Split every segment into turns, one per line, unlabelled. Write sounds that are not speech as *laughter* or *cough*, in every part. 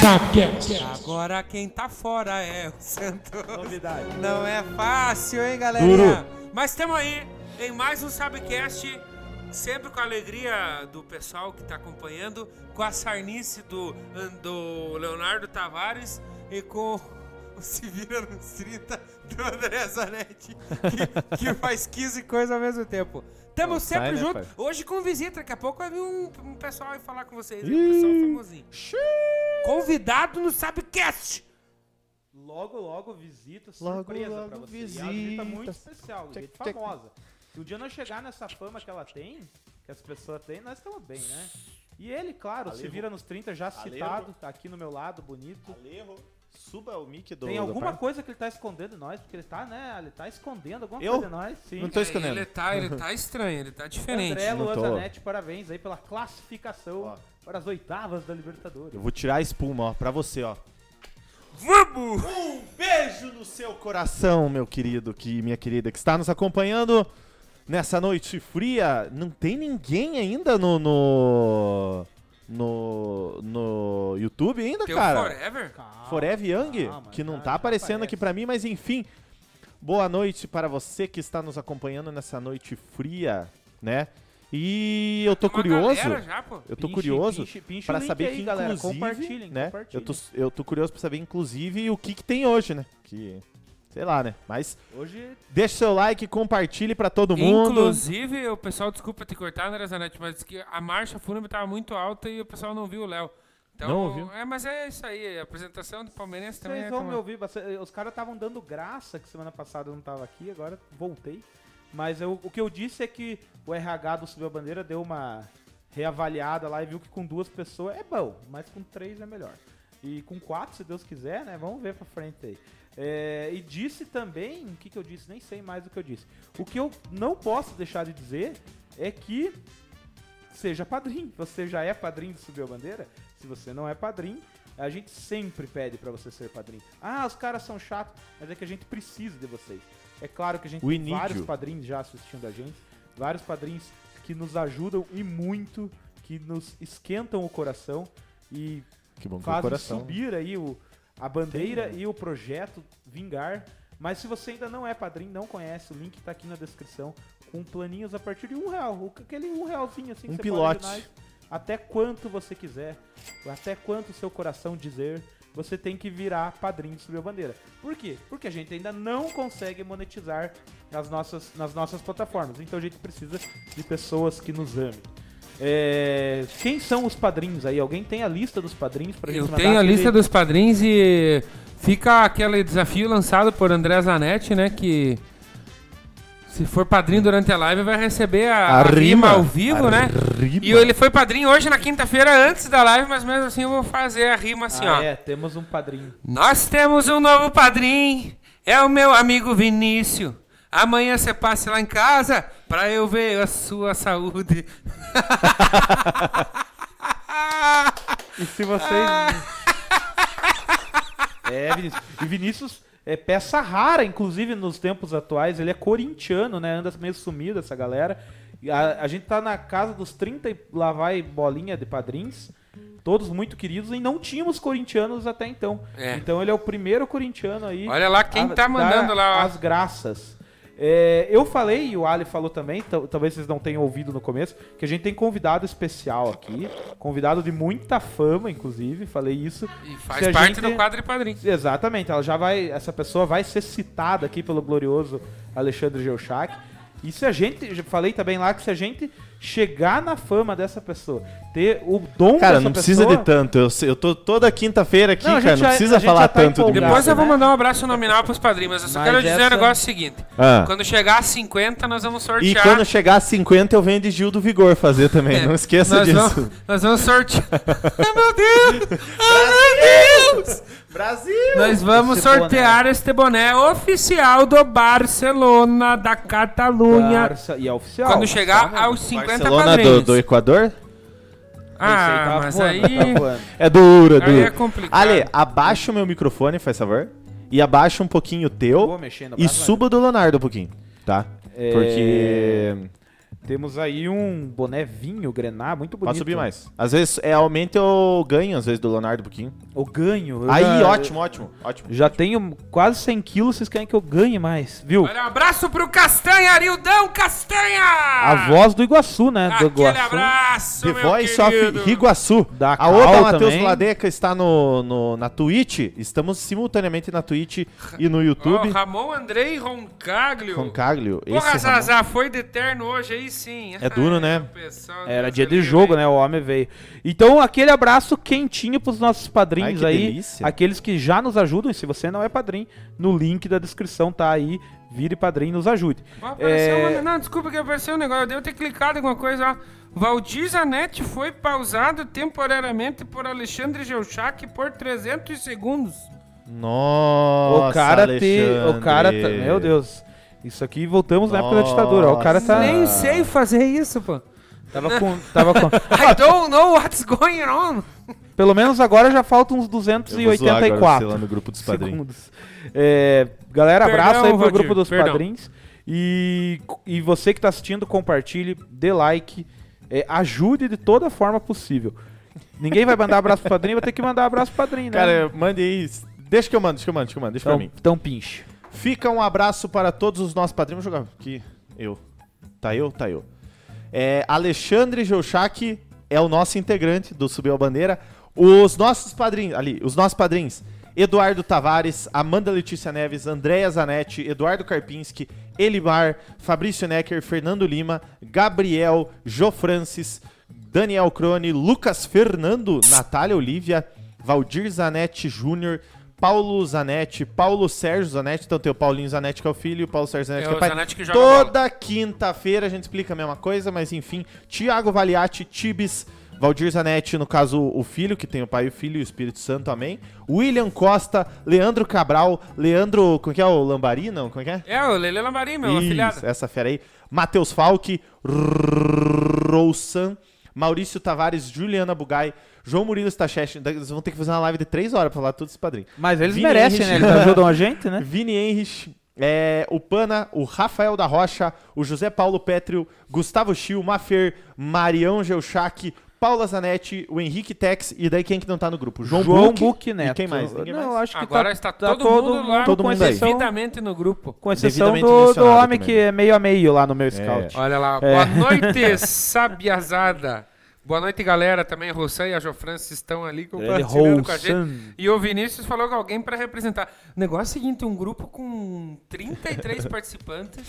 Sapcast.
Agora quem tá fora é o Santos.
Novidade.
Não é fácil, hein, galera? Mas estamos aí em mais um Sabcast, sempre com a alegria do pessoal que tá acompanhando, com a sarnice do, do Leonardo Tavares e com o Se Vira nos 30 do André Zanetti, que, que faz 15 coisas ao mesmo tempo. Tamo
Não sai,
sempre
né,
junto.
pai?
Hoje com visita, daqui a pouco vai vir um, um pessoal aí falar com vocês. Um pessoal famosinho. Convidado no Sabcast.
Logo, logo, visita,
Logo,
surpresa
logo,
pra você. E é
visita.
uma visita muito especial,
Tchac,
gente
tchac.
famosa. Se o dia não chegar nessa fama que ela tem, que as pessoas têm, nós estamos bem, né? E ele, claro, se
Alevo.
vira nos 30, já
Alevo.
citado, tá aqui no meu lado, bonito.
Alejo, suba o mic do.
Tem
do
alguma
par-
coisa que ele tá escondendo de nós, porque ele tá, né, ele tá escondendo alguma
Eu?
coisa de nós, sim.
Não tô escondendo. Uhum.
é-
Ele tá, ele tá estranho, ele tá diferente.
André
Não
Luan
tô.
Zanetti, parabéns aí pela classificação
Ó.
para as oitavas da Libertadores.
Eu vou tirar a espuma, ó, pra você, ó.
Vamos!
Um beijo no seu coração, meu querido, que minha querida, que está nos acompanhando nessa noite fria. Não tem ninguém ainda no. no. no, no YouTube ainda,
Teu
cara?
Forever?
Calma,
Forever Young,
calma,
que não
Ah, já-
tá
já
aparecendo
aparece.
aqui pra mim, mas enfim. Boa noite para você que está nos acompanhando nessa noite fria, né? E eu tô
Uma
curioso.
galera já, pô.
Eu tô
Pinche-
curioso
pinche- pinche o
para
link
saber
aí,
que
galera.
inclusive,
Compartilhem,
né? Eu
compartilhem.
tô eu tô curioso para saber inclusive o que que tem hoje, né? Que sei lá, né? Mas
Hoje
deixa seu like, compartilhe pra todo mundo.
Inclusive, o pessoal, desculpa te cortar, André Zanetti, mas disse que a marcha fúnebre tava muito alta e o pessoal não viu o Léo. Então,
Não ouviu.
É, mas é isso aí. A apresentação do Palmeirense também
Vocês
é
vão
como-
me ouvir bastante. Os caras estavam dando graça que semana passada eu não tava aqui, agora voltei. Mas eu- o que eu disse é que o RH do Subiu a Bandeira deu uma reavaliada lá e viu que com duas pessoas é bom, mas com três é melhor. E com quatro, se Deus quiser, né? Vamos ver pra frente aí. É, e disse também, o que, que eu disse? Nem sei mais o que eu disse. O que eu não posso deixar de dizer é que seja padrinho. Você já é padrinho do Subiu a Bandeira? Se você não é padrinho, a gente sempre pede pra você ser padrinho. Ah, os caras são chatos, mas é que a gente precisa de vocês. É claro que a gente
We
tem
need
vários
you.
padrinhos já assistindo a gente, vários padrinhos que nos ajudam e muito, que nos esquentam o coração e
Que bom que o
fazem
coração.
subir aí o, a bandeira
Tem, né?
e o projeto vingar. Mas se você ainda não é padrinho, não conhece, o link tá aqui na descrição, com planinhos a partir de um real. o- Aquele um realzinho assim que
Um
você
pilote.
pode ajudar, Até quanto você quiser, até quanto seu coração dizer, você tem que virar padrinho do Subiu a Bandeira. Por quê? Porque a gente ainda não consegue monetizar nas nossas, nas nossas plataformas. Então a gente precisa de pessoas que nos amem. É, quem são os padrinhos aí? Alguém tem a lista dos padrinhos pra gente
Eu
mandar
tenho a
aquele-
lista dos padrinhos e fica aquele desafio lançado por André Zanetti, né? Que se for padrinho durante a live vai receber a, a rima ao vivo,
a
né?
Rima.
E ele foi padrinho hoje na quinta-feira antes da live, mas mesmo assim eu vou fazer a rima assim, ó.
Ah, é, temos um padrinho.
Nós temos um novo padrinho, é o meu amigo Vinícius. Amanhã você passe lá em casa pra eu ver a sua saúde.
E se vocês. *laughs* é, Vinícius. E Vinícius é peça rara, inclusive nos tempos atuais. Ele é corintiano, né? Anda meio sumido essa galera. E A, a gente tá na casa dos 30 e lá vai bolinha de padrinhos. Todos muito queridos e não tínhamos corintianos até então.
É.
Então ele é o primeiro corintiano aí.
Olha lá quem
a
tá
dar
mandando lá, ó.
Ah, As graças. É, eu falei, e o Ali falou também, tal- talvez vocês não tenham ouvido no começo, que a gente tem convidado especial aqui, convidado de muita fama, inclusive, falei isso.
E faz
Se a
parte
gente-
do quadro de padrinho.
Exatamente, ela já vai, essa pessoa vai ser citada aqui pelo glorioso Alexandre Geuchac. E se a gente, já falei também lá que se a gente chegar na fama dessa pessoa, ter o dom
Cara,
dessa
não precisa
pessoa,
de tanto. Eu, sei- eu tô toda quinta-feira aqui,
Não, a gente
cara. Não
já-
precisa
a gente
falar
já tá
tanto de mim.
empolgado.
Depois eu vou
né?
mandar um abraço nominal pros padrinhos, mas eu só
Mas
quero dizer o
essa-
negócio seguinte.
Ah.
Quando chegar a 50, nós vamos sortear.
E quando chegar a 50, eu venho de Gil do Vigor fazer também.
É,
Não esqueça
nós
disso. *laughs*
Vamos, nós vamos sortear. Ai, meu Deus! Ai, meu Deus!
Brasil!
Nós vamos
Esse boné.
sortear este boné oficial do Barcelona da Catalunha.
Barça- e é oficial.
Quando chegar
Tá,
aos 50
Barcelona do,
padrinhos.
do Equador? tá
Esse
Ah,
tava
mas
tá voando,
aí...
tava voando.
É duro, é
Aí
duro.
é complicado.
Ale, abaixa o meu microfone, faz favor. E abaixa um pouquinho o
Vou
teu.
mexer no
E
braço, mas-
suba o do Leonardo um pouquinho, tá?
É.
Porque.
Temos aí um boné vinho, grená, muito bonito.
Pode subir mais. Às vezes é, aumenta o ganho, às vezes, do Leonardo um pouquinho.
O ganho. eu
Aí,
já-
ótimo, ótimo, ótimo.
Já tenho quase 100 quilos, vocês querem que eu ganhe mais, viu?
Olha, um abraço pro Castanha, Arildão Castanha!
A voz do Iguaçu, né? Do
Aquele
Iguaçu.
abraço,
The
meu
Voice
querido.
of Iguaçu.
Da
a outra,
Cal
Matheus
também.
Ladeca, está no, no- na Twitch. Estamos simultaneamente na Twitch e no
Ó,
YouTube.
Ramon Andrei Roncaglio.
Concaglio.
Porra,
esse é Ramon.
Zazá, foi de terno hoje aí sim. *laughs*
É duro, né?
O pessoal
Era
Deus
dia de
livre,
jogo,
hein?
né? O homem veio. Então, aquele abraço quentinho pros nossos padrinhos
Ai, que
aí.
delícia.
Aqueles que já nos ajudam. E se você não é padrinho, no link da descrição tá aí. Vire padrinho e nos ajude.
Ó, apareceu
É,
uma- Não, desculpa que apareceu um negócio. Eu devo ter clicado em alguma coisa, ó. Valdir Zanetti foi pausado temporariamente por Alexandre Geuchac por 300 segundos.
Nossa,
o cara te.
Alexandre.
O cara tá- Meu Deus. Isso aqui voltamos na época da ditadura. ó. O cara tá.
Nossa. Nem sei
fazer isso, pô.
Tava com. Tava com
I don't know what's going on.
pelo menos agora já faltam uns
Eu vou zoar agora você lá
284.
no grupo dos padrinhos.
segundos. É, galera,
Perdão,
abraço aí pro
Valdir,
grupo dos
perdão.
padrinhos. E, e você que tá assistindo, compartilhe, dê like, é, ajude de toda forma possível. Ninguém vai mandar abraço pro padrinho, vai ter que mandar abraço pro padrinho, né?
é
Cara, mande aí. Deixa que eu mando, deixa que eu mando, deixa que eu mando, deixa pra
então,
mim.
então pinche.
Fica um abraço para todos os nossos padrinhos. Vou jogar aqui. Eu. Tá eu? Tá eu. É, Alexandre Jouchak é o nosso integrante do Subiu a Bandeira. Os nossos padrinhos, ali, os nossos padrinhos. Eduardo Tavares, Amanda Letícia Neves, Andréa Zanetti, Eduardo Karpinski, Elibar, Fabrício Necker, Fernando Lima, Gabriel, Jo Francis, Daniel Crone, Lucas Fernando, Natália Olivia, Valdir Zanetti Júnior, Paulo Zanetti, Paulo Sérgio Zanetti, então tem o Paulinho Zanetti que é o filho, o Paulo Sérgio Zanetti
É
que é
o
o pai.
Zanetti que joga bola.
Toda Toda quinta-feira a gente explica a mesma coisa, mas enfim. Tiago Valiati, Tibis, Valdir Zanetti, no caso o filho, que tem o pai, o filho e o Espírito Santo, amém. William Costa, Leandro Cabral, Leandro. Como é que é? O Lambari? Não, como é que é?
É, o Lele Lambari, meu afilhado.
Isso, é. essa fera aí. Matheus Falck, Roussan, Maurício Tavares, Juliana Bugai, João Murilo Stachesh. Eles vão ter que fazer uma live de três horas pra falar tudo esse padrinho.
Mas eles
Vini
merecem,
Henrich.
né? Eles ajudam a gente, né?
Vini Henrich, é, o Pana, o Rafael da Rocha, o José Paulo Pétrio, Gustavo Chiu, Mafer, Marião Geuchac, Paula Zanetti, o Henrique Tex e daí quem que não tá no grupo?
João, Buque Neto.
E quem mais? Ninguém
Não,
mais?
eu acho que
Agora
tá,
está
tá
todo mundo lá,
todo
com
mundo aí.
exceção,
Devidamente no grupo.
com exceção
Devidamente
do, do
mencionado
homem
também. É.
que é meio a meio lá no meu scout.
Olha lá.
É.
Boa
*laughs*
noite, sabiazada. Boa noite, galera. Também a Rossan e a Jofrance estão
É,
ali compartilhando com a
Rossan.
gente. E o Vinícius falou com alguém para representar. O negócio é o seguinte, um grupo com
*laughs*
33 participantes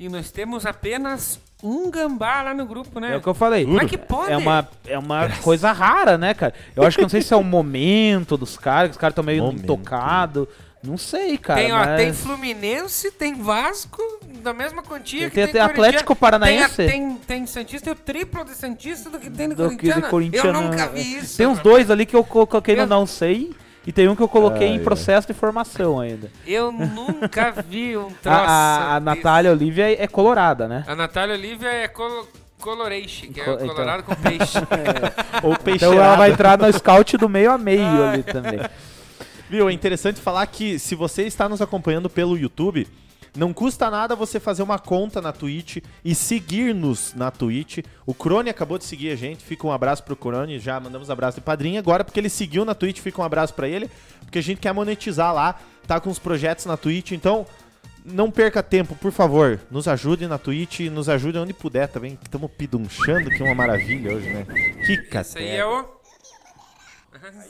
e nós temos apenas um gambá lá no grupo, né?
É o que eu falei.
Como é que pode?
É uma, é uma coisa rara, né, cara? Eu acho que não sei se é o momento dos caras, que os caras estão meio
Momento.
intocados. Não sei, cara.
tem, ó,
mas...
tem Fluminense, tem Vasco, da mesma quantia
Tem-
que
tem-
tem,
tem Atlético Paranaense.
Tem, a- tem, tem Santista, tem o triplo de Santista do que tem no
do que de
Corinthians. Eu
corintiano. né?
nunca vi isso.
Tem uns
mano.
dois ali que eu coloquei no
Eu-
não sei. E tem um que eu coloquei
Ai,
em processo de formação ainda.
Eu nunca vi um troço.
*laughs* A, a, a
desse.
Natália Olivia é é colorada, né?
A Natália Olivia é colo, coloration, que é
Co- então.
colorado com
*laughs*
peixe. *laughs*
Ou
Então
Peixeirada.
ela vai entrar no scout do meio a meio
Ah.
ali também.
Viu, é interessante falar que se você está nos acompanhando pelo YouTube, não custa nada você fazer uma conta na Twitch e seguir-nos na Twitch. O Crone acabou de seguir a gente, fica um abraço pro Crone, já mandamos abraço de padrinho. Agora, porque ele seguiu na Twitch, fica um abraço pra ele, porque a gente quer monetizar lá, tá com os projetos na Twitch, então não perca tempo, por favor. Nos ajude na Twitch, nos ajude onde puder também. Estamos pidunchando, que é uma maravilha hoje, né? Que
Isso aí é
cacete.
o.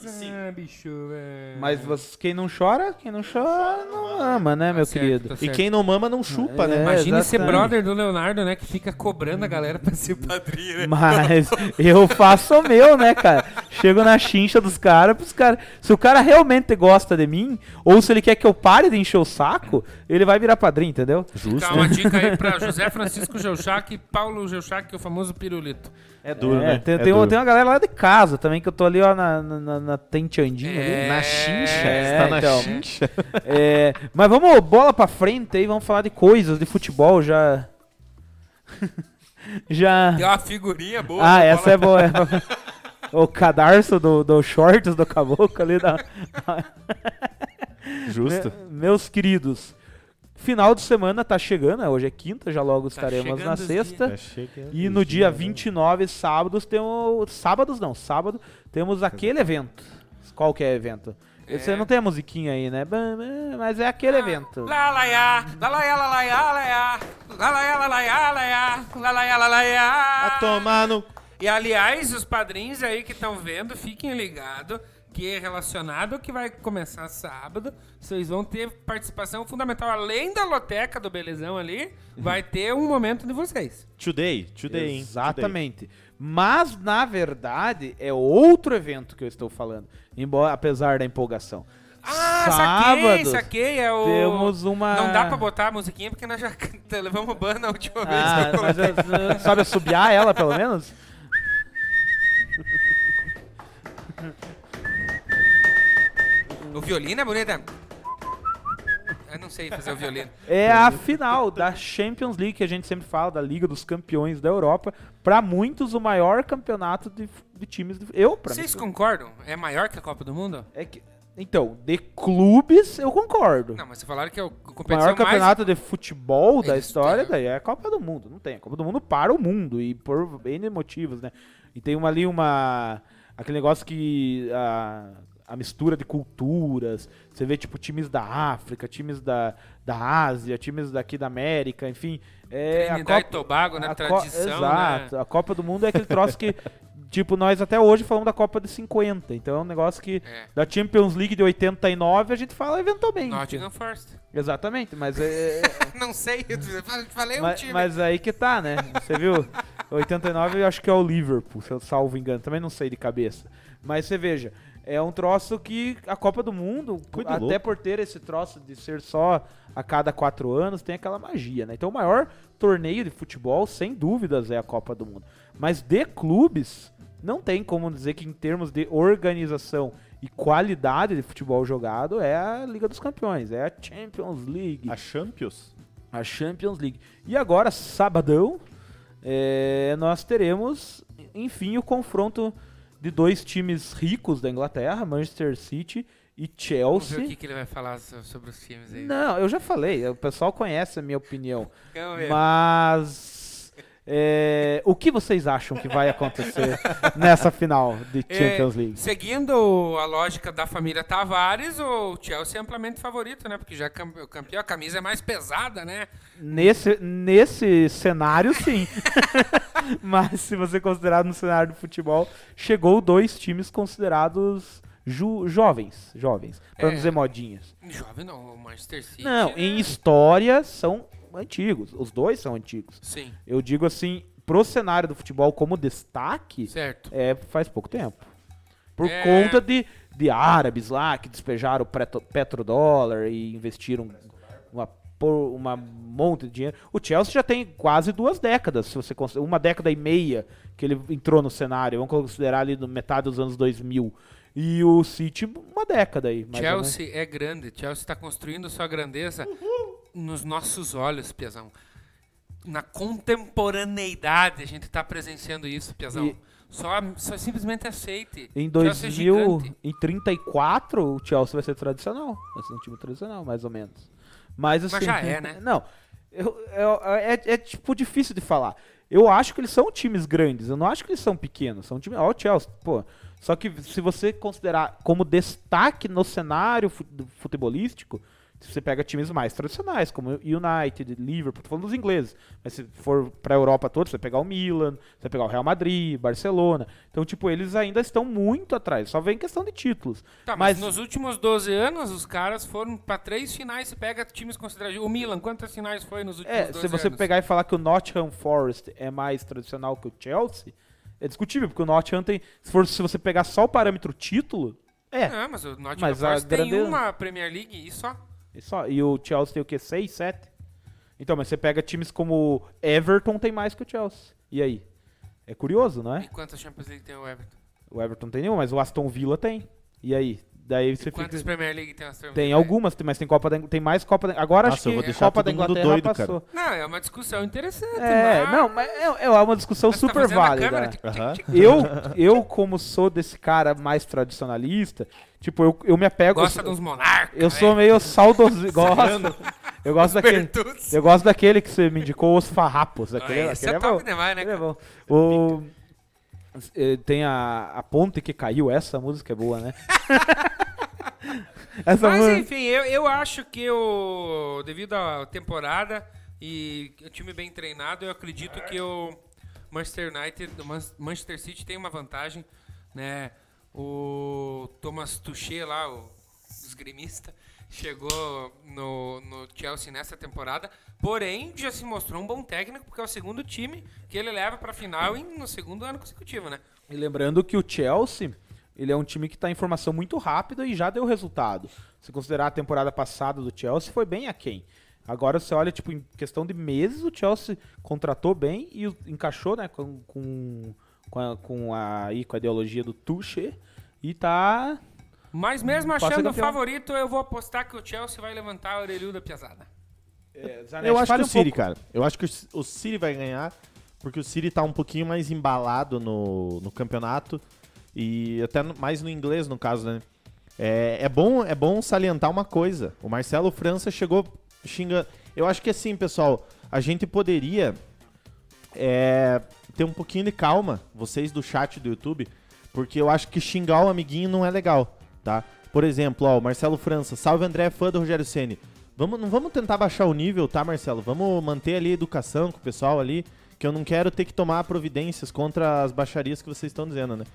sim.
Ah, bicho, velho.
Mas você- quem não chora, quem não chora não ama, né, meu
certo,
querido?
tá
E
certo.
quem não mama não chupa, né?
É,
Imagina ser
exatamente.
brother do Leonardo, né? Que fica cobrando a galera pra ser padrinho, né?
Mas eu faço o meu, né, cara? Chego na chincha dos caras, pros caras. Se o cara realmente gosta de mim, ou se ele quer que eu pare de encher o saco, ele vai virar padrinho, entendeu?
Justo.
Tá uma dica aí pra José Francisco Geuchac e Paulo Geuchac, é o famoso pirulito.
É duro,
É,
né?
Tem,
É
tem, um-
duro.
tem uma galera lá de casa também, que eu tô ali, ó, na, na, na, na Tentiandinha ali.
É,
Na chincha?
é,
Está Tá na
então.
chincha?
É, mas vamos bola pra frente aí, vamos falar de coisas, de futebol já. *laughs* já.
Tem uma figurinha boa.
Ah,
né,
que
essa
fala-
é boa. é
*laughs*
boa. O cadarço do, do shorts do caboclo ali da.
Justo.
Me- meus queridos, Final de semana tá chegando, né? hoje é quinta, já logo
Tá
estaremos
chegando
na
os
sexta.
Tá chegando
E
os
no dia
dias. né?
29, sábados, temos. Sábados não, sábado, temos aquele evento. Qual que é o evento? Você não tem a musiquinha aí, né? Bam, bam, Mas é aquele evento.
Ah, Lá, laiá, lá, laiá, lá, laiá, laiá, lá, laiá, lá, laiá, laiá, lá, laiá, lá, laiá.
A tomar no...
E aliás, os padrinhos aí que estão vendo, fiquem ligados que é relacionado ao que vai começar sábado. Vocês vão ter participação fundamental. Além da loteca do Belezão ali, vai ter um momento de vocês.
Today, today, hein?
Exatamente. Mas, na verdade, é outro evento que eu estou falando. Embora, apesar da empolgação.
Ah, saquei,
Sábados,
saquei. É o...
temos uma-
Não dá pra botar a musiquinha porque nós já *laughs* canta- levamos ban na última vez.
Ah,
*laughs* que eu
mas
coloquei.
eu- eu- sabe assobiar ela, pelo menos?
O violino é bonito. né? Eu não sei fazer o violino.
É a final da Champions League, que a gente sempre fala, da Liga dos Campeões da Europa. Pra muitos, o maior campeonato de, f- de times. de- eu, pra
Vocês
mim.
concordam? É maior que a Copa do Mundo?
É que, então, de clubes, eu concordo.
Não, mas falaram que é o
O maior
competição mais...
campeonato de futebol da
Eles-
história daí é a Copa do Mundo. Não tem. A Copa do Mundo para o mundo e por N motivos, né? E tem uma, ali uma. aquele negócio que. A, a mistura de culturas. Você vê, tipo, times da África, times da, da Ásia, times daqui da América, enfim. É, a
Trinidad e
Copa-
Tobago, né?
a co-
Tradição,
Exato.
né?
A Copa do Mundo é aquele troço que, *laughs* tipo, nós até hoje falamos da Copa de 50. Então é um negócio que,
É.
da Champions League de 89, a gente fala eventualmente.
Nottingham Forest.
Exatamente, mas é...
*laughs* não sei, eu fa- falei um
mas,
time.
mas aí que tá, né? Você viu? 89 eu acho que é o Liverpool, se eu salvo engano. Também não sei de cabeça. Mas você veja, é um troço que a Copa do Mundo,
Coisa
até
louca.
por ter esse troço de ser só a cada quatro anos, tem aquela magia, né? Então o maior torneio de futebol, sem dúvidas, é a Copa do Mundo. Mas de clubes, não tem como dizer que em termos de organização e qualidade de futebol jogado é a Liga dos Campeões, é a Champions League
A Champions?
a Champions League. E agora, sabadão, é, nós teremos, enfim, o confronto de dois times ricos da Inglaterra, Manchester City e
Vamos ver o
Chelsea.
que, que ele vai falar so- sobre os times aí.
Não, eu já falei, o pessoal conhece a minha opinião.
*laughs* Vamos ver.
Mas é, o que vocês acham que
*laughs*
vai acontecer nessa final de
É,
Champions League?
Seguindo a lógica da família Tavares, o Chelsea é amplamente favorito, né? Porque já é cam- campeão, a camisa é mais pesada, né?
Nesse, nesse cenário, sim. *laughs* Mas se você considerar no cenário do futebol, chegou dois times considerados ju- jovens. Jovens. Pra
É.
não dizer modinhas.
Jovem não, o Manchester City.
Não,
né?
em história são antigos. Os dois são antigos.
Sim,
Eu digo assim, pro cenário do futebol como destaque,
certo.
é, faz pouco tempo. Por
É.
conta de, de árabes lá que despejaram preto- petrodólar e investiram uma, por, uma monte de dinheiro. O Chelsea já tem quase duas décadas, se você considerar, uma década e meia que ele entrou no cenário. Vamos considerar ali no metade dos anos 2000. E o City, uma década aí. mais ou menos.
Chelsea é grande, Chelsea está construindo sua grandeza nos nossos olhos, Piazão. Na contemporaneidade a gente está presenciando isso, Piazão.
E-
Só, só simplesmente aceite.
Em
Chelsea é gigante.
2034, o Chelsea vai ser tradicional. Vai ser um time tradicional, mais ou menos. Mas, assim,
já é,
*laughs*
né?
Não. eu- eu- é, é, tipo, difícil de falar. Eu acho que eles são times grandes. Eu não acho que eles são pequenos. São times... Olha o Chelsea, pô. Só que se você considerar como destaque no cenário fu- do futebolístico, você pega times mais tradicionais, como United, Liverpool, tô falando dos ingleses. Mas se for pra Europa toda, você vai pegar o Milan, você vai pegar o Real Madrid, Barcelona. Então, tipo, eles ainda estão muito atrás. Só vem questão de títulos.
Tá, mas,
mas
nos últimos 12 anos, os caras foram pra três finais. Se pega times considerados. O Milan, quantas finais foi nos últimos
É,
12
se você
anos?
pegar e falar que o Nottingham Forest é mais tradicional que o Chelsea, é discutível, porque o Nottingham tem. Se, for, se você pegar só o parâmetro título, é.
Não, mas o Nottingham
Mas a
Forest tem
grande-
uma Premier League e só.
E, só, e o Chelsea tem o quê? 6, 7? Então, mas você pega times como Everton tem mais que o Chelsea. E aí? É curioso, não é?
E quantas Champions League tem o Everton?
O Everton tem nenhum, mas o Aston Villa tem. E aí? Daí você
Quantas
fica.
Premier League tem as
Tem algumas, tem- mas tem Copa da Ingl- Tem mais Copa da Agora
Nossa,
acho que
eu vou deixar
Copa da
todo mundo
Inglaterra
doido, cara.
passou.
Não, é uma discussão interessante.
É,
mas-
não, mas é, é uma discussão
Mas tá
super né?
fazendo a
válida.
câmera, tic, tic,
Aham.
tic.
Eu, eu, como sou desse cara mais tradicionalista, tipo, eu, eu me apego.
Gosta
eu,
de uns monarcas. né?
eu sou
*laughs*
meio saudoso. gosto. Eu gosto daquele.
Bertuzzi.
Eu gosto daquele que você me indicou, os farrapos. Aquele,
Esse
aquele
é
é
top
bom.
demais, né?
Ele é
cara?
bom. O- eh, Tem a, a ponte que caiu, essa música é boa,
*laughs*
né? essa
Mas
música.
enfim, eu, eu acho que o devido à temporada e o time bem treinado, eu acredito que o Manchester United, o Man- Manchester City tem uma vantagem, né? O Thomas Tuchel lá, o esgrimista, chegou no, no Chelsea nessa temporada, porém já se mostrou um bom técnico porque é o segundo time que ele leva para final em, no segundo ano consecutivo, né?
E lembrando que o Chelsea, ele é um time que está em formação muito rápida e já deu resultado. Se considerar a temporada passada do Chelsea, foi bem aquém. Agora você olha, tipo, em questão de meses, o Chelsea contratou bem e o- encaixou, né, com, com, com, a, com, a, aí, com a ideologia do Tuchel e tá...
Mas mesmo
Pode ser
achando o
campeão.
favorito, eu vou apostar que o Chelsea vai levantar a orelhuda da piazada.
Eu acho que o City, cara. Eu acho que o- o City vai ganhar, porque o City tá um pouquinho mais embalado no, no campeonato. E até no- mais no inglês, no caso, né? É, é bom, é bom salientar uma coisa. O Marcelo França chegou xingando. Eu acho que assim, pessoal, a gente poderia é, ter um pouquinho de calma, vocês do chat do YouTube, porque eu acho que xingar o amiguinho não é legal, tá? Por exemplo, ó, o Marcelo França, salve André, fã do Rogério Ceni. Vamos, não vamos tentar baixar o nível, tá, Marcelo? Vamos manter ali a educação com o pessoal ali, que eu não quero ter que tomar providências contra as baixarias que vocês estão dizendo, né?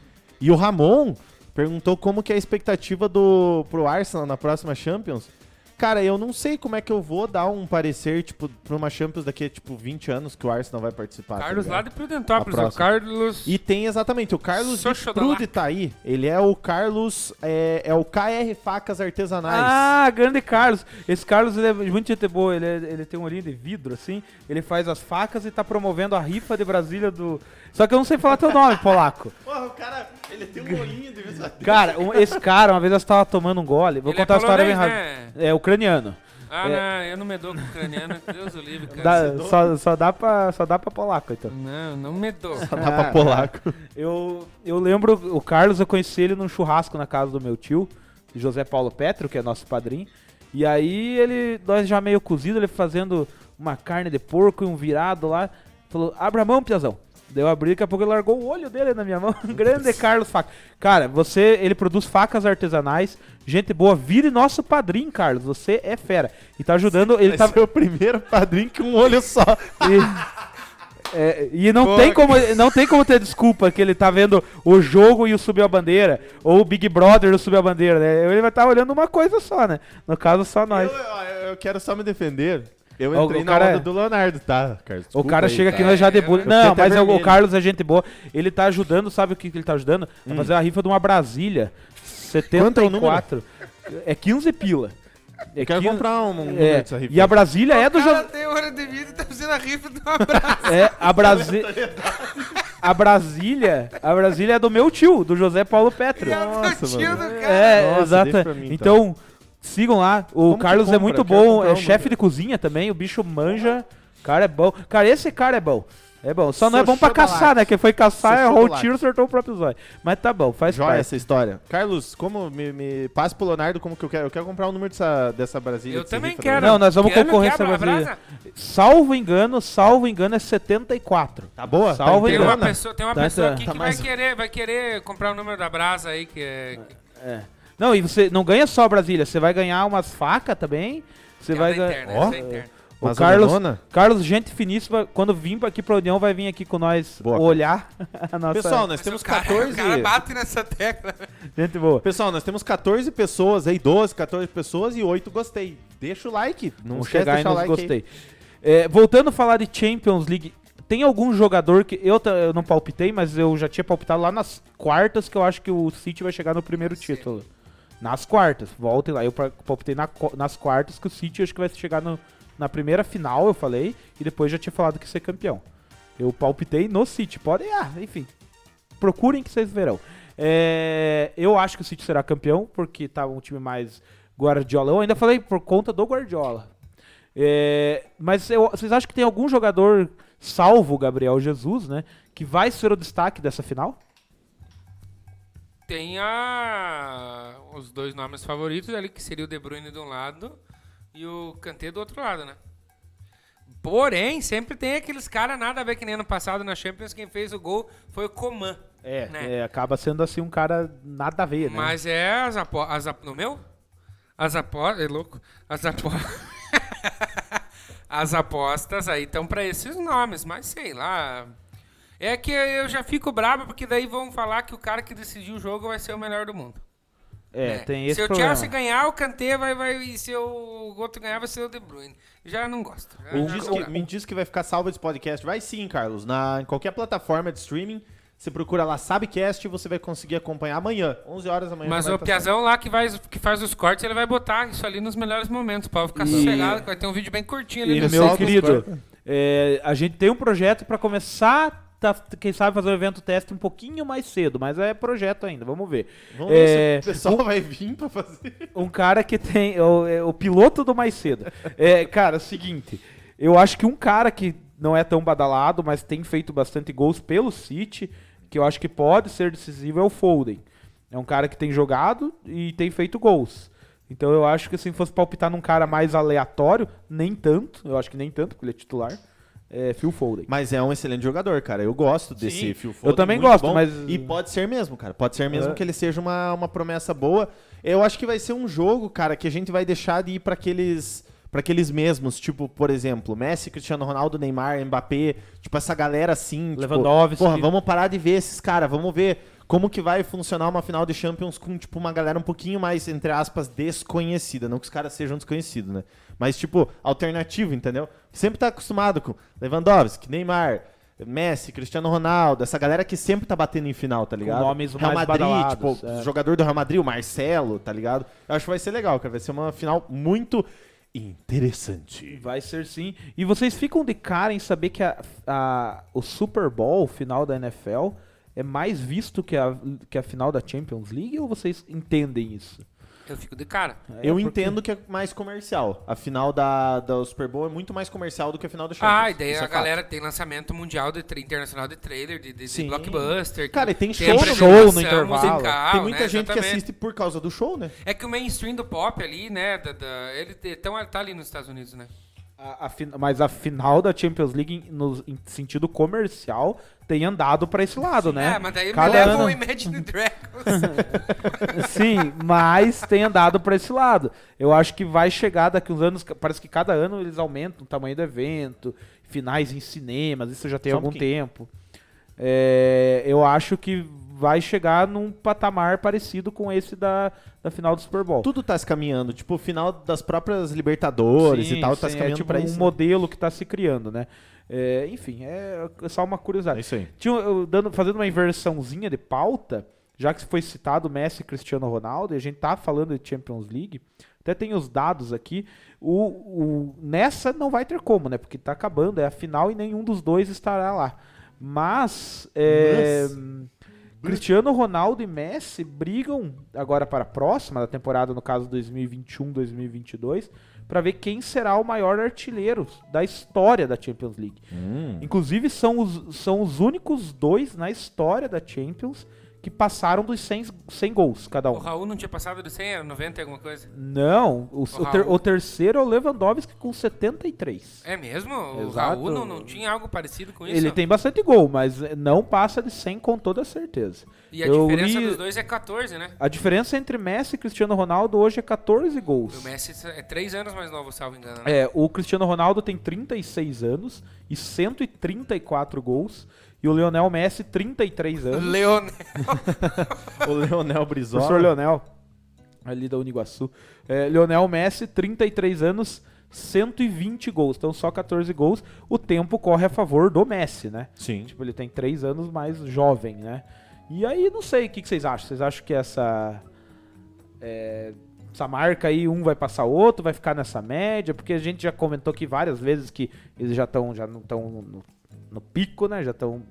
E o Ramon perguntou como que é a expectativa do pro Arsenal na próxima Champions. Cara, eu não sei como é que eu vou dar um parecer, tipo, pra uma Champions daqui a, tipo, 20 anos que o Arsenal vai participar. tá
Carlos
ligado?
lá de Prudentópolis,
A
o
próxima.
Carlos.
E tem exatamente, o Carlos de
Sociodalac.
Prude tá aí. Ele é o Carlos, é, é o KR Facas Artesanais.
Ah, grande Carlos. Esse Carlos ele é muito gente boa, ele, é- ele tem um olhinho de vidro, assim. Ele faz as facas e tá promovendo a rifa de Brasília do. Só que eu não sei falar teu nome, polaco.
Porra, o cara, ele tem um olhinho de vez
Cara, um- esse cara, uma vez nós tava tomando um gole. Vou
Ele é
contar a história bem rápido.
polonês, né?
É ucraniano.
Ah,
É.
não, eu não me dou com o ucraniano, Deus o livre, cara. é
Dá- só, só, dá pra, só dá pra polaco, então.
Não, não me dou.
*laughs* Dá pra polaco.
Eu, eu lembro, o Carlos, eu conheci ele num churrasco na casa do meu tio, José Paulo Petro, que é nosso padrinho. E aí ele, nós já meio cozido, ele fazendo uma carne de porco e um virado lá. Falou, abra a mão, piazão. Daí eu abri, daqui a pouco ele largou o olho dele na minha mão. *laughs* Grande Carlos Faca. Cara, você, ele produz facas artesanais. Gente boa, vire nosso padrinho, Carlos. Você é fera. E tá ajudando, ele
Ele
tá...
tá o primeiro padrinho que um olho só.
E, é, e não, tem como, não tem como ter desculpa que ele tá vendo o jogo e o Subiu a Bandeira, ou o Big Brother e o Subiu a Bandeira, né? Ele vai estar olhando uma coisa só, né? No caso, só
Eu,
nós.
eu- eu quero só me defender. Eu
O-
entrei
o
na
cara
onda
é-
do Leonardo, tá, Carlos?
O
Desculpa
cara
aí,
chega
tá?
aqui nós já debulha.
Eu
fiquei
Não,
até
mas é o, o
vermelho.
Carlos é gente boa. Ele tá ajudando, sabe o que, que ele tá ajudando?
Hum.
A fazer a rifa de uma Brasília.
Quanto é o
74. É 15 pila. É
Eu quero
15
comprar um, um
é,
número dessa rifa.
E a Brasília é do
Cara,
Jo-
tem hora de vida e tá fazendo a rifa do abraço.
É, a Brasília. A Brasília. A Brasília é do meu tio, do José Paulo Petro.
Nossa, mano.
É,
Nossa,
exato.
deixa pra mim, então.
então. sigam lá. O
Como que
Carlos é
compra?
muito
Eu quero
bom,
comprar
é
um
chefe
dele.
de cozinha também, o bicho manja. Cara é bom. Cara, esse cara é bom. É bom. Só não é bom pra
Sociodalac.
caçar, né? Quem foi caçar
Sociodalac.
errou o tiro, acertou o próprio zóio. Mas tá bom, faz
Joia
parte.
essa história. Carlos, como me, me passa pro Leonardo como que eu quero? Eu quero comprar o número dessa, dessa Brasília.
Eu
dessa
também
rifa,
quero.
né?
Não, nós vamos
Quero
concorrer
que
com essa
abra a
Brasília. Salvo engano, salvo engano é 74.
Tá boa?
Salvo
Tem
tá
engano.
uma
inteirona?
pessoa, tem uma
Tá,
pessoa
tá.
aqui
Tá
que vai
mais-
querer, vai querer comprar o número da brasa aí, que é.
É. Não, e você não ganha só a Brasília, você vai ganhar umas facas também. Você
que
vai
é da
ganhar.
interna,
Ó.
essa é interna.
O
Mas
Carlos,
Leonona?
Carlos, gente finíssima, quando vir aqui pra União, vai vir aqui com nós
Boa, cara. *laughs*
olhar a nossa
Pessoal, né? nós
Mas
temos
o cara-
14.
O cara bate nessa tecla. né?
gente boa.
Pessoal, nós temos 14 pessoas aí, 12, 14 pessoas e 8 gostei. Deixa o like. Não
Vamos
esquece de
chegar aí
deixar o
nos
like. aí.
gostei. É, voltando a falar de Champions League, tem algum jogador que eu, ta- eu não palpitei, mas eu já tinha palpitado lá nas quartas que eu acho que o City vai chegar no primeiro título. Nas quartas, voltem lá. Eu pa- palpitei na co- nas quartas que o City acho que vai chegar no- na primeira final, eu falei, e depois já tinha falado que ia ser campeão. Eu palpitei no City, pode, ah, enfim. Procurem que vocês verão. É, eu acho que o City será campeão, porque tá um time mais Guardiola. Eu ainda falei por conta do Guardiola. É, mas eu- vocês acham que tem algum jogador, salvo o Gabriel Jesus, né? Que vai ser o destaque dessa final?
Tem a... os dois nomes favoritos ali, que seria o De Bruyne de um lado e o Kanté do outro lado, né? Porém, sempre tem aqueles caras nada a ver que nem ano passado na Champions, quem fez o gol foi o Coman.
É,
né?
acaba sendo assim um cara nada a ver, né?
Mas é as apostas. Apo... No meu? As apostas. É louco? As apostas. *laughs* as apostas aí estão pra esses nomes, mas sei lá. É que eu já fico bravo porque daí vão falar que o cara que decidiu o jogo vai ser o melhor do mundo.
é,
né?
tem esse
se o
problema.
Chelsea ganhar, o Kanté vai, vai. E se o outro ganhar, vai ser o De Bruyne. Já não gosto. Já
Me
já
diz,
não
que,
dá.
me diz que vai ficar salvo esse podcast. Vai sim, Carlos. Na, em qualquer plataforma de streaming, você procura lá Sabcast e você vai conseguir acompanhar amanhã, 11 horas da manhã.
Mas
já vai
o
tá
Piazão lá que, vai, que faz os cortes, ele vai botar isso ali nos melhores momentos. O Paulo ficar
E-
sossegado, que vai ter um vídeo bem curtinho ali.
E
no
meu
Pessoal dos
querido,
quartos.
é, a gente tem um projeto pra começar, tá, quem sabe fazer o evento teste um pouquinho mais cedo, mas é projeto ainda, vamos ver.
saindo. Vamos ver
É,
se o pessoal vai vir pra fazer.
um cara que tem. O, é, o piloto do mais cedo. É, cara, seguinte. Eu acho que um cara que não é tão badalado, mas tem feito bastante gols pelo City, que eu acho que pode ser decisivo, é o Foden. É um cara que tem jogado e tem feito gols. Então eu acho que se fosse palpitar num cara mais aleatório, nem tanto. Eu acho que nem tanto, porque ele é titular. É Phil Foden.
Mas é um excelente jogador, cara. Eu gosto desse
Sim,
Phil
eu
Foden.
também
muito
gosto,
bom.
mas-
E pode ser mesmo, cara. Pode ser mesmo
É.
que ele seja uma, uma promessa boa. Eu acho que vai ser um jogo, cara, que a gente vai deixar de ir pra aqueles... Pra aqueles mesmos, tipo, por exemplo, Messi, Cristiano Ronaldo, Neymar, Mbappé, tipo, essa galera assim. tipo,
Lewandowski.
porra, vamos parar de ver esses caras, vamos ver como que vai funcionar uma final de Champions com, tipo, uma galera um pouquinho mais, entre aspas, desconhecida. Não que os caras sejam desconhecidos, né? Mas, tipo, alternativo, entendeu? Sempre tá acostumado com Lewandowski, Neymar, Messi, Cristiano Ronaldo, essa galera que sempre tá batendo em final, tá ligado?
nomes
Real
mais
Madrid,
badalados,
tipo,
é.
jogador do Real Madrid, o Marcelo, tá ligado? Eu acho que vai ser legal, cara. Vai ser uma final muito interessante.
Vai ser sim. E vocês ficam de cara em saber que a, a- o Super Bowl, o final da NFL, é mais visto que a, que a final da Champions League? Ou vocês entendem isso?
Eu fico de cara.
É,
Eu
porque-
entendo que é mais comercial. A final da, da Super Bowl é muito mais comercial do que a final do Champions.
Ah, e daí
Isso
a
é fato.
galera tem lançamento mundial de tra- internacional de trailer, de, de- de
Sim.
blockbuster.
Cara, e tem
a
show no-
apresentação
show no intervalo.
musical,
Tem muita
né?
gente que
Exatamente.
assiste por causa do show, né?
É que o mainstream do pop ali, né? Da, da- ele te- então ele tá ali nos Estados Unidos, né?
A- a fin- mas a final da Champions League, em- no em sentido comercial, tem andado pra esse lado, né?
É, mas daí
Cada
me leva
ano-
o Imagine *laughs* Dragons.
Sim, mas tem andado pra esse lado. Eu acho que vai chegar daqui uns anos. Parece que cada ano eles aumentam o tamanho do evento, finais em cinemas, isso já tem
Só um
algum
pouquinho.
tempo. É, eu acho que vai chegar num patamar parecido com esse da, da final do Super Bowl.
Tudo tá se caminhando. Tipo, o final das próprias Libertadores
Sim,
e tal tá se
sim,
caminhando
é tipo
pra
um
isso. né?
modelo que tá se criando, né? É, enfim, é só uma curiosidade.
É isso aí.
Tinha, eu dando, fazendo uma inversãozinha de pauta, já que foi citado Messi e Cristiano Ronaldo, e a gente tá falando de Champions League, até tem os dados aqui. O, o- nessa não vai ter como, né? Porque tá acabando, é a final e nenhum dos dois estará lá. Mas. é, Cristiano Ronaldo e Messi brigam agora para a próxima da temporada, no caso 2021-2022, para ver quem será o maior artilheiro da história da Champions League. Inclusive, são os, são os únicos dois na história da Champions que passaram dos 100, 100 gols cada
o
um.
Raul não tinha passado do 100, era 90 e alguma coisa.
Não, o, o ter-
Raul.
o terceiro é o Lewandowski com 73.
É mesmo? O
Exato.
Raul não, não tinha algo parecido com isso?
Ele tem bastante gol, mas eh, não passa de 100 com toda certeza.
E a
Eu
diferença
li-
dos dois é 14, né?
A diferença entre Messi e Cristiano Ronaldo hoje é 14
O
gols.
Messi é 3 anos mais novo, salvo engano. né?
É, o Cristiano Ronaldo tem 36 anos e 134 gols. E o Lionel Messi, 33 É, anos.
Leonel.
O *laughs* Leonel Brizola.
Professor Leonel, ali da Uniguaçu. É, Leonel Messi, 33 anos, 120 gols. Então só 14 gols. O tempo corre a favor do Messi, né?
Sim.
Tipo, ele tem 3 anos mais jovem, né? E aí, não sei, o que, que vocês acham? Vocês acham que essa. é, essa marca aí, um vai passar o outro, vai ficar nessa média? Porque a gente já comentou aqui várias vezes que eles já estão já não estão no, no pico, né? Já estão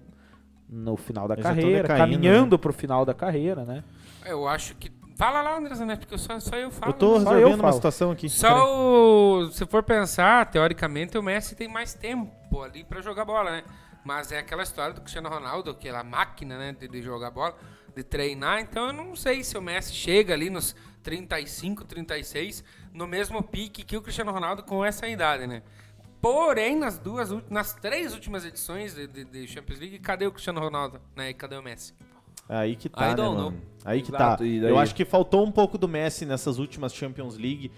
no final da
Eu já tô
carreira,
decaindo, né?
caminhando pro final da carreira, né?
*laughs* Eu acho que. Fala lá, André Zanetti, porque só, só eu falo.
Eu tô
né?
só eu
resolvendo uma
falo.
situação aqui. Peraí.
Só o, se for pensar, teoricamente o Messi tem mais tempo ali pra jogar bola, né? Mas é aquela história do Cristiano Ronaldo, aquela máquina, né, de, de jogar bola, de treinar. Então eu não sei se o Messi chega ali nos 35, 36, no mesmo pique que o Cristiano Ronaldo com essa idade, né? Porém, nas duas, ulti- nas três últimas edições de, de- de Champions League, cadê o Cristiano Ronaldo, né? E cadê o Messi?
Aí que
I
tá, né,
don't know.
mano? Aí que
Exato,
tá.
e daí?
Eu acho que faltou um pouco do Messi nessas últimas Champions League.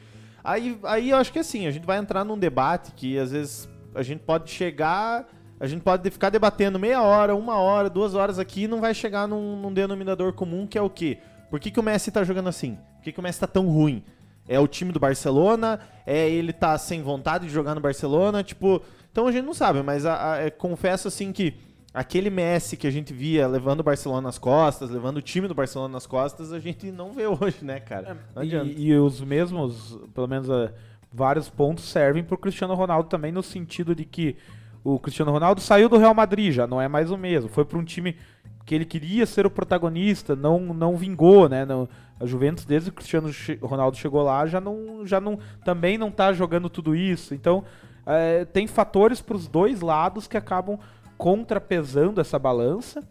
Aí, aí eu acho que assim, a gente vai entrar num debate que às vezes a gente pode chegar, a gente pode ficar debatendo meia hora, uma hora, duas horas aqui e não vai chegar num, num denominador comum que é o quê? Por que, que o Messi tá jogando assim? Por que, que o Messi tá tão ruim? É o time do Barcelona? É ele tá sem vontade de jogar no Barcelona? Tipo, então a gente não sabe, mas a- a- é, confesso assim que aquele Messi que a gente via levando o Barcelona nas costas, levando o time do Barcelona nas costas, a gente não vê *laughs* hoje, né, cara? Não adianta.
É, E, e os mesmos, pelo menos eh, vários pontos servem pro Cristiano Ronaldo também no sentido de que o Cristiano Ronaldo saiu do Real Madrid, já não é mais o mesmo. Foi para um time que ele queria ser o protagonista, não não vingou, né? Não- a Juventus desde que o Cristiano che- Ronaldo chegou lá já não já não também não tá jogando tudo isso. Então, eh, tem fatores pros dois lados que acabam contrapesando essa balança.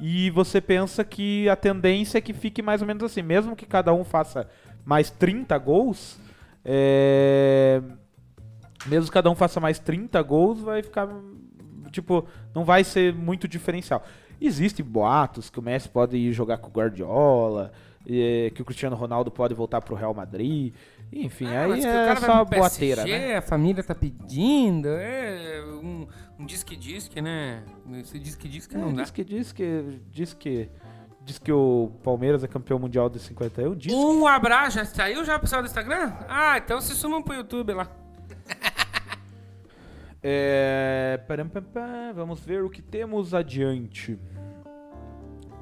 E você pensa que a tendência é que fique mais ou menos assim, mesmo que cada um faça mais 30 gols, é, mesmo que cada um faça mais 30 gols, vai ficar tipo, não vai ser muito diferencial. Existem boatos que o Messi pode ir jogar com o Guardiola, é, que o Cristiano Ronaldo pode voltar pro Real Madrid. Enfim,
Ah,
aí
mas que o
é
cara vai pro
só boateira,
PSG,
né?
A família tá pedindo, é um, um disque-disque, né? Esse disque-disque
É,
não dá.
diz que diz que diz que diz que o Palmeiras é campeão mundial de 51, diz
Um abraço, já saiu já pessoal do Instagram? Ah, então se sumam pro YouTube lá.
É, param, pam, pam, vamos ver o que temos adiante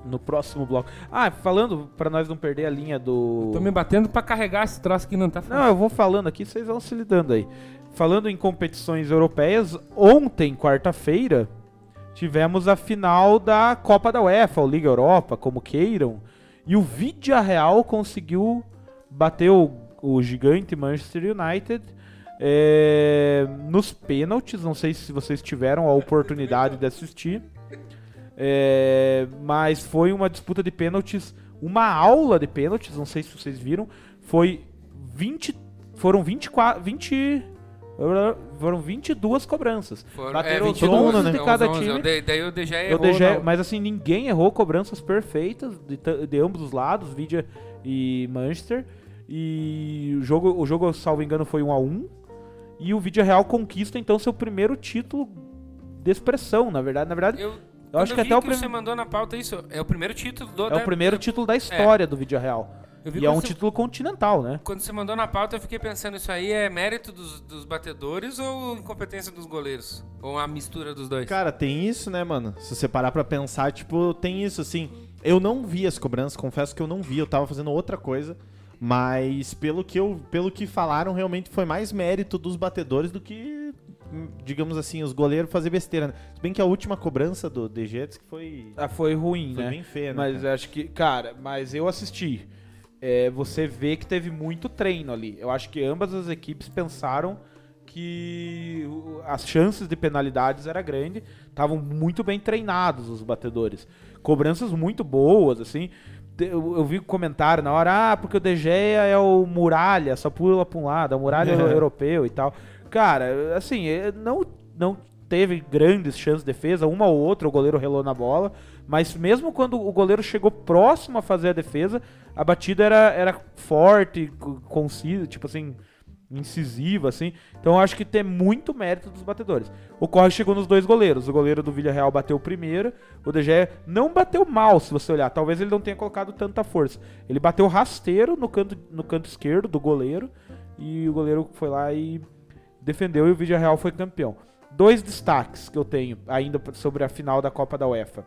no próximo bloco. Ah, falando pra nós não perder a linha do.
Tô me batendo pra carregar esse troço que não tá
Não, eu vou falando aqui, vocês vão se lidando aí. Falando em competições europeias, ontem, quarta-feira, tivemos a final da Copa da UEFA, ou Liga Europa, como queiram, e o Vidia Real conseguiu bater o, o gigante Manchester United é, nos pênaltis. Não sei se vocês tiveram a oportunidade de assistir. É, mas foi uma disputa de pênaltis, uma aula de pênaltis, não sei se vocês viram. Foi 20. Foram 24. 20. Foram 22 cobranças.
Foram-
Bateram os
22,
11 de
né?
cada
Os 11,
time.
eu dei- Daí o DG
Eu
errou.
deixei-
não.
mas assim, ninguém errou cobranças perfeitas de, ta- de ambos os lados, Vidia e Manchester. E o jogo, o jogo, salvo engano, foi 1 a 1 E o Vidia Real conquista então seu primeiro título de expressão, na verdade. Na verdade,
Eu,
eu
quando
acho que
eu vi
até o
que
prim-
você mandou na pauta isso. É o primeiro título do
é o primeiro título da história do Vidia Real.
Eu vi
E é um
quando você-
título continental, né?
Quando você mandou na pauta, eu fiquei pensando, isso aí é mérito dos, dos batedores ou incompetência dos goleiros? Ou a mistura dos dois?
Cara, tem isso, né, mano? Se você parar pra pensar, tipo, tem isso, assim. Eu não vi as cobranças, confesso que eu não vi, eu tava fazendo outra coisa. Mas pelo que, eu, pelo que falaram, realmente foi mais mérito dos batedores do que, hum, digamos assim, os goleiros fazer besteira. Né? Se bem que a última cobrança do DG diz que foi,
Ah, foi ruim,
foi
né?
bem feia, né?
Mas
cara?
acho que, cara, mas eu assisti. É, você vê que teve muito treino ali. Eu acho que ambas as equipes pensaram que o- as chances de penalidades era grande, estavam muito bem treinados os batedores. Cobranças muito boas, assim. Te- Eu, eu vi um comentário na hora, ah, porque o DG é o Muralha, só pula pra um lado, a Muralha é *laughs* o europeu e tal. Cara, assim, eh, não, não teve grandes chances de defesa, uma ou outra, o goleiro relou na bola, mas mesmo quando o goleiro chegou próximo a fazer a defesa, a batida era, era forte, co- concisa, tipo assim, incisiva, assim. Então eu acho que tem muito mérito dos batedores. O Corre chegou nos dois goleiros. O goleiro do Villarreal bateu o primeiro. O De Gea não bateu mal, se você olhar. Talvez ele não tenha colocado tanta força. Ele bateu rasteiro no canto, no canto esquerdo do goleiro. E o goleiro foi lá e defendeu. E o Villarreal foi campeão. Dois destaques que eu tenho ainda sobre a final da Copa da UEFA.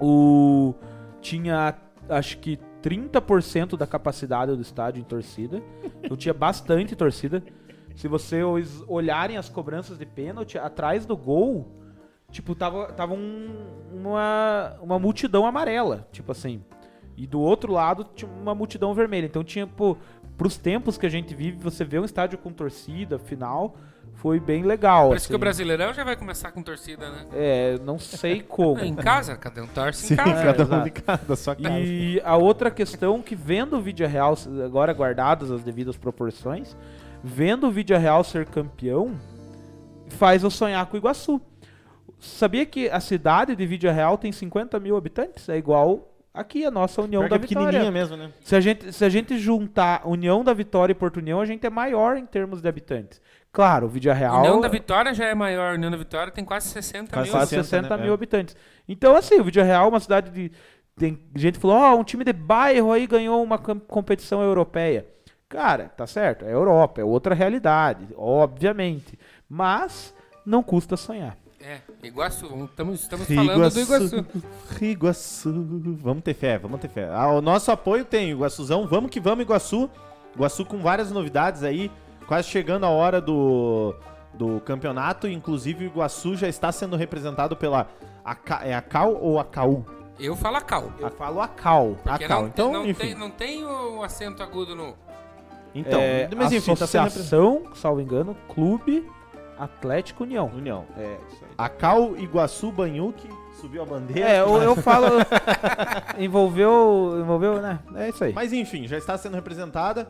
O... Tinha, acho que 30% da capacidade do estádio em torcida. Eu tinha bastante torcida. Se vocês olharem as cobranças de pênalti, atrás do gol Tipo, tava, tava um- uma, uma multidão amarela, tipo assim. E do outro lado tinha uma multidão vermelha. Então tinha, pô, pros tempos que a gente vive, você vê um estádio com torcida, final, foi bem legal.
Parece que
assim.
o Brasileirão já vai começar com torcida, né?
É, não sei como.
Em casa? Cadê um torce
Sim,
em casa?
cada um
exato.
de cada sua casa.
E a outra questão que vendo o vídeo real, agora guardadas as devidas proporções, vendo o vídeo real ser campeão, faz eu sonhar com o Iguaçu. Sabia que a cidade de Vídeo Real tem 50 mil habitantes? É igual aqui, a nossa União
Pior que
um da
é pequenininha
Vitória.
mesmo, né?
Se a, gente, se a gente juntar União da Vitória e Porto União, a gente é maior em termos de habitantes. Claro, o Vídeo Real...
União da Vitória já é maior. União da Vitória tem quase 60
Quase
mil.
quase
60,
60,
né?
mil
É.
habitantes. Então, assim, o Vídeo Real é uma cidade de. Tem gente que falou, ó, um time de bairro aí ganhou uma cam- competição europeia. Cara, tá certo, é Europa, é outra realidade, obviamente. Mas não custa sonhar.
É, Iguaçu. Estamos, estamos falando do Iguaçu.
Iguaçu. Vamos ter fé, vamos ter fé. Ah, o nosso apoio tem, Iguaçuzão. Vamos que vamos, Iguaçu. Iguaçu com várias novidades aí, quase chegando a hora do, do campeonato. Inclusive, o Iguaçu já está sendo representado pela. Aca, é a Cal ou a Cau?
Eu falo a cal.
Eu falo a Cal. A
Porque
Ah, Cal.
não,
Então,
não,
enfim.
tem, não tem o acento agudo no.
Então,
é,
mas enfim, tá sendo representado.
Associação, salvo engano, Clube Atlético União.
União.
É, isso aí.
A Cal Iguaçu Banhuque subiu a bandeira. Ah,
É, eu,
*laughs*
eu falo. envolveu. Envolveu, né? É isso aí.
Mas enfim, já está sendo representada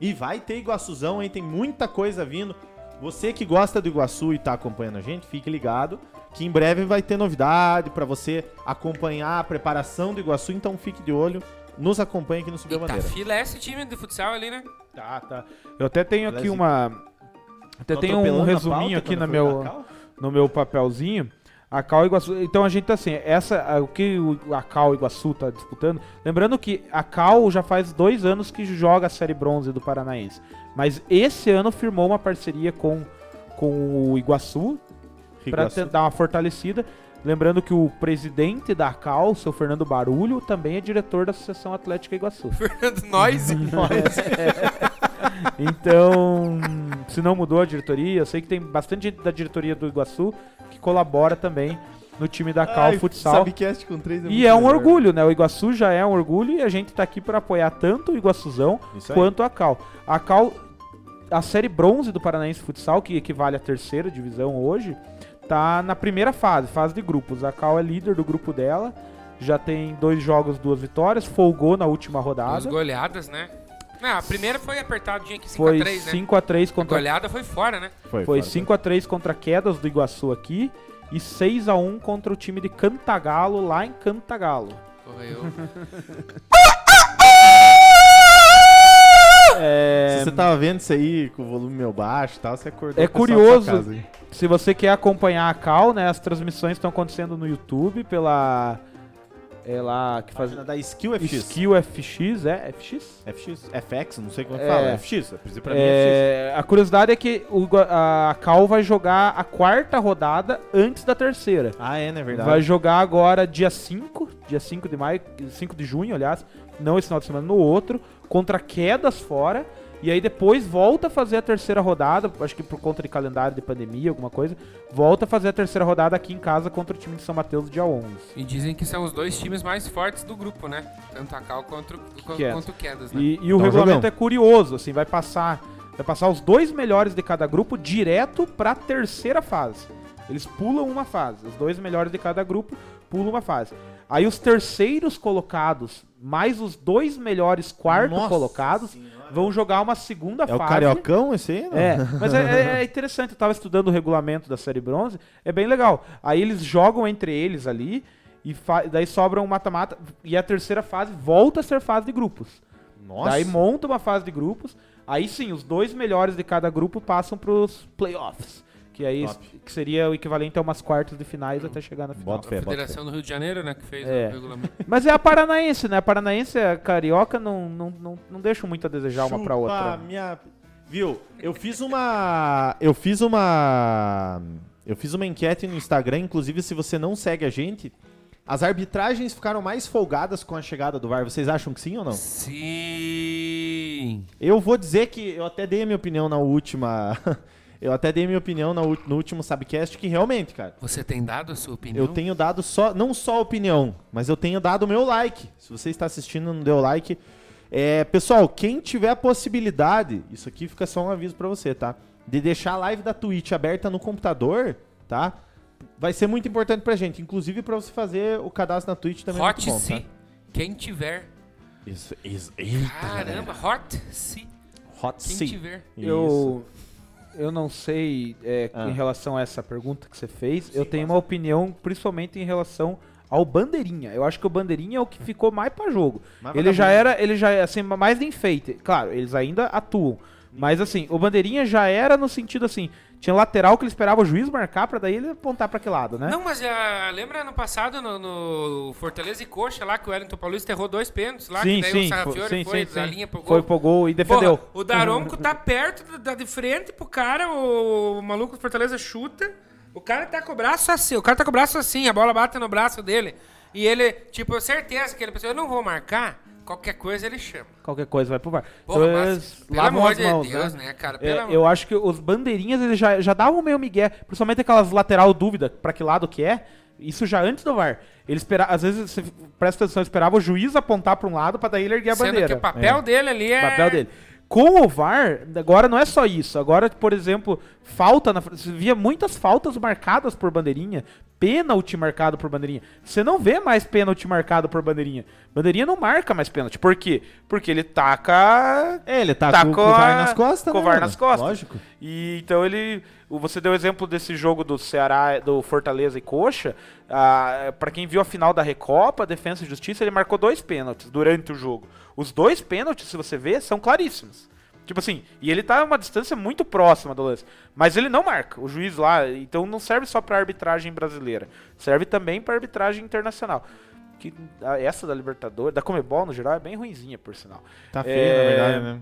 e vai ter Iguaçuzão, hein? Tem muita coisa vindo. Você que gosta do Iguaçu e tá acompanhando a gente, fique ligado que em breve vai ter novidade para você acompanhar a preparação do Iguaçu, então fique de olho, nos acompanhe aqui no Subiu a
Eita,
Bandeira.
fila é esse time de futsal ali, né? *laughs*
Tá, tá. Eu até tenho aqui
Lezinho.
uma. Até
Ah, Tô
tenho um
atropelando a
resuminho
pauta tá
aqui
quando
no
foi
meu,
na cal?
no meu papelzinho. A Cal Iguaçu. Então a gente tá assim, essa, a- o que o- a Cal Iguaçu tá disputando. Lembrando que a Cal já faz dois anos que joga a série bronze do Paranaense. Mas esse ano firmou uma parceria com, com o Iguaçu para
Iguaçu.
dar uma fortalecida. Lembrando que o presidente da Cal, o seu Fernando Barulho, também é diretor da Associação Atlética Iguaçu.
Fernando
*laughs*
Noise.
Então, se não mudou a diretoria, eu sei que tem bastante gente da diretoria do Iguaçu que colabora também no time da Cal
Ai,
Futsal.
Subcast com três muito
E é um
melhor.
orgulho, né? O Iguaçu já é um orgulho e a gente tá aqui para apoiar tanto o Iguaçuzão
Isso aí.
quanto a Cal. A Cal, a série bronze do Paranaense Futsal, que equivale à terceira divisão hoje, tá na primeira fase, fase de grupos. A Cal é líder do grupo dela, já tem dois jogos, duas vitórias, folgou na última
As
rodada.
goleadas, né? Não, a primeira foi apertadinha aqui 5
Foi
a 3 né?
5x3
A
contra
goleada foi fora, né?
Foi
fora.
5x3 contra Quedas do Iguaçu aqui e 6x1 contra o time de Cantagalo, lá em Cantagalo.
Porra, eu...
Se você tava vendo isso aí com o volume meu baixo e tal, você acordou
É
com o pessoal
curioso.
da sua casa, hein?
Se você quer acompanhar a Cal, né, as transmissões estão acontecendo no YouTube pela... É lá que faz...
Página da Skill FX.
Skill FX, é? FX?
FX? FX? Não sei como é que
É.
fala. FX? a princípio Pra mim é FX.
É, a curiosidade é que o Igua- a Cal vai jogar a quarta rodada antes da terceira.
Ah, é, né? Verdade.
Vai jogar agora dia 5, dia 5 de maio, 5 de junho, aliás, não esse final de semana, no outro, contra quedas fora. E aí depois volta a fazer a terceira rodada, acho que por conta de calendário de pandemia, alguma coisa, volta a fazer a terceira rodada aqui em casa contra o time de São Mateus dia 11.
E dizem que são os dois times mais fortes do grupo, né? Tanto a Cal quanto, quanto,
Quedas.
quanto o Quedas, né?
E, e o
Então,
regulamento
jogão.
é curioso, assim, vai passar, vai passar os dois melhores de cada grupo direto pra terceira fase. Eles pulam uma fase, os dois melhores de cada grupo pulam uma fase. Aí os terceiros colocados, mais os dois melhores quarto
Nossa
colocados, vão jogar uma segunda
É
fase.
o Cariocão esse aí? Não?
É, mas é, é- é interessante, eu tava estudando o regulamento da série bronze, é bem legal. Aí eles jogam entre eles ali, e fa- daí sobra um mata-mata, e a terceira fase volta a ser fase de grupos.
Nossa.
Daí monta uma fase de grupos. Aí sim, os dois melhores de cada grupo passam pros playoffs. Que aí
Top.
que seria o equivalente a umas quartas de finais até chegar na final.
Bota
a
fé, bota fé.
Federação do Rio de Janeiro, né? Que fez
É.
o regulamento.
Mas é a paranaense, né? A paranaense e a carioca não, não, não, não deixam muito a desejar uma pra outra.
Minha... Viu? Eu fiz uma. Eu fiz uma. Eu fiz uma enquete no Instagram, inclusive se você não segue a gente, as arbitragens ficaram mais folgadas com a chegada do VAR. Vocês acham que sim ou não?
Sim.
Eu vou dizer que eu até dei a minha opinião na última. *laughs* Eu até dei minha opinião na ult- no último Subcast que realmente, cara,
Você tem dado a sua opinião?
eu tenho dado só, não só opinião, mas eu tenho dado o meu like. Se você está assistindo e não deu like, é, pessoal, quem tiver a possibilidade, isso aqui fica só um aviso pra você, tá? De deixar a live da Twitch aberta no computador, tá? Vai ser muito importante pra gente, inclusive pra você fazer o cadastro na Twitch também. é
Hot
muito bom,
se
tá?
quem tiver.
Isso, isso, eita, galera.
Caramba, hot se
Hot
quem
seat.
tiver.
Isso.
Eu, eu não sei é,
Ah.
em relação a essa pergunta que você fez. eu tenho uma opinião, principalmente em relação ao Bandeirinha. Eu acho que o Bandeirinha é o que ficou mais pra jogo.
Mas
ele já
vagabundo.
era, ele já é assim, mais de enfeite. Claro, eles ainda atuam. Mas assim, o Bandeirinha já era no sentido assim, tinha lateral que ele esperava o juiz marcar pra daí ele apontar pra que lado, né?
Não, mas ah, lembra ano passado no, no Fortaleza e Coxa lá que o Wellington Paulista errou dois pênaltis lá, que daí o Sarrafiori
sim,
foi
sim,
da
sim.
linha pro gol.
Foi pro gol e defendeu.
Porra, o Daronco tá perto da, da de frente pro cara, o, o maluco do Fortaleza chuta. O cara tá com o braço assim, o cara tá com o braço assim, a bola bate no braço dele. E ele, tipo, eu certeza que ele pensou, eu não vou marcar, qualquer coisa ele chama.
Qualquer coisa vai pro VAR.
Porra,
Então,
mas,
eles
pelo
lavam
amor
as
de
mãos,
Deus, né, cara?
É,
Pelo amor-
eu acho que os bandeirinhas eles já, já davam meio migué, principalmente aquelas lateral dúvida, pra que lado que é, isso já antes do VAR. Ele espera, às vezes, você presta atenção, esperava o juiz apontar pra um lado pra daí ele erguer a
Sendo
bandeira.
que o papel dele ali é...
O papel dele. Com o VAR, agora não é só isso. Agora, por exemplo, falta na fr- Você via muitas faltas marcadas por bandeirinha, pênalti marcado por bandeirinha. Você não vê mais pênalti marcado por bandeirinha. Bandeirinha não marca mais pênalti. Por quê? Porque ele taca.
É, ele tá,
Tá
com, com
com
o VAR
a-
nas costas,
com o
né,
VAR
mano?
nas costas.
Lógico.
E então ele. o- Você deu exemplo desse jogo do Ceará, do Fortaleza e Coxa. Ah, para quem viu a final da Recopa, Defesa e Justiça, ele marcou dois pênaltis durante o jogo. Os dois pênaltis, se você vê, são claríssimos. Tipo assim, e ele tá a uma distância muito próxima do lance. Mas ele não marca, o juiz lá. Então não serve só pra arbitragem brasileira. Serve também pra arbitragem internacional. Que, ah, essa da Libertadores, da Comebol no geral, é bem ruinzinha, por sinal
Tá feio,
É,
na verdade, *laughs* né?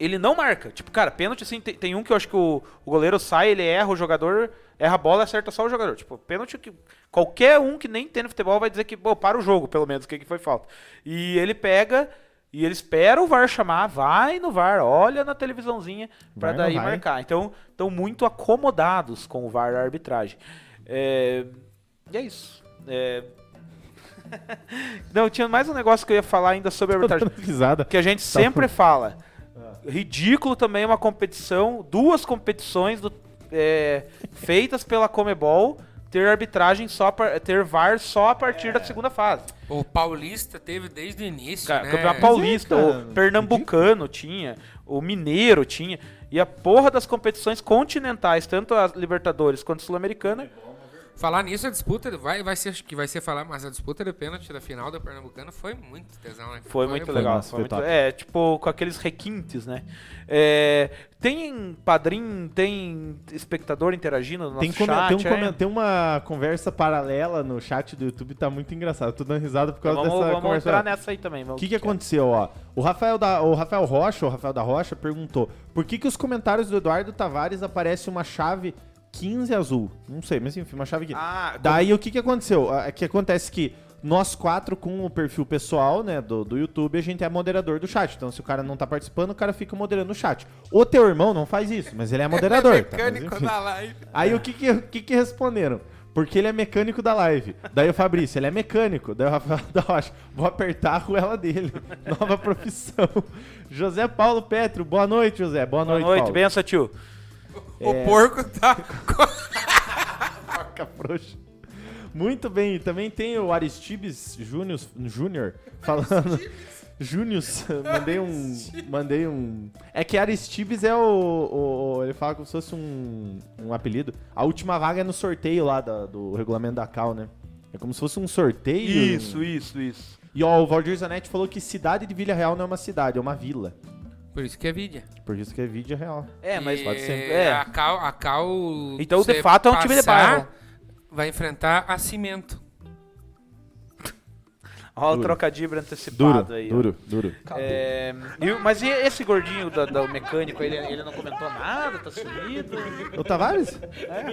ele não marca. Tipo, cara, pênalti assim, tem, tem um que eu acho que o, o goleiro sai, ele erra o jogador, erra a bola, acerta só o jogador. Tipo, pênalti que qualquer um que nem tem no futebol vai dizer que, pô, para o jogo, pelo menos, que, que foi falta. E ele pega e ele espera o VAR chamar, vai no VAR, olha na televisãozinha pra
Vai no
daí
VAR.
marcar. Então, estão muito acomodados com o VAR e a arbitragem. É, e é isso. É... *laughs* Não, tinha mais um negócio que eu ia falar
*laughs*
ainda sobre a arbitragem
Risada.
que a gente sempre fala. Ridículo também é uma competição, duas competições do- é, feitas pela Comebol ter arbitragem só par- ter VAR só a partir da segunda fase.
O Paulista teve desde o início,
Cara,
né?
Campeonato Paulista,
Mas é,
o
cara,
Pernambucano tinha, o Mineiro tinha, e a porra das competições continentais, tanto a Libertadores quanto a Sul-Americana,
Falar nisso, a disputa vai, vai ser, acho que vai ser falar, mas a disputa de pênalti da final da Pernambucana foi muito tesão, né?
Foi um muito legal.
massa,
foi
foi
muito-
top.
é, tipo, com aqueles requintes, né? É, tem padrinho, tem espectador interagindo no nosso
Tem, come-
chat.
tem um
é?
comen- tem uma conversa paralela no chat do YouTube, tá muito engraçado. Eu tô dando risada por
Então
causa
vamos
dessa
vamos
conversa.
entrar nessa aí também.
O que, que aconteceu, ó? O Rafael, da, o Rafael Rocha, o Rafael da Rocha, perguntou por que, que os comentários do Eduardo Tavares aparece uma chave 15 azul? Não sei, mas enfim, uma chave 15.
Ah,
Daí o que, que aconteceu? Ah, É que acontece que nós quatro, com o perfil pessoal, né, do, do YouTube, a gente é moderador do chat. Então, se o cara não tá participando, o cara fica moderando o chat. O teu irmão não faz isso, mas
*laughs*
ele é moderador. tá? Mas,
Mecânico
enfim.
da live.
Aí o que que, o que que responderam? Porque ele é mecânico da live. Daí o Fabrício, ele é mecânico. Daí o Rafael *laughs* da Rocha, vou apertar a ruela dele. *laughs* Nova profissão. José Paulo Petro, boa noite, José. Boa,
Boa
noite,
noite,
Paulo.
benção, tio. É.
O porco tá.
Toca frouxa. Muito bem, e também tem o Aristibes Júnior Júnior falando. Júnior, mandei um. Mandei um. É que Aristibes é o. o- o- ele fala como se fosse um, um apelido. A última vaga é no sorteio lá da- do regulamento da Cal, né? É como se fosse um sorteio.
Isso, isso, isso.
E ó, o Valdir Zanetti falou que cidade de Vila Real não é uma cidade, é uma vila.
Por isso que é vídea.
Por isso que é Vila Real.
É, mas
E
pode ser-
A
É,
Cal. A Cal
Então, de
se
fato, é um time de
passar,
bairro.
Vai enfrentar a Cimento.
olha o
Duro.
trocadilho antecipado
Duro,
aí. ó.
duro, duro.
É, e o- mas e esse gordinho da- do mecânico, ele, ele não comentou nada, tá sumido?
O Tavares?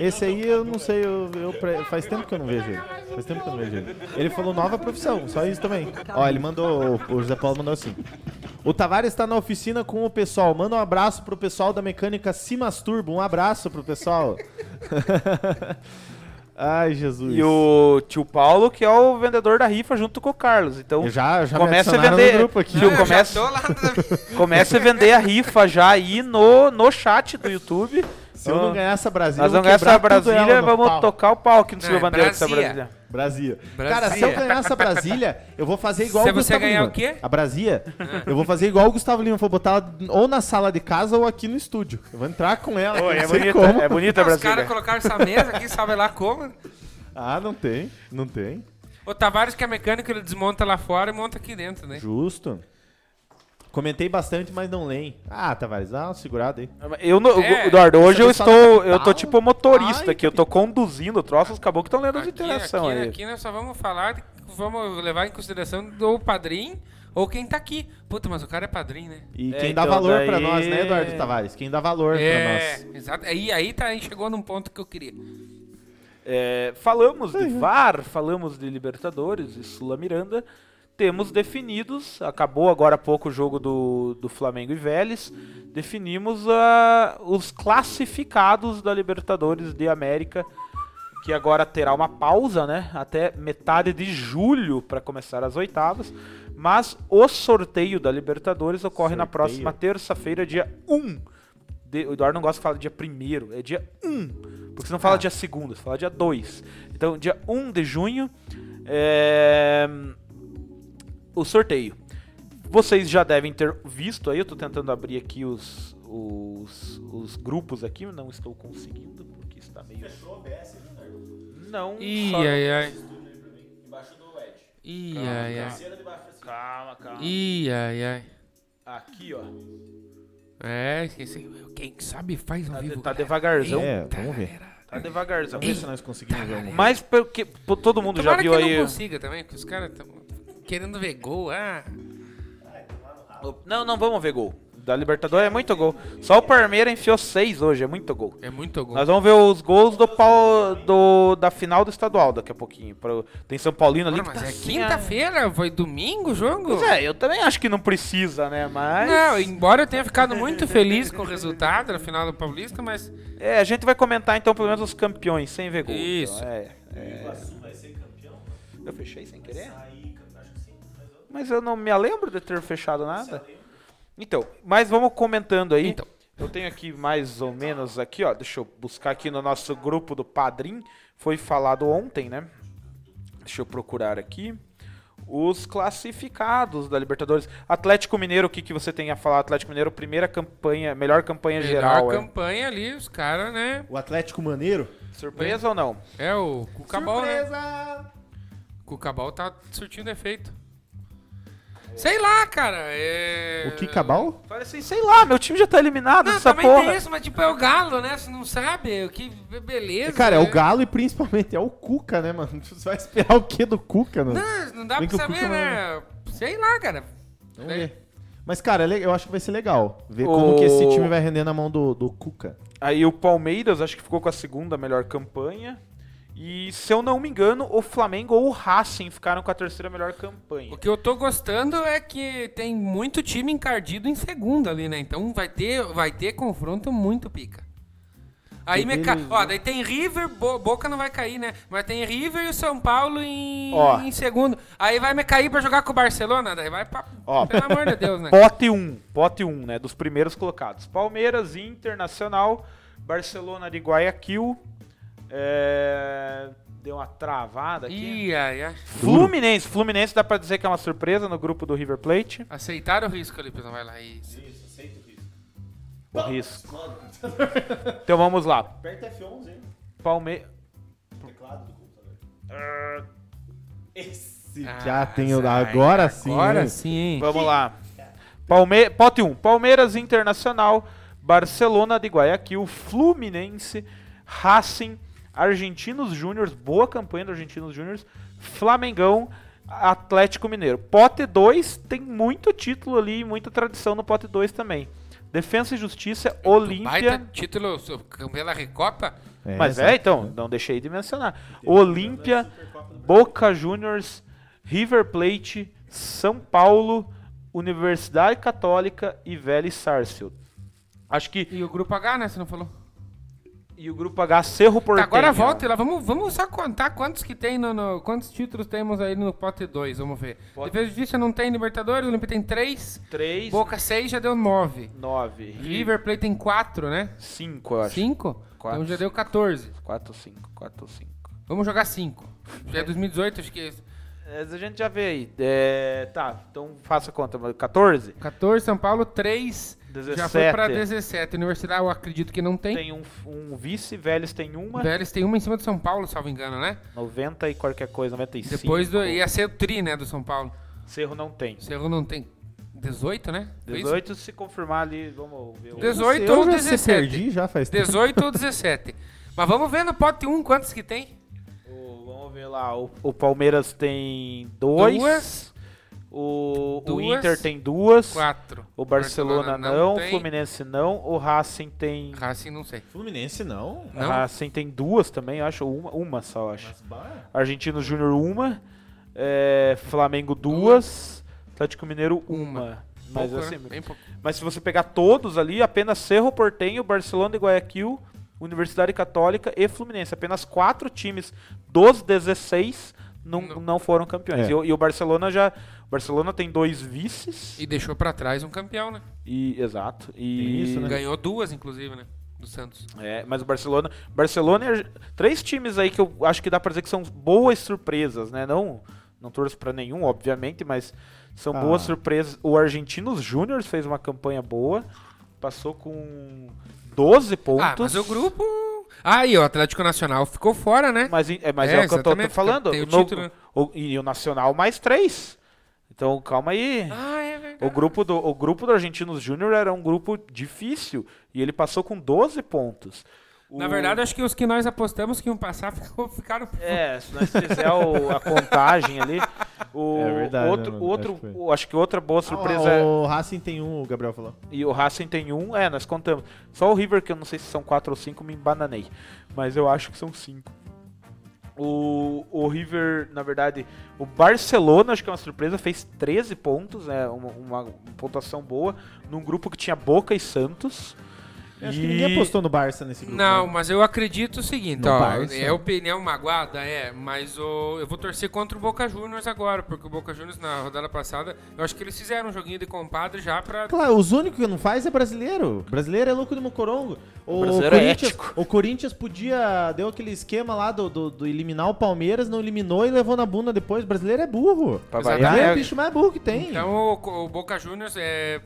Esse aí eu não sei, eu, eu pre- faz tempo que eu não vejo ele. Faz tempo que eu não vejo ele. Ele falou nova profissão, só isso também. Ó, ele mandou, o José Paulo mandou assim. O Tavares tá na oficina com o pessoal. Manda um abraço pro pessoal da mecânica Se Masturba. Um abraço pro pessoal. *laughs* Ai, Jesus.
E o tio Paulo, que é o vendedor da rifa junto com o Carlos. Então,
Eu já, já
começa
me
a
adicionaram
vender.
no grupo aqui.
Não, eu
Ah, já
começo-
tô lá na-
*laughs* comece a vender a rifa já aí no, no chat do YouTube. Então,
Se eu não ganhar essa Brasília,
Nós
eu
vamos ganhar essa
quebrar tudo
Brasília
ela
e
no
vamos
pau.
tocar o pau aqui
Não,
no Silvio
é
Bandeira com essa
Brasília.
Brasília.
Brasília.
Brasília.
Cara, se eu ganhar essa Brasília, eu vou fazer igual
Se
o
você
Gustavo
ganhar
Lima.
o quê?
A Brasília, eu vou fazer igual o Gustavo Lima. Vou botar ela ou na sala de casa ou aqui no estúdio. Eu vou entrar com ela.
Oi,
não
é
sei
bonita,
como.
é bonita a
Os
Brasília.
caras colocaram essa mesa aqui, sabe lá como.
Ah, não tem. Não tem.
O Tavares, que é mecânico, ele desmonta lá fora e monta aqui dentro, né?
Justo. Comentei bastante, mas não leem. Ah, Tavares, dá uma segurada aí.
Eu não,
É.
Eduardo, hoje
Você
eu
não sabe
estou,
que
eu tô
tal?
tipo motorista
Ai,
aqui, eu tô conduzindo o troço, os caboclos estão lendo as
Aqui,
interações
aqui,
aí.
aqui nós só vamos falar, de- vamos levar em consideração ou o padrinho ou quem tá aqui. Puta, mas o cara é padrinho, né?
E
É,
quem dá
então
valor pra
daí-
nós, né, Eduardo Tavares? Quem dá valor pra
É,
nós.
exato. Aí, aí, tá, aí chegou num ponto que eu queria.
É, falamos de VAR, falamos de Libertadores e Sula Miranda. Temos definidos, acabou agora há pouco o jogo do, do Flamengo e Vélez. Definimos ah, os classificados da Libertadores de América, que agora terá uma pausa, né? Até metade de julho para começar as oitavas. Mas o sorteio da Libertadores ocorre na
Sorteio.
próxima terça-feira, dia 1. De- o Eduardo não gosta de falar dia 1 é dia 1. Porque você
Ah.
não fala dia 2, você fala dia 2. Então, dia 1 de junho, é, o sorteio. Vocês já devem ter visto aí, eu tô tentando abrir aqui os, os, os grupos aqui, mas não estou conseguindo, porque está meio... Fechou o BS, Não,
Ih,
só-
ai, ai. Ih, ai, ai.
assim. Calma, calma.
Ih, ai, ai.
Aqui, ó.
É, esqueci. Quem sabe faz ao
Tá, de-
vivo.
tá
galera.
devagarzão.
É, vamos ver.
Tá devagarzão.
Vamos ver se nós conseguimos ver algum.
Mas porque pô, todo mundo
Tomara
já viu
que
aí.
não consiga também, porque os caras estão querendo ver gol. Ah,
Não, não vamos ver gol. Da Libertadores é muito gol. Só o Palmeiras enfiou seis hoje, é muito gol.
é muito gol.
Nós vamos ver os gols do pau, do, da final do estadual daqui a pouquinho. Pro- Tem São Paulino ali.
Mano,
que
mas
tá
é
assim, ah.
quinta-feira, foi domingo o jogo?
Pois é, eu também acho que não precisa, né? Mas.
Não, embora eu tenha ficado muito feliz com o resultado na final do Paulista, mas
É, a gente vai comentar então pelo menos os campeões, sem ver gol. Então,
Isso.
é, é. Eu fechei sem querer? Mas eu não me lembro de ter fechado nada. Então, mas vamos comentando aí.
Então.
Eu tenho aqui mais ou menos aqui, ó. Deixa eu buscar aqui no nosso grupo do Padrim. Foi falado ontem, né? Deixa eu procurar aqui. Os classificados da Libertadores. Atlético Mineiro, o que, que você tem a falar? Atlético Mineiro, primeira campanha, melhor campanha
melhor
geral. é.
campanha ali, os caras, né?
O Atlético Maneiro.
Surpresa ou não?
É o Cucabal, né?
Surpresa!
O Cucabal tá surtindo efeito. Sei lá, cara. É...
O que cabal?
Falei assim, sei lá, meu time já tá eliminado
Não,
dessa
Ah, também
porra.
tem isso, mas tipo, é o Galo, né? Você não sabe, o que be- beleza.
Cara, é
né?
o Galo e principalmente é o Cuca, né, mano? *laughs* Você vai esperar o que do Cuca, né? mano?
Não, não dá
Vem
pra
que o
saber,
Cuca
né? Sei lá, cara.
Vamos ver. Mas, cara, é le- eu acho que vai ser legal ver
O-
como que esse time vai render na mão do, do Cuca.
Aí o Palmeiras, acho que ficou com a segunda melhor campanha. E se eu não me engano, o Flamengo ou o Racing ficaram com a terceira melhor campanha.
O que eu tô gostando é que tem muito time encardido em segunda ali, né? Então vai ter, vai ter confronto muito pica. Aí me ca... Ó, daí tem River, Bo- Boca não vai cair, né? Mas tem River e o São Paulo em,
Ó.
em segundo. Aí vai me cair pra jogar com o Barcelona, daí vai pra...
Ó.
Pelo amor de Deus,
*laughs*
né?
Pote 1, pote 1, né? Dos primeiros colocados. Palmeiras, Internacional, Barcelona de Guayaquil. é, Deu uma travada aqui.
Ih, ai, ai.
Fluminense, Fluminense dá pra dizer que é uma surpresa no grupo do River Plate.
Aceitaram o risco ali, pessoal. Vai lá. Isso.
O risco. Então vamos lá.
Aperta F11, hein?
Palmeiras.
Teclado do computador. Esse
Ah,
já tem o da
sai,
agora sim.
Agora
hein?
sim, hein?
Vamos lá.
É.
Palme... Pote 1. Palmeiras Internacional, Barcelona de Guayaquil, Fluminense, Racing, Argentinos Júniors, boa campanha do Argentinos Júniors, Flamengão, Atlético Mineiro. Pote 2 tem muito título ali e muita tradição no Pote 2 também. Defensa e Justiça, Olímpia.
Baita título, so- campeão da Recopa.
É,
Mas é, então, não deixei de mencionar. Olímpia, Boca Juniors, River Plate, São Paulo, Universidade Católica e Vélez Sarsfield. Acho que.
E o grupo H, né? Você não falou?
E o grupo H Cerro
Tá,
Portenho.
agora volta lá, vamos, vamos só contar quantos que tem no, no- Quantos títulos temos aí no pote 2, vamos ver.
Pote-
Defesa e Justiça não tem Libertadores, Olímpia tem 3,
3,
Boca 6 já deu 9.
9.
River Plate tem 4, né?
5, eu acho.
5?
Quatro.
Então já deu 14.
4 5, 4 5.
Vamos jogar 5. Já é 2018, acho que é isso.
Mas a gente já vê aí. É, tá, então faça a conta. mas 14?
14, São Paulo 3. Já foi
17.
pra 17. Universidade eu acredito que não tem.
Tem um, um vice, Vélez tem uma,
Vélez tem uma em cima do São Paulo, salvo engano, né?
90 e qualquer coisa, 95.
Depois do. Ia ser o tri, né, do São Paulo.
Cerro não tem.
Cerro não tem. 18, né? Foi isso?
18, se confirmar ali, vamos ver. o-
18
eu
ou
já
17.
se perdi já faz tempo.
18 ou 17. Mas vamos ver no pote 1 quantos que tem.
o- vamos ver lá. O, o Palmeiras tem dois.
Duas.
O, o
Duas.
Inter tem duas.
4.
O Barcelona, não, o
tem.
Fluminense não, o Racing tem.
Racing não sei.
Fluminense
Ah,
não.
Não?
Racing tem duas também, eu acho. Uma, uma só, eu acho. Argentino Júnior, uma. É, Flamengo, duas. Atlético Mineiro, uma. Mas,
Pouco, né?
assim,
Bem pouco.
mas se você pegar todos ali, apenas Cerro Portenho, Barcelona e Guayaquil, Universidade Católica e Fluminense. Apenas quatro times dos 16 não,
Não.
não. foram campeões.
É.
E, o- e o Barcelona já. O Barcelona tem dois vices.
E deixou pra trás um campeão, né?
E, exato. E
Tem isso, né?
Ganhou duas, inclusive, né? Do Santos.
É, mas o Barcelona, Barcelona, e Arge- três times aí que eu acho que dá pra dizer que são boas surpresas, né? Não, não torço pra nenhum, obviamente, mas são
Ah.
boas surpresas. O Argentinos Júnior fez uma campanha boa, passou com 12 pontos.
Ah, mas o grupo. Aí, ó, o Atlético Nacional ficou fora, né?
Mas, em- é, mas
É,
é o que eu tô- tô,
exatamente,
falando.
tem o
No-
título, né?
o- e o Nacional mais três. Então calma aí.
Ah, é verdade.
O grupo, do, o grupo do Argentinos Júnior era um grupo difícil e ele passou com 12 pontos.
Na
O-
verdade, acho que os que nós apostamos que iam passar *laughs* ficou- ficaram.
É, se nós fizer o- a contagem ali. O,
É verdade, né,
Outro,
mano?
outro,
Acho que
o-
foi.
acho, que outra boa surpresa.
Ah,
é-
o Racing tem um, o Gabriel falou.
E o Racing tem um. É, nós contamos. Só o River, que eu não sei se são quatro ou cinco, me embananei. Mas eu acho que são cinco. O, o River, na verdade, o Barcelona, acho que é uma surpresa, fez 13 pontos, é uma, uma pontuação boa, num grupo que tinha Boca e Santos.
Eu Acho que ninguém apostou no Barça nesse grupo.
Não,
né?
mas eu acredito o seguinte,
No
ó,
Barça.
é opinião magoada, é, mas o- eu vou torcer contra o Boca Juniors agora, porque o Boca Juniors na rodada passada, eu acho que eles fizeram um joguinho de compadre já pra...
Claro, os únicos que não faz é brasileiro. Brasileiro é louco de mocorongo. O,
brasileiro é
Corinthians,
ético.
o Corinthians podia. Deu aquele esquema lá do, do- do eliminar o Palmeiras, não eliminou e levou na bunda depois. Brasileiro é burro.
Pra
Exatamente.
variar,
Brasileiro é
né?
o bicho mais burro que tem.
Então o, co- o Boca Juniors é...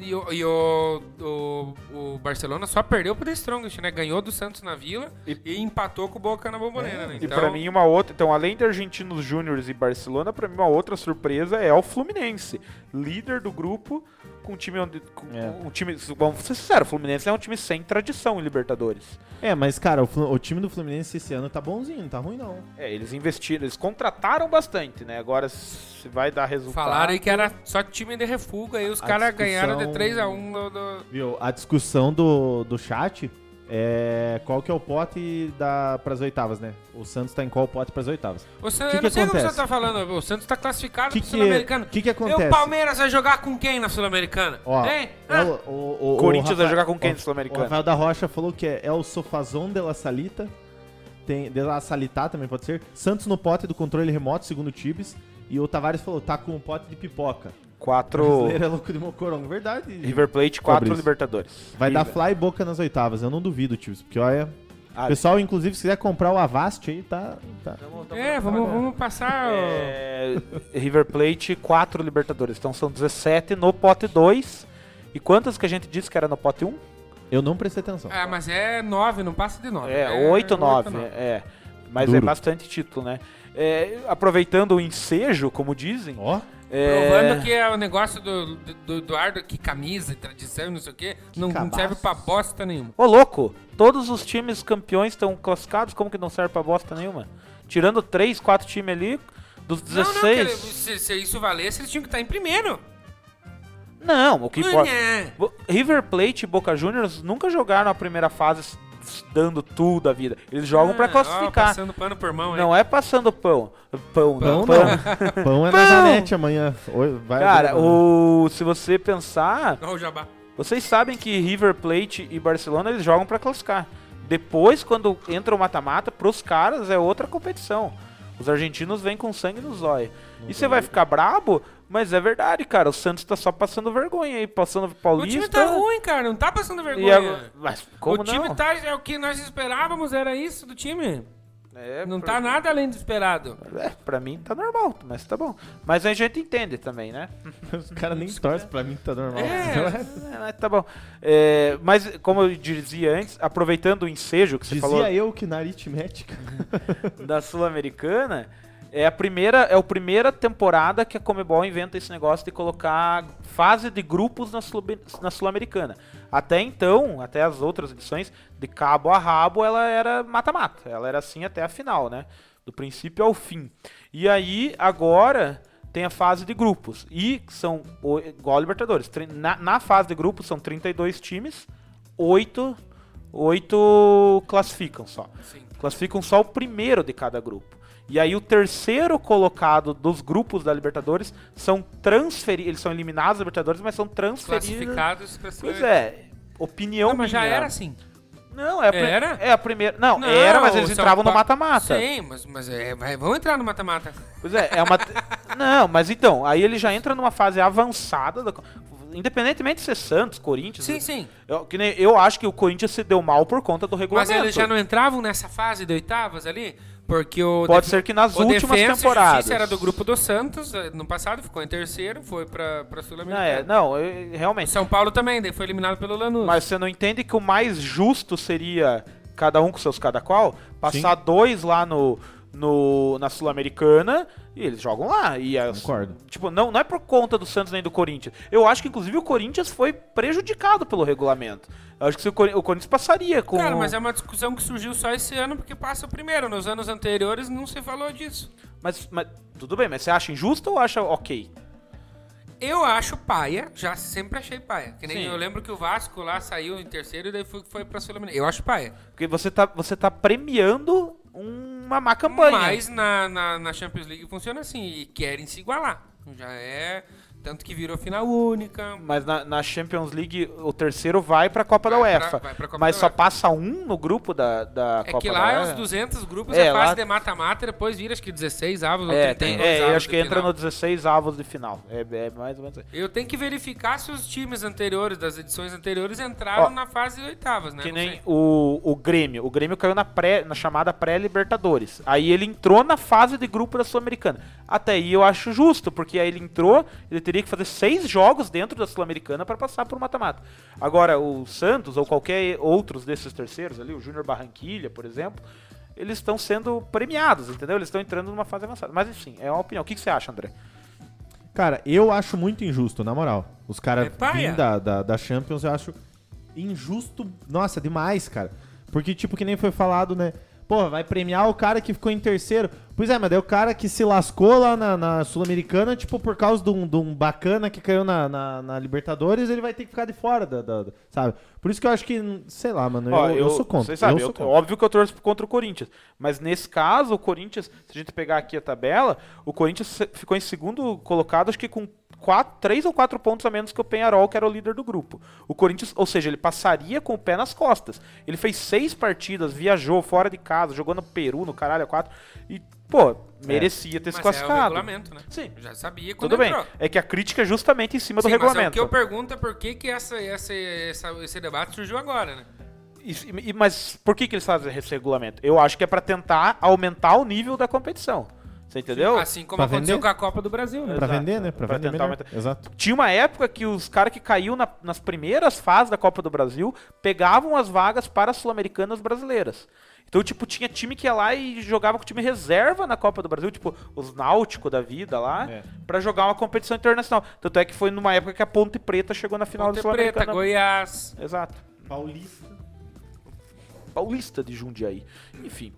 E, o, e o, o- o Barcelona só perdeu pro The Strongest, né? Ganhou do Santos na Vila e, empatou com o Boca na Bombonera, né?
É, E
Então,
pra mim uma outra, então além de Argentinos Júniors e Barcelona, pra mim uma outra surpresa é o Fluminense, líder do grupo, com um time onde com,
É.
um time, vamos ser sinceros, o Fluminense é um time sem tradição em Libertadores.
É, mas, cara, o, Flu- o time do Fluminense esse ano tá bonzinho, não tá ruim não.
É, eles investiram, eles contrataram bastante, né? Agora se vai dar resultado.
falaram aí que era só time de refuga, e os
A
caras ganharam de
discussão-
3x1 do... do-
Viu? A discussão do, do chat é qual que é o pote da, pras oitavas, né? O Santos tá em qual pote pras oitavas?
O San...
Que
eu
que
não sei o que
acontece?
você tá falando, o Santos tá classificado
Que
pro
que- é?
Sul-Americano.
que que
E
acontece?
o Palmeiras vai jogar com quem na Sul-Americana?
Ó,
Hein?
é
Ah,
o, o- o-
Corinthians
o
vai jogar com quem
ó,
no Sul-Americano?
O Rafael da Rocha falou que é, é o Sofazon de la Salita. Tem, de la Salitá também pode ser. Santos no pote do controle remoto, segundo o Tibes. E o Tavares falou, tá com um pote de pipoca.
quatro
Brasileiro é louco de mocorongo, verdade.
River Plate, quatro
Fabrício.
Libertadores.
Vai dar
River.
fly boca nas oitavas, eu não duvido, Tibes. Porque olha...
Ah,
pessoal, inclusive, se quiser comprar o Avast aí, tá... tá.
é, vamos, vamos passar. ó.
É, River Plate, 4 Libertadores. Então são 17 no pote 2. E quantas que a gente disse que era no pote 1?
Eu não prestei atenção.
Ah, mas é 9, não passa de 9.
É, 8 9.
Tá nove.
É. Mas é
Duro.
bastante título, né? É, aproveitando o ensejo, como dizem.
Ó,
é,
Provando que é o negócio do, do, do Eduardo, que camisa e tradição e não sei o quê, não, não
cabaço.
serve pra bosta nenhuma.
Ô, louco! Todos os times campeões estão classificados, como que não serve pra bosta nenhuma? Tirando 3, 4 times ali, dos
Não, não, que,
16.
se, se isso valesse, eles tinham que estar em primeiro.
Não, o que importa.
Né?
Bo- River Plate e Boca Juniors nunca jogaram a primeira fase s- dando tudo da vida. Eles jogam pra classificar.
Ah, passando pano por mão, hein?
Não é passando pão.
Pão
Pão, pão.
não. Pão é na
Pão!
Janete amanhã. Oi, vai né?
Cara,
vai-
o, se você pensar,
Olha o jabá.
vocês sabem que River Plate e Barcelona eles jogam pra classificar. Depois, quando entra o mata-mata, pros caras é outra competição. Os argentinos vêm com sangue no zóio. E você
Uhum.
vai ficar brabo, mas é verdade, cara. O Santos tá só passando vergonha aí, passando
O
paulista.
time tá ruim, cara. Não tá passando
e
vergonha.
agora- mas como
o time
não?
tá. É o que nós esperávamos, era isso do time.
É,
Não
pra-
tá nada além do esperado.
É, pra mim tá normal, mas tá bom. Mas a gente entende também, né?
Uhum.
Os caras nem torcem pra mim que tá normal.
É.
*laughs* É, mas tá bom. É, mas, como eu dizia antes, aproveitando o ensejo que você
Dizia
falou
eu que na aritmética. *laughs*
da Sul-Americana, é a primeira é a primeira temporada que a Comebol inventa esse negócio de colocar fase de grupos na Sul- na Sul-Americana. até então, até as outras edições, de cabo a rabo, ela era mata-mata. Ela era assim até a final, né? Do princípio ao fim. E aí, agora, tem a fase de grupos. E são, o- igual a Libertadores, tre- na, na fase de grupos são 32 times, 8, 8 classificam só.
Sim.
Classificam só o primeiro de cada grupo. E aí o terceiro colocado dos grupos da Libertadores são transferidos. Eles são eliminados da Libertadores, mas são transferidos.
Classificados,
Pois
classificados.
é, opinião
Não, mas já
minha.
era assim.
Não, é a, pri-
Era?
é a primeira. Não, era, mas eles
são
entravam no
qua-
mata-mata.
Sim, mas, mas é, vai- vão entrar no mata-mata.
Pois é, é uma. *laughs* Não, mas então, aí ele já entra numa fase avançada. da co- Independentemente de ser Santos, Corinthians.
Sim, sim.
Eu, que nem- eu acho que o Corinthians se deu mal por conta do
Mas
regulamento.
eles já não entravam nessa fase de oitavas ali? Porque o.
Pode
defen-
ser que nas
o
últimas
Defensa e
temporadas.
Justiça era do grupo do Santos eh, no passado, ficou em terceiro, foi pra, pra
Não, é,
Sul-Americana.
não, eu- realmente.
São Paulo também, daí foi eliminado pelo Lanús.
Mas você não entende que o mais justo seria cada um com seus cada qual? Passar dois lá no, no na Sul-Americana e eles jogam lá. E as-
Concordo.
Tipo, não, não é por conta do Santos nem do Corinthians. Eu acho que, inclusive, o Corinthians foi prejudicado pelo regulamento. Eu acho que se o, Cori- o Corinthians passaria com.
Cara, mas é uma discussão que surgiu só esse ano porque passa o primeiro. Nos anos anteriores não se falou disso.
mas, mas- tudo bem, mas você acha injusto ou acha ok?
Eu acho paia, já sempre achei paia. Que nem
Sim.
eu lembro que o Vasco lá saiu em terceiro e daí foi, foi pra Sul-Americana. Eu acho paia.
Porque você tá, você tá premiando uma má campanha.
Mas na, na, na Champions League funciona assim, e querem se igualar. Já é. Tanto que virou final única.
Mas na, na Champions League, o terceiro vai pra Copa da
Vai pra-
UEFA.
vai pra Copa
mas
da
só
UEFA.
passa um no grupo da, da
É
Copa
que
da
lá é
UEFA.
os 200 grupos,
É,
é, a fase
lá-
de mata-mata, depois vira acho que 16 avos ou
É,
32
tem- é, eu
avos
acho
de
que entra
final.
no 16 avos de final. É, é mais ou menos assim.
Eu tenho que verificar se os times anteriores, das edições anteriores, entraram
Ó,
na fase de oitavas, né?
Que
Não
nem
sei.
o, o Grêmio. O Grêmio caiu na, pré, na chamada pré-Libertadores. Aí ele entrou na fase de grupo da Sul-Americana. Até aí eu acho justo, porque aí ele entrou, ele teria que fazer seis jogos dentro da Sul-Americana para passar por mata-mata. Agora, o Santos ou qualquer outros desses terceiros ali, o Júnior Barranquilha, por exemplo, eles estão sendo premiados, entendeu? Eles estão entrando numa fase avançada. Mas enfim, é uma opinião. O que, que você acha, André?
Cara, eu acho muito injusto, na moral. Os caras
É paia.
vindo da, da, da Champions, eu acho injusto. Nossa, demais, cara. Porque, tipo, que nem foi falado, né? Pô, vai premiar o cara que ficou em terceiro. Pois é, mas daí o cara que se lascou lá na, na Sul-Americana, tipo, por causa de um, de um bacana que caiu na, na, na Libertadores, ele vai ter que ficar de fora, da, da- da- sabe? Por isso que eu acho que, sei lá, mano,
Ó,
eu, eu, sou contra.
Vocês sabem,
eu sou
eu-
contra.
óbvio que eu torço contra o Corinthians. Mas nesse caso, o Corinthians, se a gente pegar aqui a tabela, o Corinthians se- ficou em segundo colocado, acho que com quatro, três ou quatro pontos a menos que o Penharol, que era o líder do grupo. O Corinthians, ou seja, ele passaria com o pé nas costas. Ele fez seis partidas, viajou fora de casa, jogou no Peru, no caralho, a quatro. E,
É.
pô, merecia ter
Mas
se
é o
classificado.
regulamento, né?
Sim.
Já sabia quando
Tudo bem.
entrou.
É que a crítica é justamente em cima do
Sim, mas
regulamento.
o que eu pergunto é por que, que essa, essa, essa- esse debate surgiu agora, né?
Isso, e- e- mas por que, que eles fazem esse regulamento? Eu acho que é pra tentar aumentar o nível da competição. Você entendeu?
Assim como
Pra
aconteceu
vender?
com a Copa do Brasil, né?
Pra
Exato.
vender, né? Pra,
Pra
vender
tentar
melhor.
aumentar.
Exato.
Tinha uma época que os caras que caíam na- nas primeiras fases da Copa do Brasil pegavam as vagas para as sul-americanas brasileiras. Então, tipo, tinha time que ia lá e jogava com time reserva na Copa do Brasil, tipo, os Náutico da vida lá,
É.
pra jogar uma competição internacional. Tanto é que foi numa época que a Ponte Preta chegou na final
Ponte
da
Preta,
Sul-Americana.
Goiás.
Exato.
Paulista.
paulista de Jundiaí. Enfim.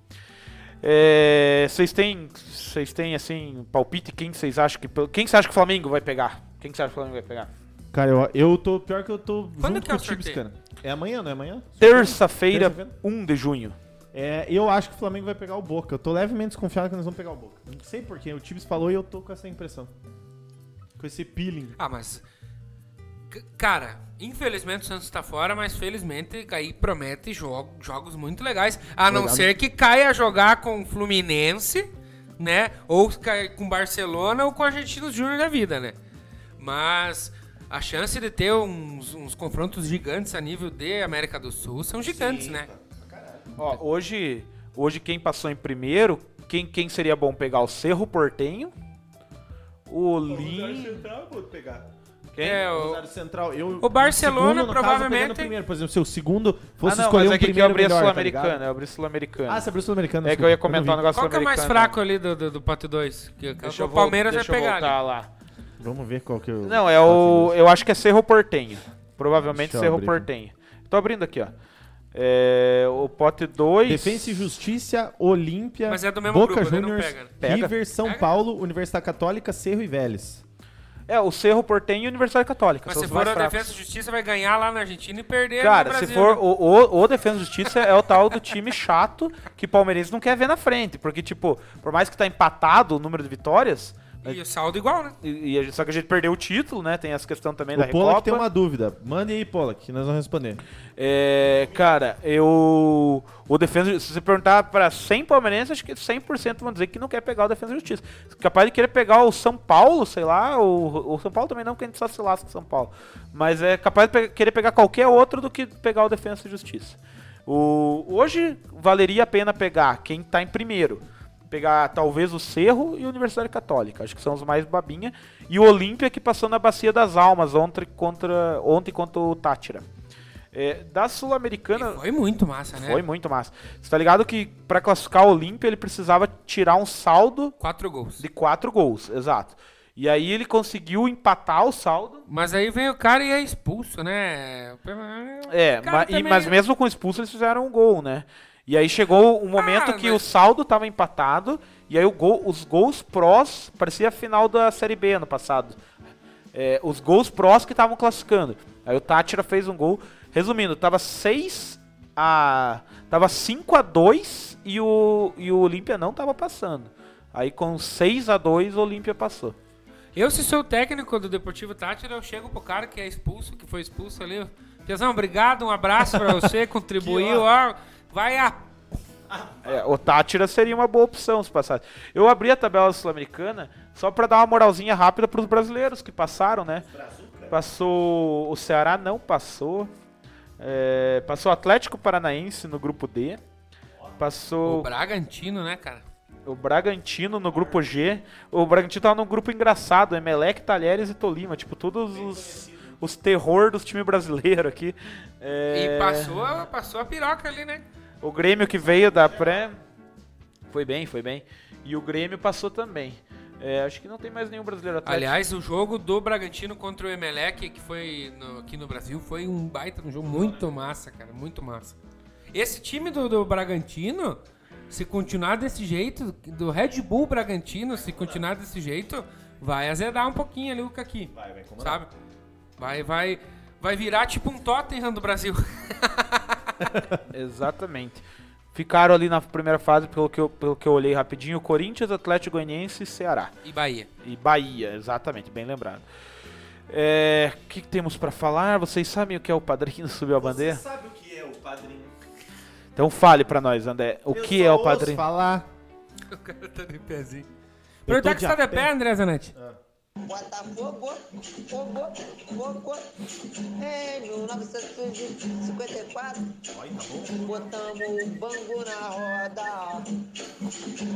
É, Vocês têm. Vocês têm assim, palpite quem vocês acham que. Quem você acha que o Flamengo vai pegar? Quem você acha que o Flamengo vai pegar?
Cara, eu, eu tô. Pior que eu tô
Quando
junto
que
com
é o
os times,
sorteio?
cara. É amanhã, não é amanhã?
Terça-feira,
Terça-feira?
1 de junho.
É, eu acho que o Flamengo vai pegar o Boca. Eu tô levemente desconfiado que nós vamos pegar o Boca. Não sei porquê, o Tibbs falou e eu tô com essa impressão. Com esse peeling.
Ah, mas. c- Cara, infelizmente o Santos tá fora, mas felizmente aí promete jogo, jogos muito legais. A não
Legal.
ser que caia jogar com o Fluminense, né? Ou caia com Barcelona ou com o Argentino Júnior da vida, né? Mas a chance de ter uns, uns confrontos gigantes a nível de América do Sul são gigantes, né?
Ó, hoje, hoje quem passou em primeiro, quem, quem seria bom pegar? O Cerro Portenho, o Lin...
pegar.
Quem?
É, o-
Rosário Central, eu,
O Barcelona,
segundo, no caso,
provavelmente-
pegando o primeiro. por exemplo, se o segundo fosse
Ah, não,
escolher
mas
um
é que aqui eu
primeiro
abri a
melhor, tá
Sul-Americana,
ligado?
eu abri a Sul-Americana.
ah, você abriu o Sul-Americano.
é que eu ia comentar um
o
negócio
Qual que é o mais
sul-americano.
fraco ali do, do, do Pato 2? Que, que
Deixa
o
eu
Palmeiras
vol-
vai
deixa eu
pegar. né? ali.
voltar lá.
Vamos ver qual que é o...
Não, é o. Eu acho que é Cerro Portenho. Provavelmente
Deixa eu
Cerro
abrir aqui.
Portenho. Tô abrindo aqui, ó. É, o pote 2.
Defensa e Justiça, Olímpia,
Mas é do mesmo
Boca
grupo, daí não
Juniors,
pega, né?
Pega.
River, São
Pega.
Paulo, Universidade Católica, Cerro e Vélez.
É, o Cerro Portenho e Universidade Católica.
Mas
são
se
os
for
mais
a
fracos.
Defesa e Justiça, vai ganhar lá na Argentina e perder no
Cara, se
Brasil.
for
né?
o, o, o Defesa e Justiça é o tal do time chato que palmeirense não quer ver na frente. Porque, tipo, por mais que tá empatado o número de vitórias, mas-
E o saldo igual, né?
e- e a gente- só que a gente perdeu o título, né? Tem essa questão também da
O Polak
Recopa.
tem uma dúvida. Mande aí, Polak, que nós vamos responder.
É, cara, eu. O Defensa. Se você perguntar pra 100 palmeirenses, acho que 100% vão dizer que não quer pegar o Defensa e Justiça. Capaz de querer pegar o São Paulo, sei lá. O, o São Paulo também não, porque a gente só se lasca com o São Paulo. Mas é capaz de pe- querer pegar qualquer outro do que pegar o Defensa e Justiça. O, hoje valeria a pena pegar quem tá em primeiro. Pegar talvez o Cerro e a Universidade Católica. Acho que são os mais babinha. E o Olímpia que passou na Bacia das Almas ontem contra, ontem contra o Tátira. É, da Sul-Americana
E
foi,
foi muito massa, né?
muito massa. Você tá ligado que pra classificar o Olímpia ele precisava tirar um saldo
Quatro gols.
de 4 gols, exato. E aí ele conseguiu empatar o saldo.
Mas aí vem o cara e é expulso, né?
É,
O cara
ma- e-
também-
mas mesmo com expulso eles fizeram um gol, né? E aí chegou um momento
Ah,
que
mas-
o saldo tava empatado e aí o gol- os gols prós parecia a final da Série B ano passado. É, os gols prós que estavam classificando. Aí o Tátira fez um gol. Resumindo, tava 6 a tava 5 a 2 e o e o Olímpia não tava passando. Aí com 6 a 2 o Olímpia passou.
Eu, se sou o técnico do Deportivo Tátira, eu chego pro cara que é expulso, que foi expulso ali. Piazão, obrigado, um abraço
*laughs*
pra você, contribuiu. ó, vai a...
É, o Tátira seria uma boa opção se passasse. Eu abri a tabela sul-americana só pra dar uma moralzinha rápida pros brasileiros que passaram, né? Passou o Ceará, não passou. É, passou o Atlético Paranaense no grupo D.
O
Passou
Bragantino, né, cara?
o Bragantino no grupo G. O Bragantino tava num grupo engraçado, Emelec, Talheres e Tolima. Tipo, todos os, os terror dos times brasileiros aqui. É,
E passou, passou a piroca ali, né?
o Grêmio que veio da pré. Foi bem, foi bem. E o Grêmio passou também. É, acho que não tem mais nenhum brasileiro atrás.
Aliás, o jogo do Bragantino contra o Emelec, que foi no- aqui no Brasil, foi um baita, um jogo muito massa, cara, muito massa. Esse time do, do Bragantino, se continuar desse jeito, do Red Bull Bragantino, se continuar desse jeito, vai azedar um pouquinho ali o Caqui. Vai, vai Sabe? Vai, vai, vai virar tipo um Tottenham do Brasil.
Exatamente. Ficaram ali na primeira fase, pelo que eu, pelo que eu olhei rapidinho, Corinthians, Atlético Goianiense e Ceará.
E Bahia.
E Bahia, exatamente, bem lembrado. É, O que, que temos pra falar? Vocês sabem o que é o padrinho *laughs* subiu a bandeira?
sabe o que é o padrinho?
Então fale pra nós, André. O que é o padrinho?
falar.
*laughs* O cara tá de pezinho.
Eu tô
Perguntar que
de
você tá
a Ah.
de pé, André Zanetti.
Botafogo, É, Fogo, Fogo, em 1954,
tá
botamos o banco na roda,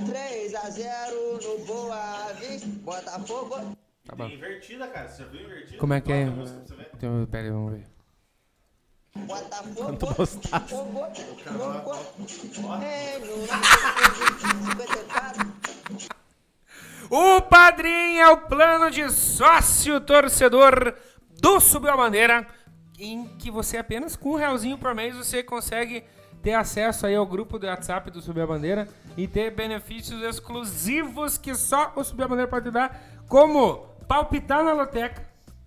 3 a 0 no Boa Vista, Botafogo.
Tá bom.
Invertida, cara. Você já viu invertida?
Como é que é?
um-
Então, Pera aí, vamos ver.
Botafogo,
Quanto gostasse.
Fogo, Fogo, em 1954.
O Padrim é o plano de sócio torcedor do Subiu a Bandeira, em que você apenas com um realzinho por mês você consegue ter acesso aí ao grupo do WhatsApp do Subiu a Bandeira e ter benefícios exclusivos que só o Subiu a Bandeira pode dar, como palpitar na loteca,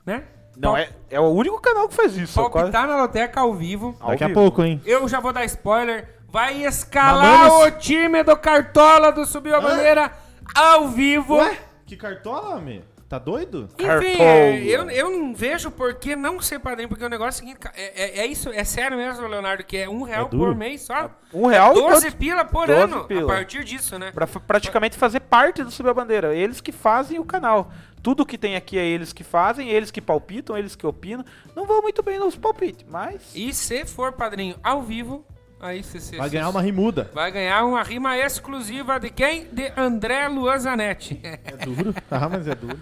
né?
Não, é, é o único canal que faz isso. é quase-
Palpitar na loteca ao vivo.
Ao
Daqui a
vivo.
pouco, hein?
Eu já vou dar spoiler. Vai escalar
Mamonas?
o time do Cartola do Subiu a Bandeira ao vivo.
Ué? Que cartola, homem? Tá doido?
Enfim,
Cartola.
é, eu, eu não vejo por que não ser padrinho, porque o negócio é o seguinte, ca- é, é- é isso, é sério mesmo, Leonardo, que é um real
duro.
por mês só.
Um real e
12
quanto-
pila por
12
ano,
pila.
a partir disso, né?
Pra fa- praticamente fazer parte do Subir a Bandeira. Eles que fazem o canal. Tudo que tem aqui é eles que fazem, eles que palpitam, eles que opinam. Não vão muito bem nos palpites, mas.
E se for padrinho ao vivo, aí se, se-
Vai
se-
ganhar uma rimuda.
vai ganhar uma rima exclusiva de quem? De André Luan Zanetti.
É duro. *laughs* Ah, mas é duro.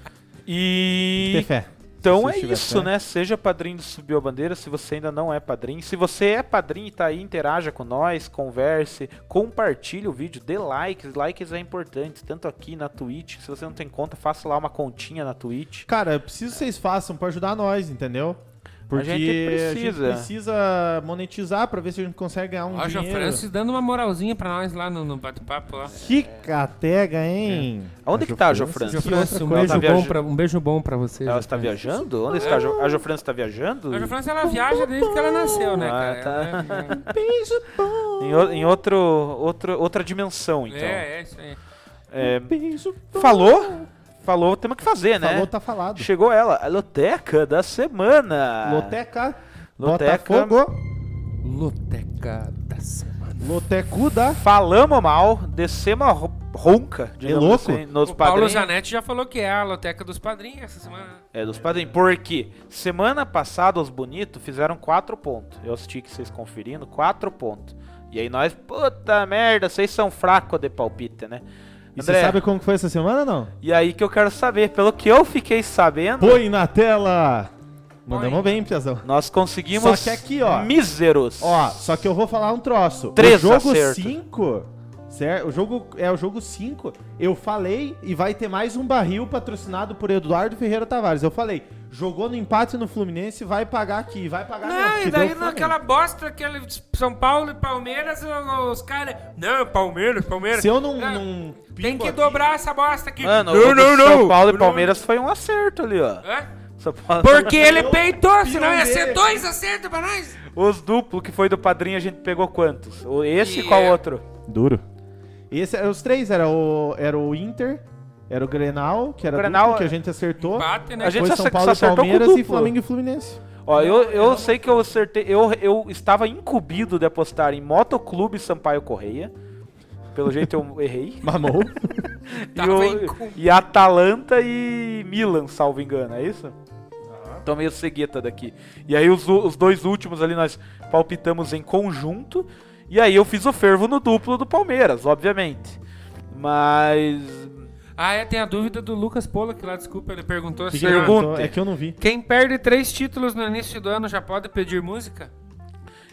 Ter
E.
fé.
Então
Se
é
tiver
isso,
fé.
né? Seja padrinho do Subiu a Bandeira se você ainda não é padrinho. Se você é padrinho e tá aí, interaja com nós, converse, compartilhe o vídeo, dê likes. Likes é importante, tanto aqui na Twitch. Se você não tem conta, faça lá uma continha na Twitch.
Cara, eu preciso que vocês façam pra ajudar nós, entendeu? Porque
gente precisa.
precisa monetizar pra ver se a gente consegue ganhar
*laughs*
um
Loja
dinheiro.
Francis dando uma moralzinha pra nós lá no, no bate-papo lá.
Que catega, hein?
Onde que tá a Jofran?
Jô Francis, um
Ela
beijo,
tá
bom
viajando.
pra, um beijo bom pra vocês.
Ela está viajando? Onde está a Jo- a Jofran está viajando?
A Jô Francis, ela viaja desde que ela nasceu, né,
Ah,
cara?
tá.
Ela-
Beijo É. bom,
Em, o- em outro, outro, outra dimensão, então.
É, é isso aí.
É,
beijo bom.
falou? Falou, temos que fazer, né?
Falou, tá falado.
Chegou ela, a loteca da semana.
Ah. Loteca.
Loteca.
Botafogo.
Loteca da semana.
Lotecuda.
Falamos mal, descemos a ro- ronca, digamos
É louco?
assim, nos
o Paulo
padrinhos.
Zanetti já falou que é a loteca dos padrinhos essa semana.
É, dos padrinhos. Porque semana passada os bonitos fizeram 4 pontos. Eu assisti que vocês conferindo, 4 pontos. E aí nós, puta merda, vocês são fracos de palpite, né?
E você sabe como que foi essa semana, não?
E aí que eu quero saber, pelo que eu fiquei sabendo,
Põe na tela. Mandamos
Põe.
bem, Piazão.
nós conseguimos
Só que aqui, ó.
míseros.
Ó, só que eu vou falar um troço.
Três
o jogo
acertos.
5, certo? O jogo é o jogo 5. Eu falei e vai ter mais um barril patrocinado por Eduardo Ferreira Tavares. Eu falei, jogou no empate no Fluminense, vai pagar aqui, vai pagar
não, é
mesmo,
e
Ah, que
daí
deu Fluminense.
naquela bosta, aquele São Paulo e Palmeiras, o- os caras. Não, Palmeiras, Palmeiras.
Se eu não,
Ah,
não
Tem
pico
que
aqui-
dobrar essa bosta aqui.
Mano,
não,
o do
não, não.
São Paulo e
Não.
Palmeiras foi um acerto ali, ó.
Hã?
São Paulo-
Porque ele peitou, senão ia
pirão dele.
ser dois acertos pra nós.
*laughs* Os duplos que foi do padrinho, a gente pegou quantos? O- Esse e
E
qual
é-
outro?
Duro. Esse era os três, era o era o Inter, era o Grenal, que era
O Grenal,
duplo, que a
é.
gente acertou.
Bate, né?
A gente
Foi
só
São
acer-
Paulo e
só acertou com o
Palmeiras e
duplo.
Flamengo e Fluminense.
Ó, eu, eu sei que eu acertei. Eu, eu estava incumbido de apostar em Motoclube Sampaio Correia. Pelo jeito eu errei.
*laughs* Mamou.
e,
Tava
o,
incumbido.
e Atalanta e Milan, salvo engano, é isso? Então meio cegueta daqui. E aí os, u- os dois últimos ali nós palpitamos em conjunto. E aí eu fiz o fervo no duplo do Palmeiras, obviamente. Mas.
Ah, é, tem a dúvida do Lucas Pollock lá, desculpa, ele perguntou
Que
assim. ó,
pergunta?
pergunta? É que eu não vi.
Quem perde três títulos no início do ano já pode pedir música?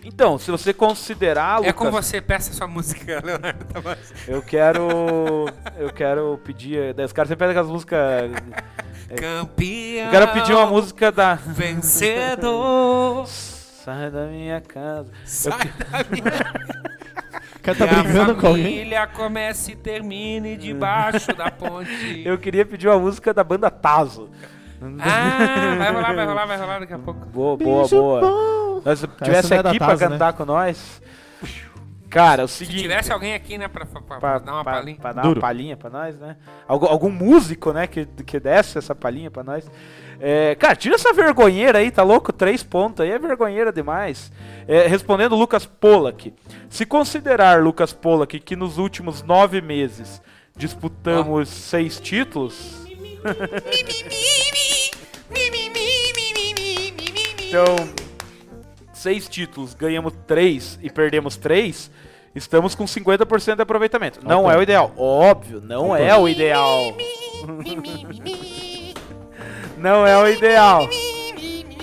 Então, se você considerar.
É com
Lucas,
você, peça sua música, *laughs* Leonardo Tavares.
Eu quero. eu quero pedir. Daí os caras sempre pedem aquelas músicas. É.
Campeão.
Eu quero pedir uma música da.
Vencedor.
Sai da minha casa.
Sai da minha
O cara tá brigando com alguém.
família comece e termine debaixo da ponte.
Eu queria pedir uma música da banda Tazo.
Ah, vai rolar, vai rolar, vai rolar daqui a pouco.
Boa, boa, boa. Nós, se tivesse
não é da
aqui pra
Tazo, né?
cantar com nós. Cara, é o
Se
seguinte.
tivesse alguém aqui, né, pra, pra- pra
Pra,
dar uma
pra-
palhinha.
pra dar
Duro.
uma palhinha pra nós, né? Algum, algum músico, né, que, que desse essa palhinha pra nós. É, cara, tira essa vergonheira aí, tá louco? Três pontos aí é vergonheira demais. É, respondendo Lucas Pollack. Se considerar, Lucas Pollack, que nos últimos nove meses disputamos seis títulos... então, seis títulos, ganhamos três e perdemos três... Estamos com 50% de aproveitamento. Não é o ideal. Óbvio, não é o ideal. *laughs* Não é o ideal.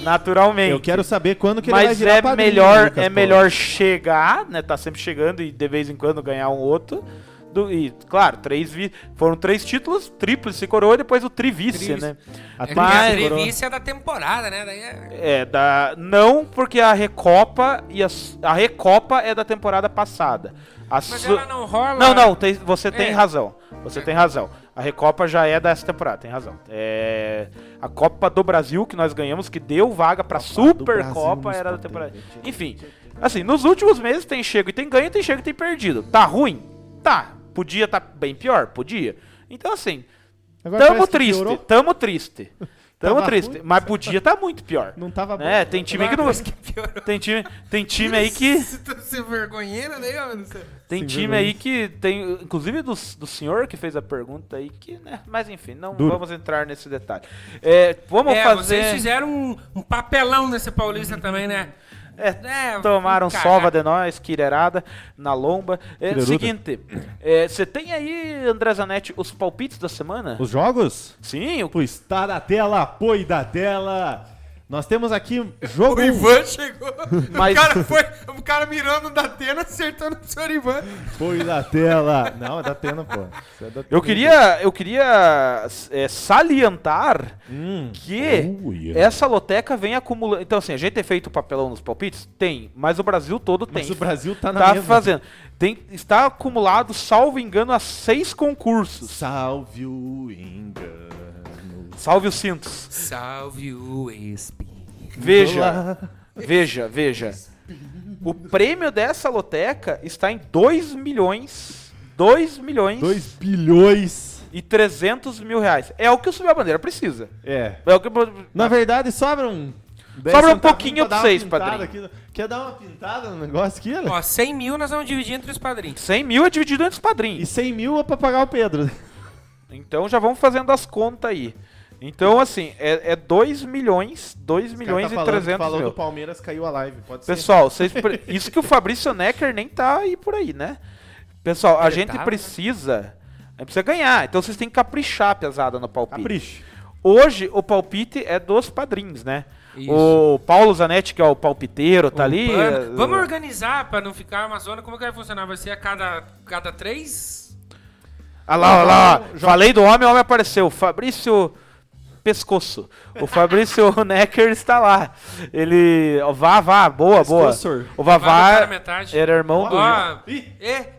Naturalmente.
Eu quero saber quando que ele vai
Mas
virar
é
padrinho,
melhor,
Lucas
é
Paulo.
melhor chegar, né? Tá sempre chegando e de vez em quando ganhar um outro. Do, e, claro, três vi foram três títulos, tríplice coroa e depois o trivice,
Tríplice.
né?
A
É que
Mas-
a entrevista é da temporada, né? Daí é...
É, da, não porque a Recopa e a, s- a Recopa é da temporada passada. A
Mas
su-
ela não rola.
Não, não, tem- você tem
É.
razão. Você tem razão. A Recopa já é dessa temporada, tem razão. É, a Copa do Brasil que nós ganhamos, que deu vaga pra Supercopa, era da temporada. Enfim, assim, nos últimos meses tem chego e tem ganho, tem chego e tem perdido. Tá ruim? Tá. Podia tá bem pior? Podia. Então, assim,
Agora
tamo
parece que
triste,
piorou.
tamo triste.
*laughs*
Tamo
Tava
triste,
ruim?
mas podia tá muito pior.
Não tava bom.
É, tem time aí que não.
Mas que *laughs* piorou.
Tem time, tem time aí que.
*laughs* Você tá sem vergonheira, né, mano?
Tem
Sem
time
vergonha.
aí que tem, inclusive do, do senhor que fez a pergunta aí, que, né? Mas enfim, não
Duro.
vamos entrar nesse detalhe. É, vamos
É,
fazer.
vocês fizeram um, um papelão nesse Paulista também, né?
É,
É,
tomaram
caraca.
sova de nós, quirerada, na lomba. É,
Quireruda.
seguinte, é, você tem aí, André Zanetti, os palpites da semana?
Os jogos?
Sim, o
Pô, está na tela, apoio da tela. Nós temos aqui jogo.
O Ivan chegou,
Mas-
o cara foi, o cara mirando da tela, acertando o senhor Ivan.
Apoio da tela. Não, é da Atena, pô. Isso é da
Eu
Atena.
queria, eu queria é, salientar
Hum.
que essa loteca vem acumulando. Então, assim, a gente tem feito papelão nos palpites? Tem, mas o Brasil todo tem.
Mas o Brasil tá na
tá
mesma.
fazendo. Tem, está acumulado, salvo engano, a seis concursos.
Salve o engano.
Salve os cintos.
Salve o ESP.
Veja, veja, veja. O prêmio dessa loteca está em 2 milhões. 2 milhões
2 bilhões.
e 300 mil reais. É o que o Subir a Bandeira precisa.
É.
É o que.
Na verdade, sobra um. dez
Sobra um
centavinhos
pouquinho pra
dar uma
vocês,
pintada
padrinho.
aqui. Quer dar uma pintada no negócio aqui, né?
Ó, 100 mil nós vamos dividir entre os padrinhos.
100 mil é dividido entre os padrinhos.
E 100 mil é pra pagar o Pedro.
Então já vamos fazendo as contas aí. Então, assim, é, é 2 milhões, 2 milhões
Esse cara tá falando que
e 300
falou
mil.
do Palmeiras, caiu a live. Pode ser.
Pessoal,
*laughs*
vocês pre- isso que o Fabrício Necker nem tá aí por aí, né? Pessoal, a
Ele
gente
tava, né?
precisa, a gente precisa ganhar. Então vocês têm que caprichar pesada no palpite.
Capricho.
Hoje o palpite é dos padrinhos, né?
Isso.
O Paulo Zanetti, que é o palpiteiro, tá ali.
Mano,
eh,
Vamos organizar pra não ficar uma zona. Como é que vai funcionar? Vai ser a cada, cada três?
Ah lá, ah lá. Falei do homem, o homem apareceu. Fabrício Pescoço. O Fabrício *laughs* Necker está lá. Ele. ó, Vá, vá, boa, boa.
Pescoçor.
O
Vai botar na
Vavá
metade.
era irmão do.
Ó,
Ih.
é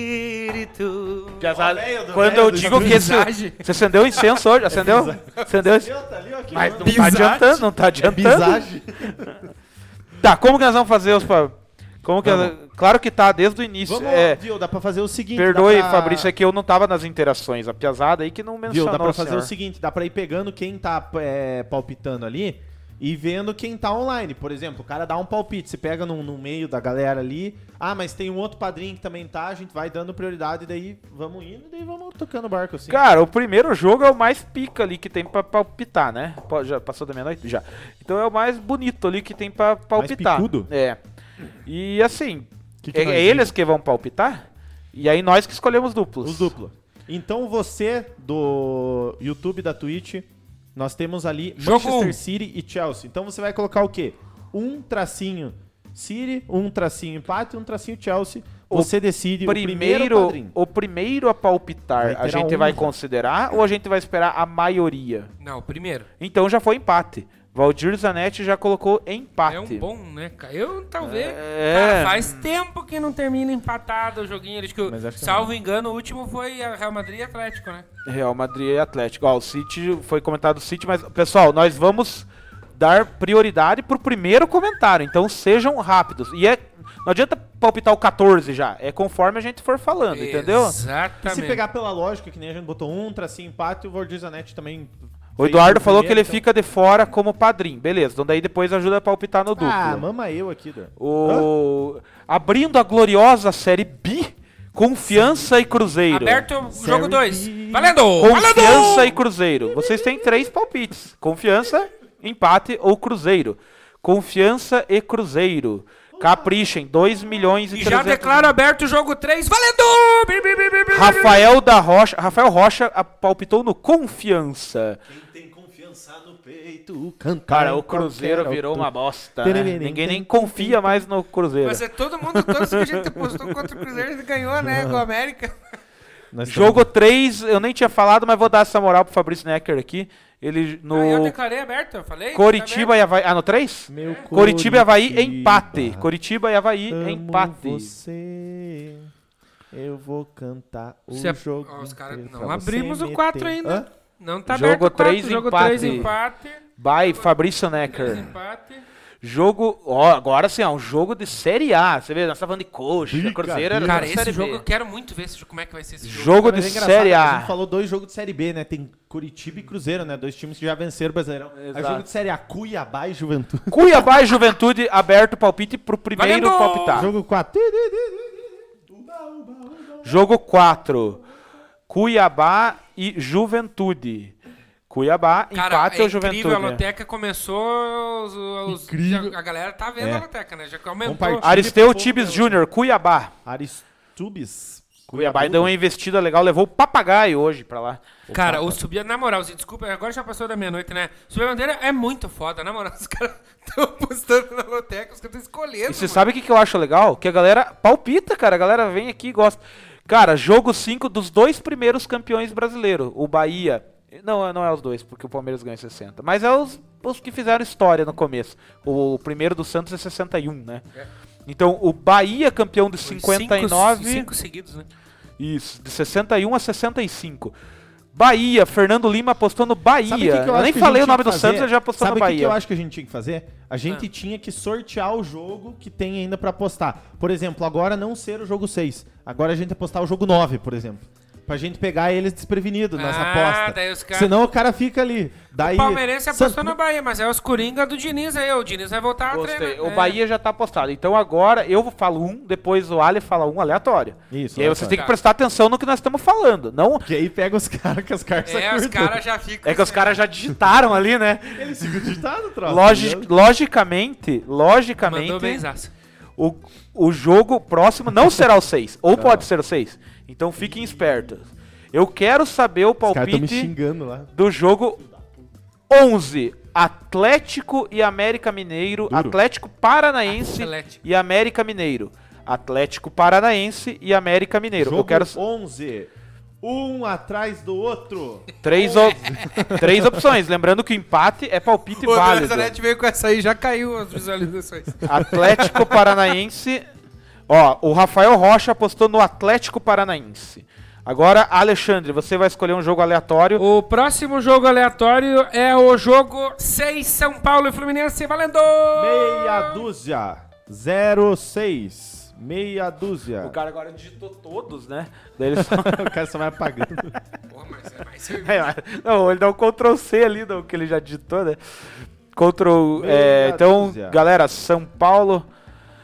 espírito.
Piazada.
velho do-
Quando
velho
eu
do
digo que esse,
visagem.
você acendeu incenso hoje, acendeu? Acendeu? esse-
Tá ali, ó, aqui,
Mas
mano.
não tá adiantando, não tá adiantando.
Bisagem.
Tá, como que nós vamos fazer os pa- como que
Vamos.
claro que tá desde o início.
Vamos,
é,
viu? Dá pra fazer o seguinte.
perdoe,
dá pra-
Fabrício, é que eu não tava nas interações, a piazada aí que não mencionou
Viu? Dá pra
o
fazer
senhor.
o seguinte: dá pra ir pegando quem tá é, palpitando ali e vendo quem tá online. Por exemplo, o cara dá um palpite, você pega no, no meio da galera ali. Ah, mas tem um outro padrinho que também tá, a gente vai dando prioridade, daí vamos indo e daí vamos tocando o barco assim.
Cara, o primeiro jogo é o mais pica ali que tem pra palpitar, né? Pô, Já passou da meia-noite? Já. Então é o mais bonito ali que tem pra palpitar.
picudo?
É. E assim,
Que que
é,
nós
é eles que vão palpitar? E aí nós que escolhemos duplos.
Os duplos. Então você do YouTube da Twitch, nós temos ali
Jogo
Manchester
um.
City e Chelsea. Então você vai colocar o quê? Um tracinho City, um tracinho empate, um tracinho Chelsea.
O
Você decide o primeiro
primeiro
padrinho.
o primeiro a palpitar,
Vai um? ter
a
a
gente vai
honra.
considerar ou a gente vai esperar a maioria?
Não, primeiro.
Então já foi empate. Valdir Zanetti já colocou empate.
É um bom, né? cara? Eu talvez.
É.
Cara, faz tempo que não termina empatado o joguinho. Acho que, eu-
Mas acho que
salvo engano, o último foi a Real Madrid e Atlético, né?
Real Madrid e Atlético. Ó, o City foi comentado o City, mas pessoal, nós vamos dar prioridade pro primeiro comentário, então sejam rápidos. E é não adianta palpitar o 14 já, é conforme a gente for falando, entendeu?
E
Exatamente.
se pegar pela lógica, que nem a gente botou um tracinho empate, o Valdir Zanetti também. um
O Eduardo falou que ele fica de fora como padrinho, beleza? Então daí depois ajuda a palpitar no duplo.
Ah, mama eu aqui, Dan.
O abrindo a gloriosa série B, Confiança e Cruzeiro.
Aberto o
Série
jogo 2.
B.
Valendo!
Confiança e
valendo!
Cruzeiro. Vocês têm três palpites: Confiança, empate ou Cruzeiro. Confiança e Cruzeiro. Caprichem, 2 milhões e
E já
300
declaro aberto o jogo 3. Valendo! Bi, bi, bi, bi, bi, bi.
Rafael da Rocha, Rafael Rocha ah, palpitou no Confiança.
Quem tem confiança no peito, cantar.
Cara,
em
o Cruzeiro
qualquer
virou
altura.
uma bosta. né? Ninguém nem confia mais no Cruzeiro.
Mas é todo mundo, todos que a gente postou contra o Cruzeiro, ele ganhou, né? Com a América.
Nós
Jogo 3, eu nem tinha falado, mas vou dar essa moral pro Fabrício Necker aqui. Ele
Ah, Eu
no
declarei né? aberto, eu falei. Tá
Coritiba e Havaí. Ah, no 3?
Meu
Coritiba e Havaí,
Coritiba.
é
empate. Coritiba e Havaí,
Amo
empate.
Você. Eu vou cantar o
Se a-
jogo.
é- ó, os cara-
inteiro
não
pra você
abrimos o
meter.
quatro ainda.
Hã?
Não tá
Jogo
aberto o quatro,
três,
jogo
empate.
3 empate.
By Fabrício Necker.
Empate.
Jogo. Ó, agora sim, é um jogo de Série A. Você vê, nós estávamos de coxa,
Bica,
Cruzeiro era
Cara,
da
esse
Série
jogo
B.
eu quero muito ver esse jogo, como é que vai ser esse jogo.
Jogo de
Mas é engraçado
Série
que A gente
A.
falou dois jogos de Série B, né? Tem Curitiba e Cruzeiro, né? Dois times que já venceram o Brasileirão. É
Exato.
jogo de Série A, Cuiabá e Juventude. *laughs*
Cuiabá e Juventude, aberto o palpite pro primeiro
Valendo!
palpitar.
Jogo 4.
Jogo 4. Cuiabá e Juventude. Cuiabá, empate
é incrível,
ou Juventude? né?
a Loteca começou. Os, os-
Incrível.
já- a galera tá vendo
É.
a Loteca, né? Já que aumentou.
partir.
Aristeu Tibes Júnior, Cuiabá.
Aristubis.
Cuiabá deu uma investida legal, levou o papagaio hoje pra lá.
Cara, o Subia, na moral, se desculpa, agora já passou da meia-noite, né? Subir a bandeira é muito foda, na moral. *laughs* Os caras estão postando na Loteca, os caras estão escolhendo.
E você
mano.
sabe o que, que eu acho legal? Que a galera palpita, cara. A galera vem aqui e gosta. Cara, jogo 5 dos dois primeiros campeões brasileiros. O Bahia. Não, não é os dois, porque o Palmeiras ganha 60. Mas é os, os que fizeram história no começo. O primeiro do Santos é 61, né?
É.
Então, o Bahia campeão de
Foi
59.
Cinco, cinco seguidos, né?
Isso, de 61 a 65. Bahia, Fernando Lima apostou no Bahia.
Sabe o que que
eu
acho
nem
que a
falei
gente
o nome
tinha que
do Santos,
fazer?
ele já apostou
Sabe o
no
que que
Bahia.
eu acho que a gente tinha que fazer? A gente
Ah.
tinha que sortear o jogo que tem ainda pra apostar. Por exemplo, agora não ser o jogo 6. Agora a gente apostar o jogo 9, por exemplo. Pra gente pegar eles desprevenidos nessa
Ah,
aposta.
daí os cara-
Senão o cara fica ali. Daí...
O Palmeirense
Santos-
apostou na Bahia, mas é os Coringa do Diniz aí. O Diniz vai voltar a
Gostei.
treinar.
O
É.
Bahia já tá apostado. Então agora eu falo um, depois o Ali fala um aleatório.
Isso,
E aí
aleatório.
vocês têm que prestar atenção no que nós estamos falando. Não
Que aí pega os caras com as cartas
É, os
curtas. *laughs*
caras já ficam. assim,
é que os caras já digitaram ali, né?
Eles ficam digitados, troca.
Logi- logicamente,
Mandou bem,
logicamente,
Zaço.
o, o jogo próximo não será o 6. Ou
Tá.
pode ser o 6. Então fiquem espertos. Eu quero saber o
Os caras tão me
palpite
xingando lá.
do jogo 11. Atlético e América Mineiro,
Duro.
Atlético Paranaense
Atlético.
e América Mineiro. Atlético Paranaense e América Mineiro.
Jogo
Eu quero
11. Um atrás do outro. *laughs*
três, o- três opções. Lembrando que o empate é palpite
O
válido.
Zanetti veio com essa aí, já caiu as visualizações.
Atlético Paranaense. Ó, o Rafael Rocha apostou no Atlético Paranaense. Agora, Alexandre, você vai escolher um jogo
*laughs*
aleatório.
O próximo jogo aleatório é o jogo 6 São Paulo e Fluminense valendo!
Meia dúzia. 06. Meia dúzia.
cara agora digitou todos, né? Daí *laughs* ele só...
*laughs* O cara só vai apagando.
*laughs*
Pô, mas é mais serviço.
É, mas- não, ele dá um Ctrl C ali, não, que ele já digitou, né? Ctrl. é,
Meia
então,
dúzia.
galera, São Paulo.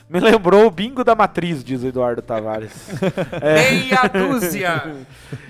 Me lembrou o bingo da matriz, diz o Eduardo
*laughs*
Tavares. É,
Meia *laughs* dúzia!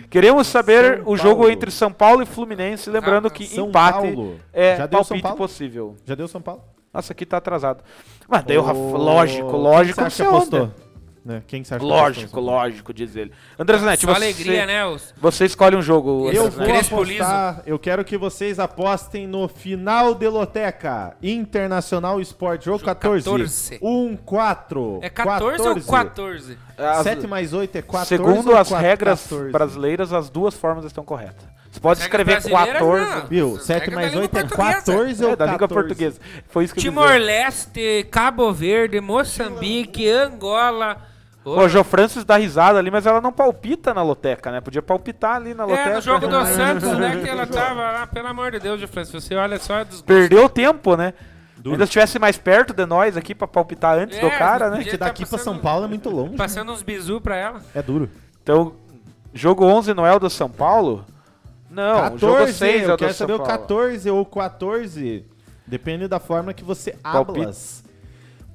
Queremos saber
São
o jogo
Paulo.
entre São Paulo e Fluminense, lembrando que
São
empate
Paulo.
é
Já deu São
palpite
Paulo?
possível.
Já deu São Paulo?
Nossa, aqui tá atrasado. Mas daí o Rafa,
Ô,
lógico,
Quem
lógico,
você acha que
você
apostou?
anda.
Né? Quem que você acha que
Lógico,
apostou?
lógico, diz ele. André Zanetti,
Só
É, tipo você,
alegria, né? Os...
você escolhe um jogo.
Eu
Eu vou
André Zanetti.
Crespo
apostar, eu quero que vocês apostem no final de loteca. Internacional Esporte, jogo 14.
14.
1, 4.
É 14, ou 14?
As-
7 mais 8 é 14.
Segundo
ou
as
4?
regras
14?
brasileiras, as duas formas estão corretas. Você pode
Regra
escrever
brasileira,
14.
não.
Viu?
As
7
regras
mais
da língua
8 é
portuguesa.
14
É,
ou 14?
da Liga Portuguesa. Foi isso que eu quis dizer.
Timor-Leste, Cabo Verde, Moçambique, Angola. Ô,
Pô, Jo Francis dá risada ali, mas ela não palpita na loteca, né? Podia palpitar ali na loteca.
é, no jogo do Santos, né? Que ela tava lá, pelo amor de Deus, Jofran, se você olha só dos
Perdeu tempo, né? Ainda estivesse mais perto de nós aqui pra palpitar antes
É,
do cara, né?
podia-
Que daqui pra São Paulo é
*laughs*
muito longe.
Passando uns bizu pra ela.
É duro.
Então, jogo 11 não é o do São Paulo? Não, o jogo 6 é o
eu
do
quero
São
saber o
Paulo.
14 ou 14. Depende da forma que você
Palpite.
hablas.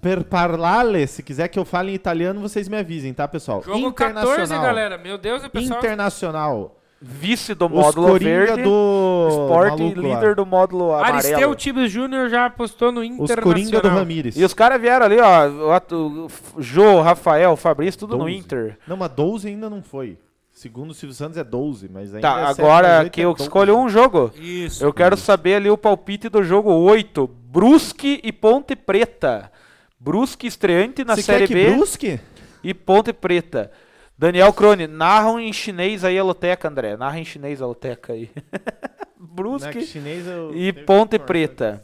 Per parlare, se quiser que eu fale em italiano, vocês me avisem, tá, pessoal?
Jogo 14, galera. Meu Deus, o pessoal.
Internacional.
Vice do
Os
módulo
Coringa
verde,
do...
Sport
maluco lá.
líder do módulo amarelo.
Aristeu Tibes Júnior já apostou no
Os
Internacional.
Coringa do Ramires.
E os caras vieram ali, ó. o At- O F- Jô, Rafael, Fabrício, tudo no
12.
Inter.
Não, mas 12 ainda não foi. Segundo o Silvio Santos é 12, mas ainda é
Tá,
sete mais
agora
oito
que
é
eu
12.
escolho um jogo.
Isso.
Eu quero saber ali o palpite do jogo 8. Brusque e Ponte Preta. Brusque estreante na
Você quer
Série
que
B
Brusque?
e Ponte Preta. Daniel Crone, narram em chinês aí a loteca, André. Narra em chinês a loteca aí. *laughs*
Né, que
Brusque
chinês eu- né?
e
eu-
Ponte
eu-
Preta.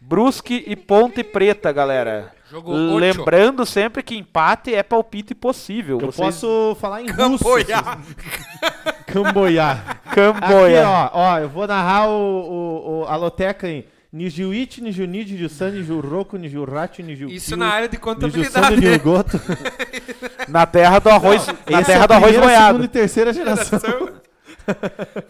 Brusque e Ponte Preta, galera.
Jogo ocho.
Lembrando sempre que empate é palpite possível.
Eu
Vocês
posso falar em
Camboiá.
russo. Camboiá. Aqui,
camboia.
ó, ó, eu vou narrar o, o- o- a loteca em Nijiuit, Nijunid, Nijiusan, Nijurroku, Nijurrati, Nijiu.
Isso na área de
Nijusano,
contabilidade.
Nilgoto.
Na terra do arroz, na
Esse é
terra
a
do arroz
primeira, segunda e
boiado.
terceira geração.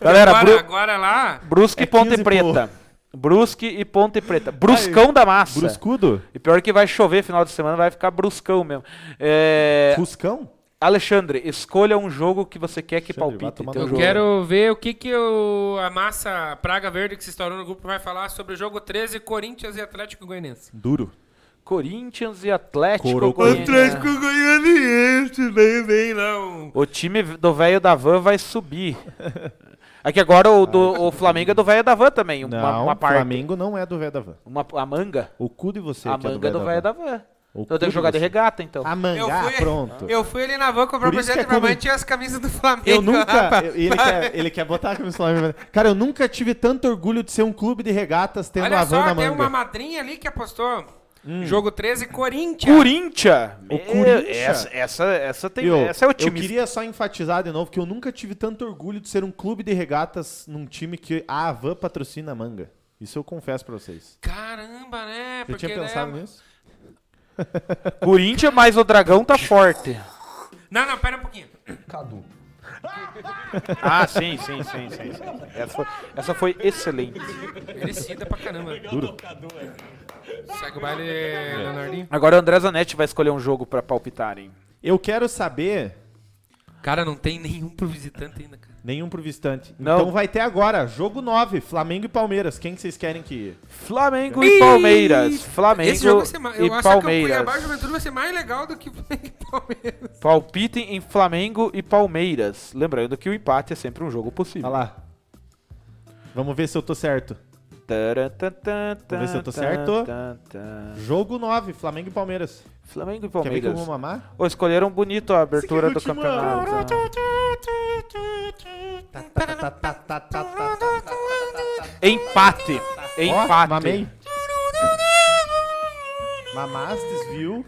Galera,
agora,
Bru-
agora lá,
Brusque
É
e Ponte
15 e
Preta. Brusque e Ponte Preta. Bruscão da massa.
*laughs* Bruscudo?
E pior que vai chover final de semana, vai ficar bruscão mesmo. É,
Ruscão?
Alexandre, escolha um jogo que você quer que
Alexandre, vai
palpite.
tomar
teu
no
eu
jogo.
quero ver o que, que o, a massa Praga Verde que se estourou no grupo vai falar sobre o jogo 13, Corinthians e Atlético Goianiense.
Duro.
Corinthians e Atlético.
Coro-
Goiânia.
É.
Goianiense, nem vem não.
O time do velho da van vai subir. Aqui agora o, do, o Flamengo é do velho da van também. Uma,
Não,
uma parte.
Flamengo não é do Vedavan.
Uma, a manga.
O cu de você
a
que
manga é do velho da van.
O
Então eu tenho
cu
que jogar de
você.
regata, então.
A manga,
Eu fui-
ah, pronto.
Eu fui ali na van comprar
Por isso
presente
que é
pra mãe
comi-
tinha as camisas do Flamengo.
Eu nunca.
*laughs* rapaz.
*laughs*
eu- ele, quer, ele quer botar a camisa do Flamengo. Cara, eu nunca tive tanto orgulho de ser um clube de regatas tendo
Olha
a van
só,
na
tem
manga. Hum.
uma madrinha ali que apostou. Jogo 13, Corinthians.
Corinthians!
O
Meu,
Corinthians?
Essa, essa, essa, tem,
Eu-
essa é o
Eu
time.
queria só enfatizar de novo que eu nunca tive tanto orgulho de ser um clube de regatas num time que a Avan patrocina a manga. Isso eu confesso pra vocês.
Caramba, né?
Você tinha pensado nisso?
Corinthians, mas o dragão tá forte.
Não, não, pera um pouquinho.
Cadu.
Ah, sim, sim, sim, sim. sim. Essa, foi, essa foi excelente.
Merecida pra caramba.
*laughs* Duro.
Segue o baile, Leonardinho.
Agora o André Zanetti vai escolher um jogo pra palpitarem.
Eu quero saber
Cara, não tem nenhum pro visitante ainda, cara.
nenhum pro visitante.
Não.
Então vai ter agora, jogo 9, Flamengo e Palmeiras. Quem que vocês querem que
Flamengo e Palmeiras. Flamengo
Esse jogo vai ser mais... Eu
e
acho que o Cuiabá
Palmeiras.
Juventude vai ser mais legal do que o *laughs* Flamengo e Palmeiras.
Palpitem em Flamengo e Palmeiras. Lembrando que o empate é sempre um jogo possível.
Olha lá. Vamos ver se eu tô certo.
Taran, tan, tan,
Vamos ver se eu tô
tan,
certo.
tan, tan.
Jogo 9, Flamengo e Palmeiras.
Flamengo e
Quer ver que eu
Palmeiras.
vou mamar?
Ô, escolheram bonito a abertura do
Seguinte, mano.
campeonato.
Tá, tá, tá, tá, tá, tá, tá, tá.
Empate.
Ó,
Empate.
mamei. Mamastes, viu?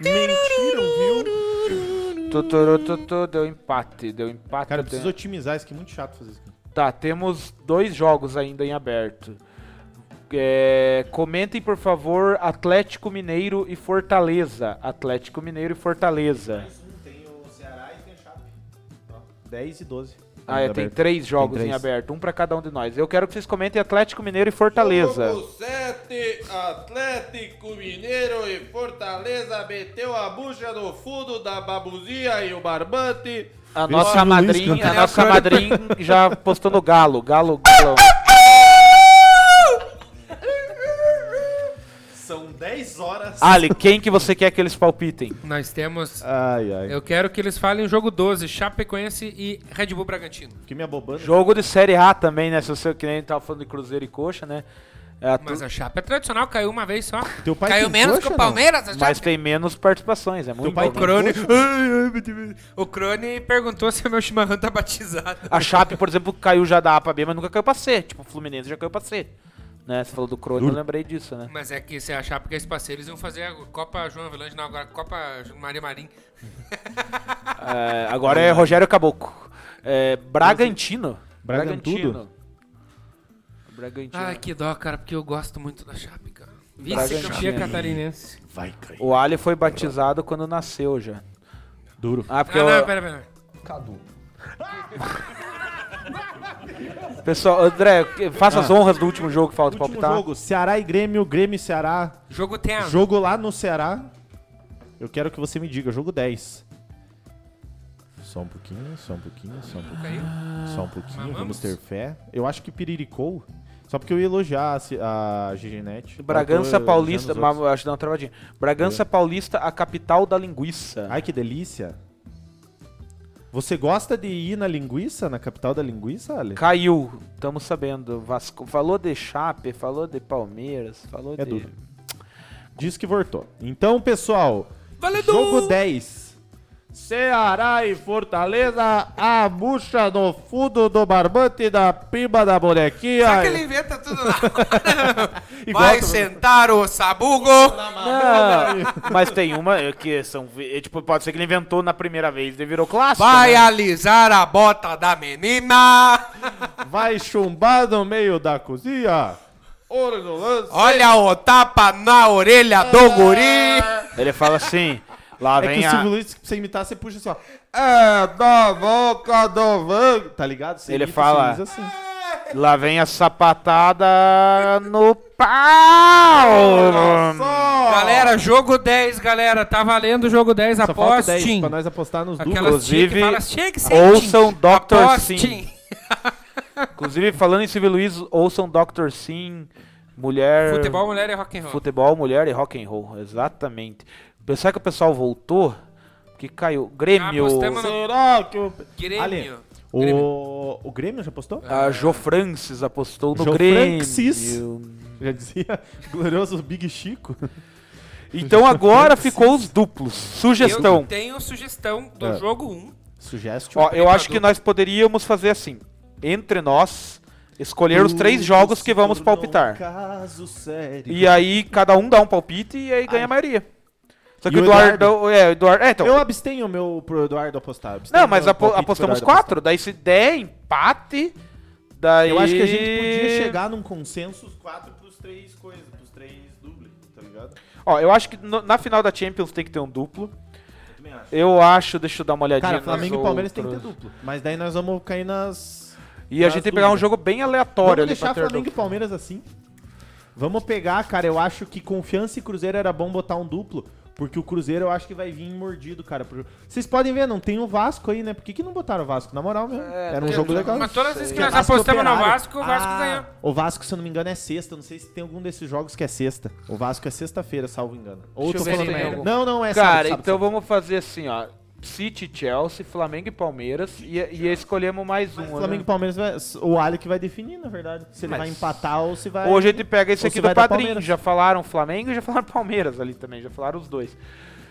Mentiram, viu?
Tuturututu, deu empate, deu empate.
Cara, eu
deu-
preciso otimizar isso, que é muito chato fazer isso.
Tá, temos dois jogos ainda em aberto. É, comentem, por favor, Atlético Mineiro e Fortaleza. Atlético Mineiro e Fortaleza.
Tem o Ceará e tem a Chape. 10 e 12.
Ah, é, tem três jogos
três.
em aberto, um pra cada um de nós. Eu quero que vocês comentem Atlético Mineiro e Fortaleza.
Jogo 7, Atlético Mineiro e Fortaleza meteu a bucha no fundo da babuzia e o barbante.
A
Vê se
nossa
o Luiz
madrinha,
canta.
a nossa madrinha já postou no galo, galo, galão.
São 10 horas.
Ali, quem que você quer que eles palpitem?
Nós temos...
Ai, ai.
Eu quero que eles falem o jogo 12, Chapecoense e Red Bull Bragantino.
Fiquei me abobando.
Jogo de Série A também, né? Se você que nem tava falando de Cruzeiro e Coxa, né? É, a tu-
Mas a Chape é tradicional, caiu uma vez só.
Teu pai
caiu
tem
menos que
coxa,
o
não?
Palmeiras, a Chape.
mas tem menos participações, é muito
pai
bom,
O
né?
Crone... Ai, ai, meu Deus. O Crone perguntou se o meu chimarrão tá batizado.
A Chape, por exemplo, caiu já da A pra B, mas nunca caiu pra C. Tipo, o Fluminense já caiu pra C. Né? Você falou do Crone, eu lembrei disso, né?
Mas é que se achar porque esse parceiro eles iam fazer a Copa João Avelange, não, agora Copa Maria Marim.
É, agora é Rogério Caboclo. É, Bragantino.
Bragantudo?
Bragantino.
Ai, que dó, cara, porque eu gosto muito da Chape, cara.
Bragantino.
Vice-campeã catarinense.
Vai, cair.
O Ali foi batizado quando nasceu já.
Duro.
Ah, porque
Ah,
o-
não, pera, pera.
Cadu.
Pessoal, André, que- faça as honras do último jogo que falta
Ah. Último
palpitar.
jogo, Ceará e Grêmio, Grêmio e Ceará.
Jogo tem a...
Jogo lá no Ceará. Eu quero que você me diga, jogo 10. Só um pouquinho, só um pouquinho, só um pouquinho.
Caiu?
Só um pouquinho,
Mas
vamos
vamos?
ter fé. Eu acho que piriricou. Só porque eu ia elogiar a Ci- a GGNet.
Bragança
Eu tô
Paulista,
elogiando os outros. É.
ma- acho que dá uma travadinha. Bragança Paulista, a capital da linguiça.
Ai, que delícia. Você gosta de ir na linguiça, na capital da linguiça, Ale?
Caiu, estamos sabendo. Vasco, falou de Chape, falou de Palmeiras, falou
É
de.
duro. Diz que voltou. Então, pessoal,
Valendo!
jogo 10. Ceará e Fortaleza, a bucha no fundo do barbante da piba da bonequinha.
Será que ele inventa tudo lá?
*laughs* Igual
Vai
tu-
sentar o sabugo. Ah,
né?
Não, mas tem uma que são. é, Tipo, pode ser que ele inventou na primeira vez e virou clássico.
Vai
né?
alisar a bota da menina.
Vai chumbar no meio da cozinha.
Ornolândia.
Olha o tapa na orelha
Ah.
do guri.
Ele fala assim. Lá
É que
vem
o
a.
Silvio Luiz, pra você imitar, você puxa assim, ó. É da boca do van. Tá ligado? Você
Ele
imita o
fala-
Silvio Luiz assim.
Lá vem a sapatada no pau!
Galera, jogo 10, galera. Tá valendo o jogo 10.
Só falta 10
Apostem.
pra nós apostar nos
Aquelas
duplos.
tia que
Inclusive,
fala, "Chega que você
ouçam
tim".
Dr.
Apostem.
Sim. Inclusive, falando em Silvio Luiz, ouçam Dr. Sim,
É.
mulher.
Futebol, mulher e rock'n'roll.
Futebol, mulher e rock and roll, exatamente. Pensar que o pessoal voltou, que caiu. Grêmio.
apostamos Ah, no-
Será que o...
Grêmio.
Ale,
Grêmio.
O... o Grêmio já apostou?
A Jo Francis apostou no
Jo
Grêmio.
Francis. Já dizia *laughs* glorioso Big Chico.
Então agora ficou os duplos. Sugestão.
Eu tenho sugestão do
É.
jogo 1.
Sugeste.
Ó, eu acho
complicador.
que nós poderíamos fazer assim. Entre nós, escolher os três jogos que vamos palpitar.
Caso sério.
E aí cada um dá um palpite e aí ganha
Ai.
a maioria. Só
E
que o
o
Eduardo. É, o Eduardo. É, então.
Eu abstenho o meu pro Eduardo apostar. eu abstenho
Não, mas
meu
apo-
palpite pro
apostamos
Eduardo
quatro. Daí se der empate. Daí.
Eu acho que a gente podia chegar num consenso os quatro pros três coisas, pros três dubles, tá ligado?
Ó, eu acho que no- na final da Champions tem que ter um duplo.
Eu também acho.
Eu acho, deixa eu dar uma olhadinha.
Cara, Flamengo
nas
e Palmeiras tem que ter
outras.
duplo. Mas daí nós vamos cair nas.
E a
nas
gente tem que pegar um
dúvidas.
jogo bem
Vamos
aleatório ali
deixar
pra ter
Flamengo e
duplo.
Palmeiras assim. Vamos pegar, cara, eu acho que Confiança e Cruzeiro era bom botar um duplo, porque o Cruzeiro eu acho que vai vir mordido, cara. pro- Vocês podem ver, não tem o Vasco aí, né? Por que, que não botaram o Vasco? Na moral mesmo. era um jogo legal.
Mas todas as vezes que
Tinha
nós
Vasco e
apostamos no
Operário.
Vasco, o Vasco
Ah,
ganhou.
O Vasco, se eu não me engano, é sexta. Não sei se tem algum desses jogos que é sexta. O Vasco é sexta-feira, salvo engano. Ou
Deixa
tô
eu ver se
falando
tem
merda.
algum.
Não, não, é
Cara,
sábado, sábado,
então vamos fazer assim, ó. City, Chelsea, Flamengo e Palmeiras. E, e escolhemos mais
Mas
um.
Flamengo e
né?
Palmeiras vai. O Ali que vai definir, na verdade. Se ele
Mas-
vai empatar ou se vai.
Ou a gente pega esse
Ou
aqui
se
do
vai dar
padrinho.
Palmeiras.
Já falaram Flamengo e já falaram *laughs* Palmeiras ali também. Já falaram os dois.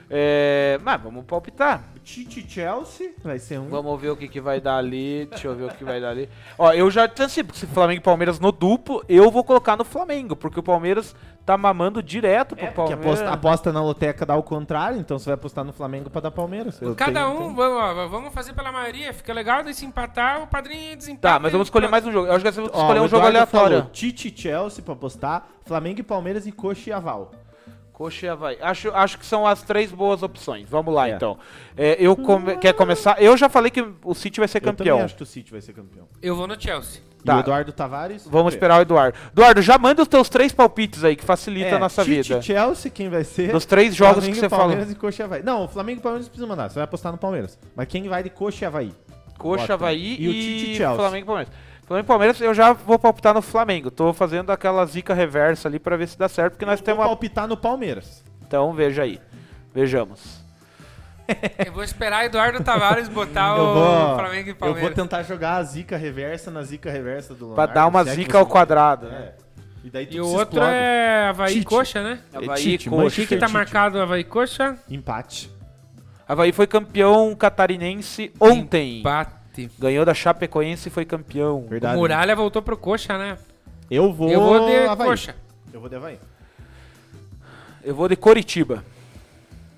É, mas vamos palpitar.
Tite Chelsea vai ser um.
Vamos ver o que, que vai dar ali. Deixa eu ver o que vai dar ali. Ó, eu já antecipo que se Flamengo e Palmeiras no duplo, eu vou colocar no Flamengo, porque o Palmeiras tá mamando direto pro
Que
Palmeiras.
aposta, aposta na loteca dá o contrário, então você vai apostar no Flamengo pra dar Palmeiras. Eu
Cada
tenho-
um,
tenho-
vamos, ó, vamos fazer pela maioria. Fica legal, daí se empatar, o padrinho desempata.
Tá, mas vamos escolher mais um jogo. Eu acho que vamos
Ah, Ó,
escolher
o
um jogo
Eduardo
aleatório.
falou Tite Chelsea pra apostar, Flamengo e Palmeiras e Coxa e Aval.
Coxa e Havaí. Acho, acho que são as três boas opções. Vamos lá,
É.
então. É, eu come- Quer começar? Eu já falei que o City vai ser
Eu também
campeão.
acho que o City vai ser campeão.
Eu vou no Chelsea.
Tá.
E o Eduardo Tavares.
Vamos
ver.
esperar o Eduardo. Eduardo, já manda os teus três palpites aí, que facilita
É,
a nossa
Tite,
vida.
Chelsea, quem vai ser?
Dos três jogos
Flamengo,
que você
Palmeiras
falou.
e Coxa e Havaí. Não, o Flamengo e Palmeiras não precisa mandar, você vai apostar no Palmeiras. Mas quem vai de Coxa e Havaí?
Coxa,
Ótimo.
Havaí
E o Tite
e,
Chelsea.
Flamengo e Palmeiras. Flamengo e Palmeiras, eu já vou palpitar no Flamengo. Tô fazendo aquela zica reversa ali pra ver se dá certo, porque nós
Vou
temos uma...
palpitar no Palmeiras.
Então, veja aí. Vejamos.
Eu vou esperar Eduardo Tavares botar
*laughs* eu
Ah, o
vou,
Flamengo e
eu vou
Palmeiras.
tentar jogar a zica reversa na zica reversa do
Pra
Leonardo.
dar uma
se é que
zica ao
você-
quadrado, né?
É. E daí tudo
E o
se
outro
explode.
é Havaí
Tite.
Coxa, né?
É Havaí,
É Tite,
Coxa.
Manchester
O que tá
Tite.
marcado Havaí Coxa?
Empate.
Havaí foi campeão catarinense ontem.
Empate.
Ganhou da Chapecoense e foi campeão.
Verdade.
O Muralha voltou pro Coxa, né?
Eu vou.
Eu vou de
Havaí.
Coxa.
Eu vou de Havaí.
Eu vou de Coritiba.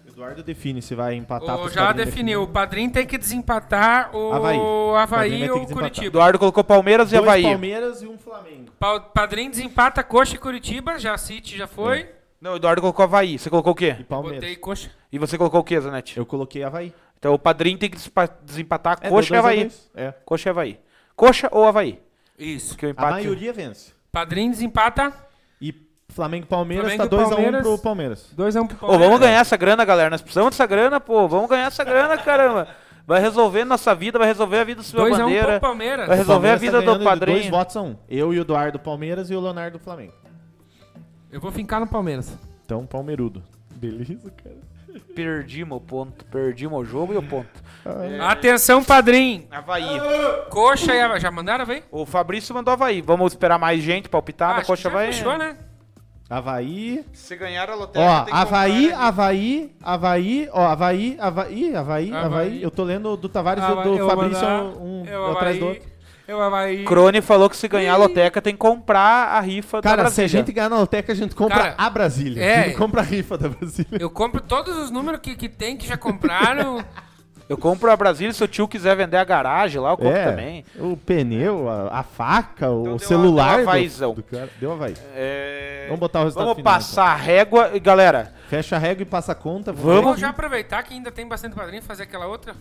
Eduardo define se vai empatar.
O
pros
já
padrinhos
definiu. O
definirem.
padrinho tem que desempatar o
Havaí. O padrinho
Havaí
vai ter
ou
que
o
desempatar.
Curitiba.
Eduardo colocou Palmeiras e
Dois
Havaí.
Palmeiras e um Flamengo.
Pa- Padrinho desempata Coxa e Curitiba. Já City já foi.
Não, o Eduardo colocou Havaí. Você colocou o
E
quê?
Palmeiras.
Botei Coxa.
E você colocou o quê, Zanetti?
Eu coloquei Havaí.
Então o padrinho tem que despa- desempatar
É,
Coxa e
deu dois a
Havaí.
dois. É.
Coxa e Havaí. Coxa ou Havaí?
Isso.
Que o
A
empate...
maioria vence.
Padrinho desempata.
E Flamengo e Palmeiras
Flamengo
tá
e
2x1
Palmeiras.
pro Palmeiras.
2 a 1 pro
Ô, vamos
né?
ganhar essa grana, galera. Nós precisamos dessa grana, pô. Vamos ganhar essa grana, caramba. Vai resolver nossa vida, vai resolver a vida do Silvio
2 a 1
Bandeira.
pro Palmeiras.
Vai resolver a
Palmeiras tá
vida
ganhando
do
de Dois
padrinho.
votos a um. Eu e o Eduardo Palmeiras e o Leonardo Flamengo.
Eu vou fincar no Palmeiras.
Então, Palmeirudo. Beleza, cara.
Perdimos o ponto. Perdimos o jogo e o ponto.
É. Atenção, padrinho.
Havaí.
Coxa e Havaí. Já mandaram, Havaí?
O Fabrício mandou Havaí. Vamos esperar mais gente
Tá,
palpitar.
Acho
da Coxa
que já
vai.
Fechou, né?
Havaí.
Se ganhar a loteria.
Ó, Havaí,
né?
Havaí, Havaí, ó, Havaí, Havaí, Havaí,
Havaí.
Havaí. Eu tô lendo do Tavares e
Havaí,
do
eu vou
Fabrício
mandar,
um
eu,
atrás do
Havaí.
outro.
Eu Havaí.
Crone falou que se ganhar a loteca tem que comprar a rifa da
Cara, se a
Brasília.
gente ganhar na loteca, a gente compra
Cara,
a Brasília.
é.
A gente compra a rifa da Brasília.
Eu compro todos os números que, que tem, que já
*laughs*
compraram.
Eu compro a Brasília, se o tio quiser vender a garagem lá, eu compro
é,
também.
o pneu, a, a faca, o
deu
celular.
uma- deu um
do-
avaizão.
do cara. Deu uma vai.
É,
Vamos botar o resultado
Vamos
final,
passar a régua. E, Galera,
então. Fecha a régua e passa a conta.
Vamos
Vamos.
já aproveitar que ainda tem bastante padrinho fazer aquela outra.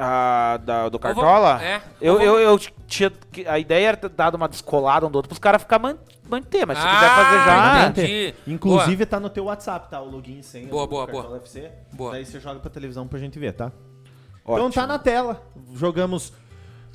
a da- do
vou-
Cartola,
é,
eu,
eu vou-
eu, eu tinha. que- A ideia era ter dado uma descolada um do outro pros caras ficar man, manter, mas se
Ah,
quiser fazer já.
entendi.
Inclusive tá no teu WhatsApp, tá? O login e senha
Boa,
do
boa,
Cartola
boa.
FC.
Boa.
Daí você joga pra televisão pra gente ver, tá? Então
Ótimo.
tá na tela. Jogamos.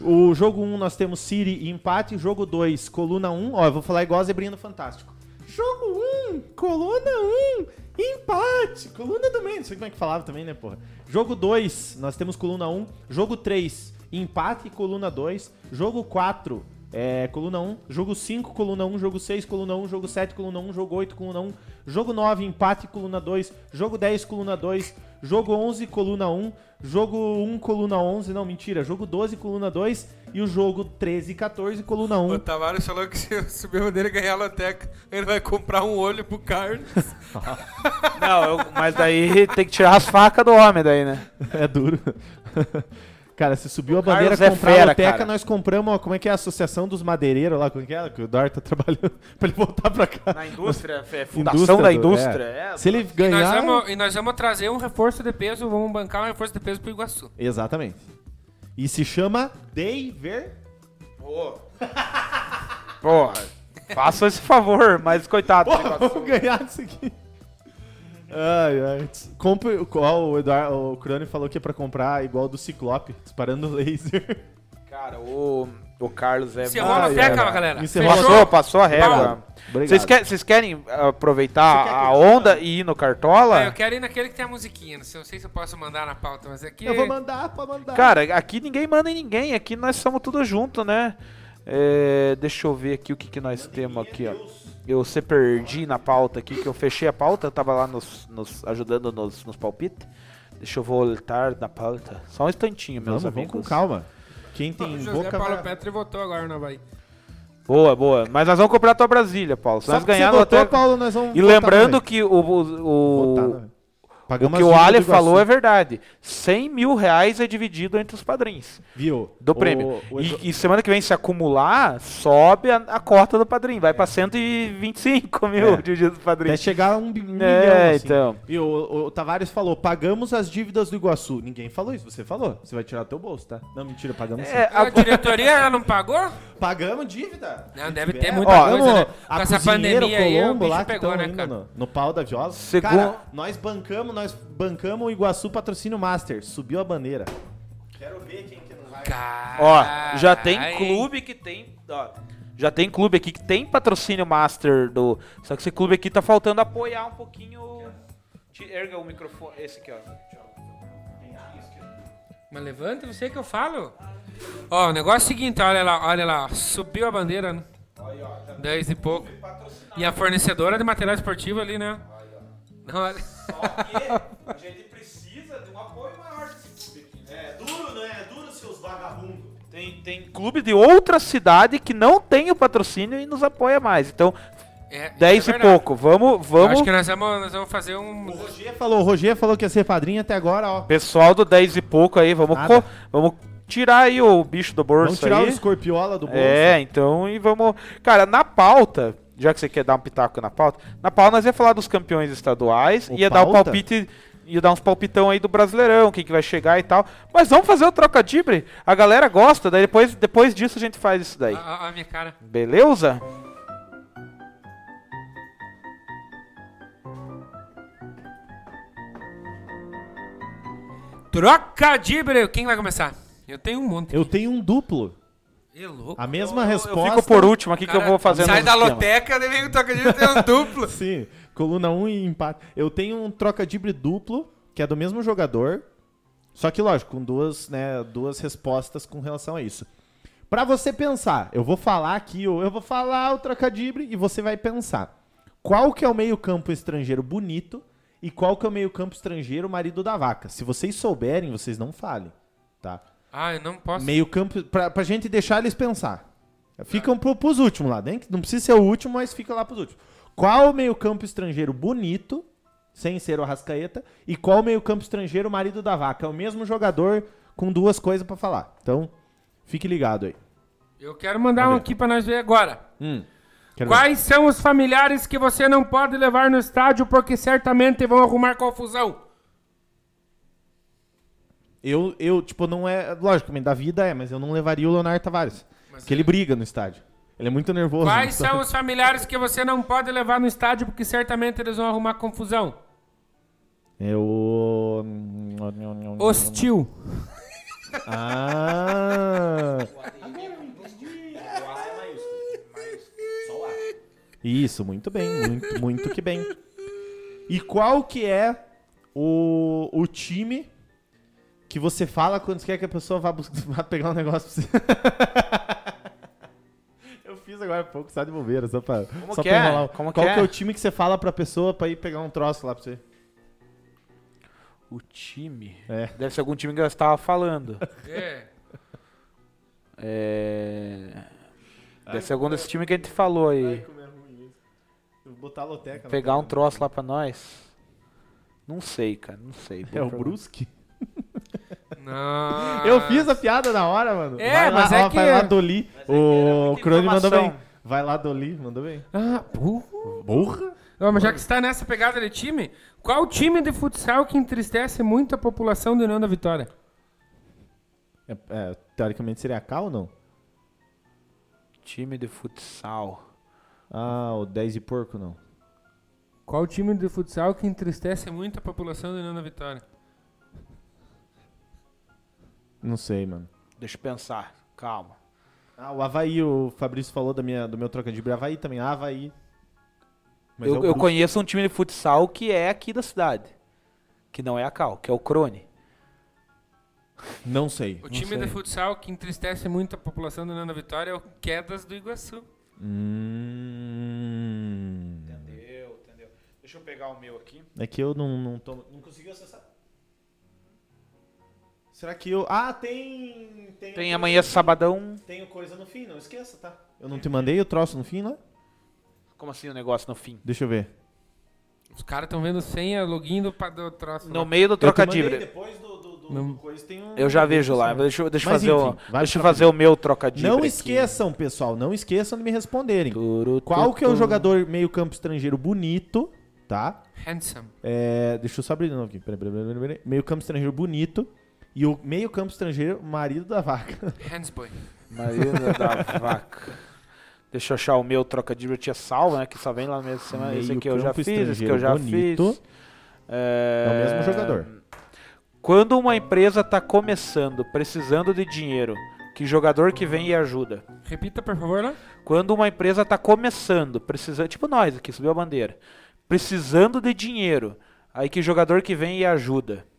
O jogo 1 nós temos Siri e empate. Jogo 2, coluna 1. Ó, eu vou falar igual a Zebrinha do Fantástico. Jogo 1, coluna 1, empate. Coluna do meio. Não sei como é que falava também, né, porra? Jogo 2, nós temos coluna 1. Jogo 3, empate, coluna 2. Jogo 4, é, coluna 1. Jogo 5, coluna 1. Jogo 6, coluna 1. Jogo 7, coluna 1. Jogo 8, coluna 1. Jogo 9, empate, coluna 2. Jogo 10, coluna 2. Jogo 11, coluna 1. Jogo 1, coluna 11. Não, mentira. Jogo 12, coluna 2. E o jogo 13 e 14, coluna 1.
*laughs*
O Tavares falou que se subir o dele ganhar a loteca, ele vai comprar um olho pro Carlos.
né? Não, eu- mas daí tem que tirar as facas do homem daí, né?
É duro. cara, se subiu a
Carlos
bandeira
é
comprar a
fera,
loteca,
cara.
nós compramos, ó, como é que é a Associação dos Madeireiros lá, como é que é? Que o Dor tá trabalhando *laughs* pra ele voltar pra cá.
Na indústria, é fundação da
do-
indústria.
é.
é.
Se ele
E nós,
ganhar...
vamos, e nós vamos trazer um reforço de peso, vamos bancar um reforço de peso pro Iguaçu.
Exatamente. E se chama Deiver...
Porra, faça esse favor, mas coitado. do
Porra,
Um
*laughs*
negócio. assim.
vamos ganhar disso aqui. Ai, ai. Compre, qual o Eduardo, o Crone falou que é pra comprar igual do Ciclope, disparando *laughs* laser.
Cara, o, o Carlos é.
Encerrou a
muito-
loteca,
é.
galera.
Encerrou.
Passou, passou a régua.
Obrigado.
Vocês que- vocês querem, ah, aproveitar
Você quer que
a
eu-
onda e ir no Cartola?
Ah, eu quero ir naquele que tem a musiquinha. Não sei, não sei se eu posso mandar na pauta, mas é aqui.
Eu vou mandar, pode mandar.
Cara, aqui ninguém manda em ninguém, aqui nós somos tudo junto, né? É, deixa eu ver aqui o que, que nós temos aqui, ó. Eu se perdi na pauta aqui, que eu fechei a pauta, eu tava lá nos, nos- ajudando nos, nos palpites. Deixa eu voltar na pauta. Só um instantinho,
vamos,
meus
vamos
amigos.
com calma. Quem tem
O José
boca
Paulo
vai-
Petri votou agora na Bahia.
Boa, boa. Mas nós vamos comprar a tua Brasília, Paulo. Se
Sabe
nós
que você
ganharmos
botou,
até...
Paulo, nós vamos
E
votar
lembrando
no
que o, o,
Votar,
o,
né?
o
Pagamos
que
as
o
dívidas
Ale
do
falou é
Iguaçu.
verdade. 100 mil reais é dividido entre os padrinhos.
Viu?
do
O-
prêmio.
o Edu-
e, e semana que vem, se acumular, sobe a, a cota do padrinho. Vai pra 125 mil
É.
*laughs* de dia do padrinho.
Até chegar a um bi- milhão,
É,
assim.
então.
E o, o- o Tavares falou, pagamos as dívidas do Iguaçu. Ninguém falou isso, você falou. Você vai tirar do teu bolso, tá? Não, mentira, pagamos sim.
É,
A
a-
diretoria ela não pagou?
Pagamos dívida?
Não,
Se
deve
tiver.
ter muita
Ó,
coisa,
vamos-
né?
A
Com essa
cozinheira, o
pandemia aí, o
Colombo lá
bicho
que
pegou,
tão
né,
indo
cara?
no, no pau da viola.
Segundo-
Cara, nós bancamos, nós bancamos o Iguaçu Patrocínio Master. Subiu a bandeira. Quero ver quem que não vai.
ó, já tem
Carai.
clube que tem. Ó, já tem clube aqui que tem patrocínio master do. Só que esse clube aqui tá faltando apoiar um pouquinho. Te- Erga o microfone. Esse aqui, ó.
Mas levanta você que eu falo. Ó, o negócio é o seguinte, olha lá, olha lá. Subiu a bandeira, né? Dez e pouco. E a fornecedora de material esportivo ali, né? Não, olha. *laughs* é,
a gente precisa de um apoio maior desse clube aqui, né?
É duro, né? É duro, seus vagabundos.
Tem, tem clube de outra cidade que não tem o patrocínio e nos apoia mais. Então,
É, isso
10
é
e
verdade.
pouco. Vamos,
Eu
vamos.
Acho que nós vamos, nós vamos fazer
O
um.
Roger falou, o Roger falou que ia ser padrinho até agora, ó.
Pessoal do 10 e pouco aí, vamos,
Nada.
co- vamos tirar aí o bicho do bolso
Vamos tirar
aí.
o escorpiola do bolso.
É, então e vamos. Cara, na pauta, já que você quer dar um pitaco na pauta, na pauta nós ia falar dos campeões estaduais,
O
ia dar o
pauta?
palpite, ia dar uns palpitão aí do Brasileirão, quem que vai chegar e tal. Mas vamos fazer o trocadibre. A galera gosta, daí depois, depois disso a gente faz isso daí.
A, a- a minha cara.
Beleza?
Troca de breu. Quem vai começar? Eu tenho um monte.
Eu tenho um duplo.
É louco.
A mesma
Eu-
resposta.
Eu fico por último aqui que eu
Cara,
vou fazer
Sai
no
da
esquema.
loteca, daí vem o troca de tem um
*laughs*
duplo.
Sim, assim, coluna 1 e empate. Eu tenho um trocadibre duplo, que é do mesmo jogador, só que, lógico, com duas, né, duas respostas com relação a isso. Pra você pensar, eu vou falar aqui, eu eu vou falar o trocadibre e você vai pensar. Qual que é o meio-campo estrangeiro bonito e qual que é o meio-campo estrangeiro marido da vaca? Se vocês souberem, vocês não falem, tá?
Ah, eu não posso.
Meio campo, pra, pra gente deixar eles pensar. Ficam pro, pros últimos lá, nem que não precisa ser o último, mas fica lá pros últimos. Qual meio campo estrangeiro bonito, sem ser o Arrascaeta, e qual meio campo estrangeiro marido da vaca? É o mesmo jogador com duas coisas pra falar. Então, fique ligado aí.
Eu quero mandar um aqui pra nós ver agora.
Hum, quero ver.
Quais são os familiares que você não pode levar no estádio porque certamente vão arrumar confusão?
Eu, eu, tipo, não é. Lógico, também da vida é, mas eu não levaria o Leonardo Tavares. porque ele briga no estádio. Ele é muito nervoso.
Quais
então-
são os familiares que você não pode levar no estádio porque certamente eles vão arrumar confusão?
É o.
Hostil.
Ah! Isso, muito bem, muito, muito que bem. E qual que é o, o time que você fala quando quer que a pessoa vá, bus- *laughs* vá pegar um negócio pra você? Eu fiz agora há pouco, só de bobeira, só pra,
Como
só
que
pra
é?
enrolar.
Como
qual
que
que é
é?
o time que você fala pra pessoa pra ir pegar um troço lá pra você?
O time.
É.
Deve ser algum time que eu estava falando.
É.
É. Deve ser algum desse time que a gente falou aí.
como é ruim isso. Vou botar a loteca.
Pegar um troço lá pra nós. Não sei, cara, não sei.
É o Brusque?
Não.
Eu fiz a piada na hora, mano.
É,
vai lá,
mas é
ó,
que-
Vai lá, Doli.
é
O Crone mandou bem.
informação.
Vai lá, Doli. Mandou bem.
Ah, burro.
Burra?
Ó, mas já que está nessa pegada de time, qual time de futsal que entristece muito a população do União da Vitória?
É, é, teoricamente seria a Cal ou não?
Time de futsal.
Ah, o 10 e porco não.
Qual time de futsal que entristece muito a população do União da Vitória?
Não sei, mano.
Deixa eu pensar. Calma.
Ah, o Havaí, o Fabrício falou da minha, do meu trocadilho. Havaí também, Ah, Havaí. Mas é o
eu, eu
Brusque.
conheço um time de futsal que é aqui da cidade. Que não é a Cal, que é o Crone.
Não sei.
O time de futsal que entristece muito a população do União da Vitória é o Quedas do Iguaçu.
Hum...
Entendeu, entendeu. Deixa eu pegar o meu aqui.
É que eu não, não tomo. Não consegui acessar. Será que eu. Ah, tem. Tem,
Tem amanhã um, sabadão.
Tenho coisa no fim, não esqueça, tá? Eu não te mandei o troço no fim, né?
Como assim o negócio no fim?
Deixa eu ver.
Os caras estão vendo senha, login do, pa- do troço.
No
lá.
meio do
Eu te mandei
trocadilho.
depois do, do, do-
Não.
do coisa, tem um-
Eu já vejo lá.
Não
Deixa, eu- deixa eu
Mas
fazer,
enfim,
o,
vai
deixa eu
pro
fazer o meu trocadilho. aqui.
esqueçam, pessoal, não esqueçam de me responderem.
Turu,
Qual
tu,
que é o
tu.
jogador meio campo estrangeiro bonito, tá?
Handsome.
É, deixa eu só abrir de novo aqui. Peraí, peraí, peraí, peraí. Meio campo estrangeiro bonito. E o meio campo estrangeiro, marido da vaca. *laughs*
Handsboy.
Marina da Vaca. Deixa eu achar o meu trocadilho. Eu tinha salvo, né? Que só vem lá na mesma semana. Esse
Meio
aqui eu já
campo
fiz, esse que eu
estrangeiro
já
bonito.
fiz. É...
É o mesmo jogador.
Quando uma empresa está começando, precisando de dinheiro, que jogador que vem e ajuda?
Repita, por favor, lá.
Quando uma empresa está começando, precisando, tipo nós aqui, subiu a bandeira, precisando de dinheiro, aí que jogador que vem e ajuda?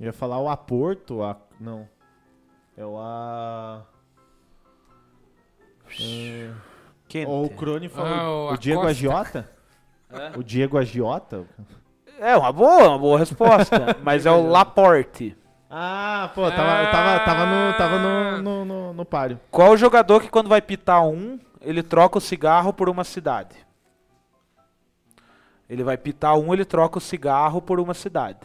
Eu ia falar o Aporto, a... não. É o A...
Quem?
Ou o Crone falou.
Ah, o
o Diego
Acosta.
Agiota? O Diego Agiota?
É uma boa, uma boa *laughs* resposta, mas é o Laporte.
Ah, pô, tava, eu tava, tava, no, tava no, no, no, no páreo.
Qual jogador que quando vai pitar um, ele troca o cigarro por uma cidade? Ele vai pitar um, ele troca o cigarro por uma cidade.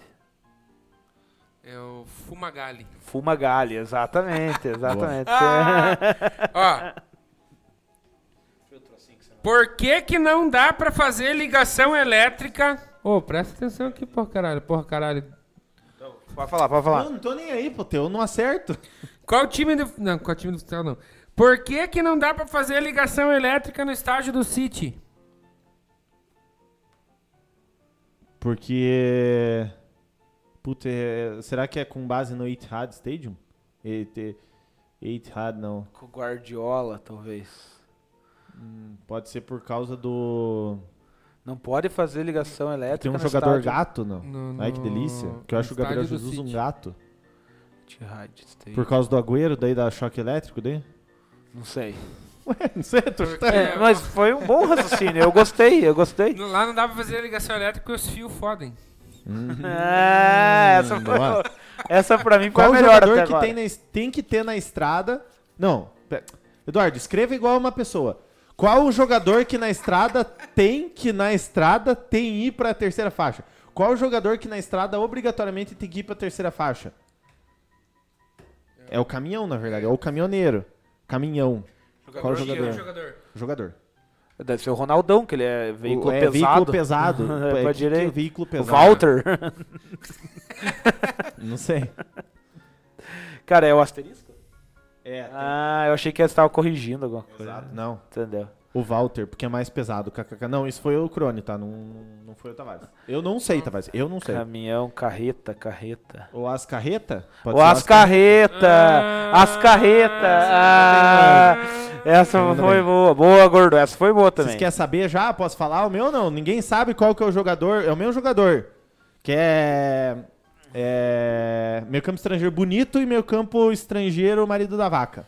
É o Fumagalli.
Fuma galha, exatamente, exatamente. Ah!
Ó. Por que que não dá pra fazer ligação elétrica? Ô, presta atenção aqui, porra, caralho. Porra, caralho.
*laughs* Pode falar, pode falar.
Eu não tô nem aí, pô, eu não acerto.
Qual time do... Não, qual time do futsal, não. Por que que não dá pra fazer ligação elétrica no estádio do City?
Porque... Puta, é- será que é com base no Etihad Stadium? Et- Etihad, não.
Com o Guardiola, talvez.
Pode ser por causa do...
Não pode fazer ligação elétrica.
Tem um
no
jogador
estádio.
gato, não?
No-
Ai, que
no-
delícia. Que eu
no
acho o Gabriel
estádio do
Jesus um
City.
gato.
Etihad Stadium.
Por causa do Agüero, daí dá choque elétrico, daí? *laughs*
Não sei.
Ué, não sei, tô
Porque-
chutando.
É, mas foi um bom raciocínio. Eu gostei, eu gostei.
Lá não dá pra fazer ligação elétrica porque os fios fodem.
Ah, essa foi
Hum, boa.
boa. Essa pra mim foi
Qual
é a melhor
jogador
até
que
agora.
tem, na es- tem que ter na estrada. Não. pe- Eduardo, escreva igual uma pessoa. Qual o jogador que na estrada tem que na estrada tem ir pra terceira faixa? Qual o jogador que na estrada obrigatoriamente tem que ir pra terceira faixa? É o caminhão, na verdade, é o caminhoneiro. Caminhão. Qual
Quem é
jogador?
o jogador?
Jogador.
Deve ser o Ronaldão, que ele é veículo
é,
pesado. *laughs*
veículo pesado.
É,
É,
pra
que- que
direita.
veículo
O
pesado.
Walter. *laughs*
Não sei.
Cara, é o asterisco?
É.
Ah, eu achei que você tava corrigindo alguma coisa.
Exato. Não.
Entendeu?
O Walter, porque é mais pesado. KKK. Não, isso foi o Crone, tá? Não, não foi o Tavares. Eu não sei, Tavares. Eu não sei.
Caminhão, carreta, carreta.
O As Carreta?
Ou as carreta! As carreta! Ah, essa
Manda
foi
bem.
boa. Boa, gordo. Essa foi boa também.
Vocês querem saber já? Posso falar o meu ou não? Ninguém sabe qual que é o jogador. É o meu jogador. Que é... é meu campo estrangeiro bonito e meu campo estrangeiro marido da vaca.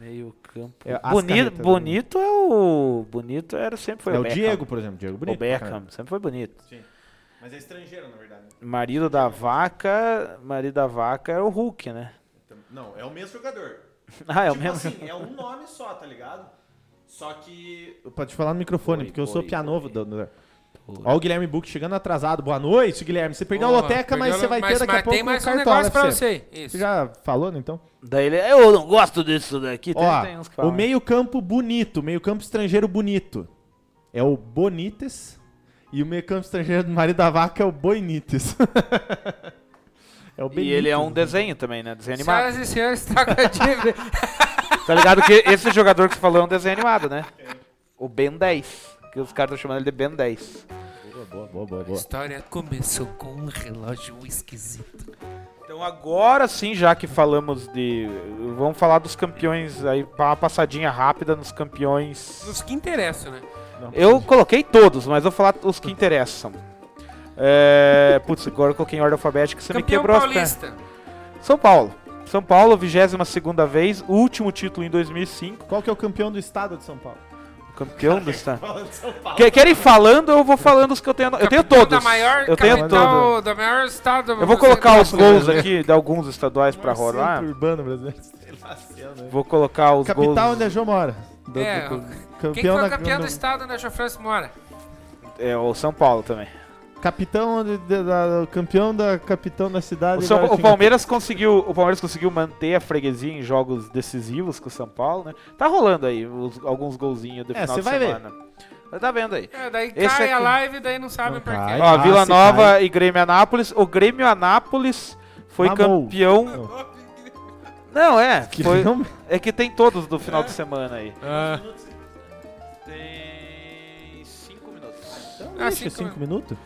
Meio campo.
É, as
bonito,
carreta,
bonito é o. Bonito era, sempre foi
é
o
o
Beckham.
Diego, por exemplo. Diego bonito.
O Beckham, sempre foi bonito.
Mas é estrangeiro, na verdade.
Marido da vaca. Marido da vaca era o Hulk, né?
Não, é o mesmo jogador.
*laughs* Ah, é
Tipo
o mesmo.
assim,
é um nome só, tá ligado? Só que. Pode falar no microfone, porque eu sou piá novo. Do, do... Ó, o Guilherme Book chegando atrasado. Boa noite, Guilherme. Você perdeu a
Boa,
loteca, mas
perdeu
você
a-
vai ter daqui a pouco
Mas tem mais
o
um
cartola
negócio pra
FC.
você. Isso.
Você já falou, né, então?
Daí ele. Eu não gosto disso daqui. Tem,
Ó,
tem uns que
o
falam.
meio-campo bonito, meio-campo estrangeiro bonito. É o Bonites. E o meio-campo estrangeiro do marido da vaca é o Boinites. *laughs* é o
E
Benítez.
ele é um desenho também, né? Desenho animado. *laughs*
Senhoras e senhores, troca de...
Tá ligado que esse jogador que você falou é um desenho animado, né? O Ben 10. Que os caras estão chamando ele de Ben 10.
Boa, boa, boa, boa,
A
boa.
história começou com um relógio esquisito.
Então agora sim, já que falamos de. Vamos falar dos campeões aí, dar uma passadinha rápida nos campeões.
Dos que interessam, né?
Eu coloquei todos, mas vou falar os que interessam. É, putz, agora eu coloquei em ordem alfabética você me
Campeão
quebrou as pernas.
paulista.
São Paulo. São Paulo, 22 segunda vez, último título em 2005,
Qual que é o campeão do estado de São Paulo?
campeão do estado. Que- Querem ir falando ou eu vou falando os que eu tenho? Eu tenho
Capital
todos.
Da maior
eu tenho
capital,
todos.
Da maior estado. assim.
Eu vou colocar os gols aqui de alguns estaduais pra
Maior
rolar.
centro urbano brasileiro. *laughs* Sei lá, sei lá, né?
Vou colocar os
Capital
gols.
onde a Jo mora. Do-
É,
do-
o- Quem
campeão
que foi
da-
o campeão
do-
do estado onde a Jo França mora?
É o São Paulo também.
Capitão onde- da- da- o campeão da capitão da cidade.
O, São-
agora
o
tinha-
Palmeiras conseguiu, o Palmeiras conseguiu manter a freguesia em jogos decisivos com o São Paulo, né? Tá rolando aí os- alguns golzinhos do
É,
final
cê
de
vai ver.
semana. Mas Tá vendo aí?
É, daí
Esse
cai a
aqui.
live e daí não sabem
Não
por
cai.
quê.
Ó,
Ah,
Vila
se
Nova e Grêmio Anápolis. O Grêmio Anápolis foi
Mamou.
campeão.
Não.
Não, é.
*laughs* *laughs* Que
foi-
não-
É que tem todos do final de semana aí.
Ah,
Tem cinco minutos.
Ah,
Ixi,
cinco
cinco minutos?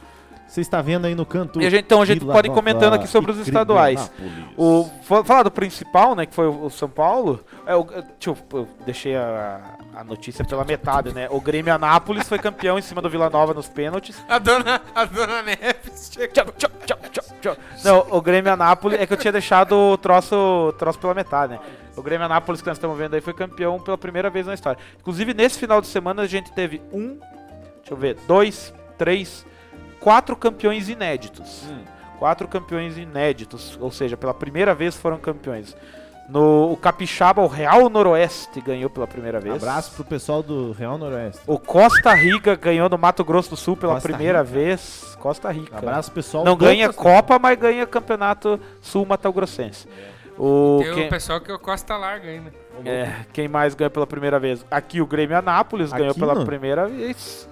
Você está vendo aí no canto.
E a gente- então a gente
Vila
pode ir
Nova
comentando aqui sobre
e
os estaduais.
Cristianápolis.
O, fa- falar do principal, né, que foi o o São Paulo. É, o, é, deixa eu, eu deixei a, a notícia pela metade, né? O Grêmio Anápolis foi campeão em cima do Vila Nova nos pênaltis.
A dona, a dona Neves chegou.
Tchau, tchau, tchau, tchau, tchau. Não, o Grêmio Anápolis é que eu tinha deixado o troço, o troço pela metade, né? O Grêmio Anápolis que nós estamos vendo aí foi campeão pela primeira vez na história. Inclusive, nesse final de semana a gente teve um, deixa eu ver, dois, três, quatro campeões inéditos.
Hum.
Quatro campeões inéditos, ou seja, pela primeira vez foram campeões. No o Capixaba, o Real Noroeste ganhou pela primeira vez.
Abraço pro pessoal do Real Noroeste.
O Costa Rica ganhou no Mato Grosso do Sul pela
Costa
primeira vez. Costa Rica.
Abraço pro pessoal
Não
do
ganha Copa, mas ganha Campeonato Sul Mato Grossense. O
Tem o
quem,
pessoal que é o Costa larga ainda.
é, quem mais ganha pela primeira vez? Aqui o Grêmio Anápolis ganhou
Aqui,
pela
mano?
primeira vez.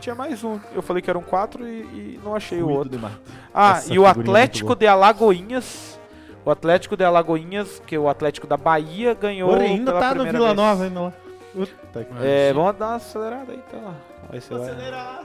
Tinha mais um. Eu falei que eram quatro e, e não achei o
Cuido
outro.
demais.
Ah,
Essa
e o
figurinha é muito
Atlético
boa.
de Alagoinhas. O Atlético de Alagoinhas, que é o Atlético da Bahia ganhou.
Porra, ainda
pela
tá no
primeira
Vila
vez.
Nova ainda lá. Puta que-
É, vamos dar uma acelerada aí então. Vai ser lá.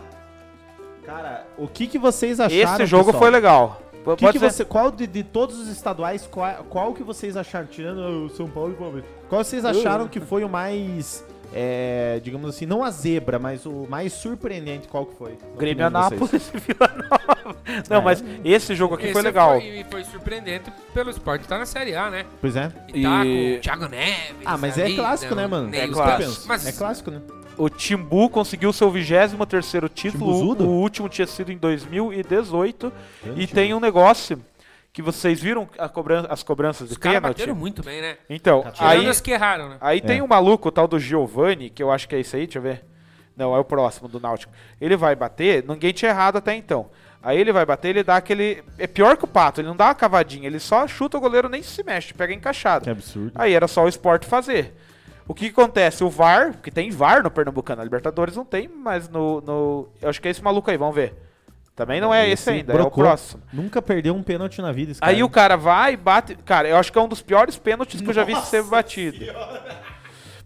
Cara, o que, que vocês acharam?
Esse jogo
pessoal?
foi legal.
O
Pode
Que que
ser-
você, qual de, de todos os estaduais, qual, qual que vocês acharam, tirando o São Paulo e o Palmeiras, qual vocês acharam que foi o mais, é, digamos assim, não a zebra, mas o mais surpreendente, qual que foi? Na
Grêmio
opinião de vocês.
Anápolis e *laughs* Vila Nova. Não,
É.
mas esse jogo aqui
Esse é
foi legal.
Foi, e foi surpreendente pelo esporte. Tá na Série A, né?
Pois é.
E tá
E-
com o Thiago Neves.
Ah, mas é
ali,
clássico,
não,
né, mano?
nem
É
os
clássico.
campeões. Mas
É clássico, né?
O Timbu conseguiu seu 23º título,
Timbuzudo?
o último tinha sido em 2018.
Grande
e tem um negócio que vocês viram a cobran- as cobranças de
Os caras
pênalti.
bateram muito bem, né?
Então,
Tirando
aí,
os que erraram, né?
aí tem um maluco, o tal do Giovanni, que eu acho que é esse aí, deixa eu ver. Não, é o próximo do Náutico. Ele vai bater, ninguém tinha errado até então. Aí ele vai bater, ele dá aquele. É pior que o pato, ele não dá uma cavadinha, ele só chuta o goleiro, nem se mexe, pega encaixado.
Que absurdo.
Aí era só o esporte fazer. O que que acontece? O VAR, que tem VAR no Pernambucano, a Libertadores não tem, mas no, no- Eu acho que é esse maluco aí, vamos ver. Também não é esse, ainda,
brocou.
é o próximo.
Nunca perdeu um pênalti na vida, esse cara.
Aí o cara vai, bate. Cara, eu acho que é um dos piores pênaltis que eu já vi ser batido.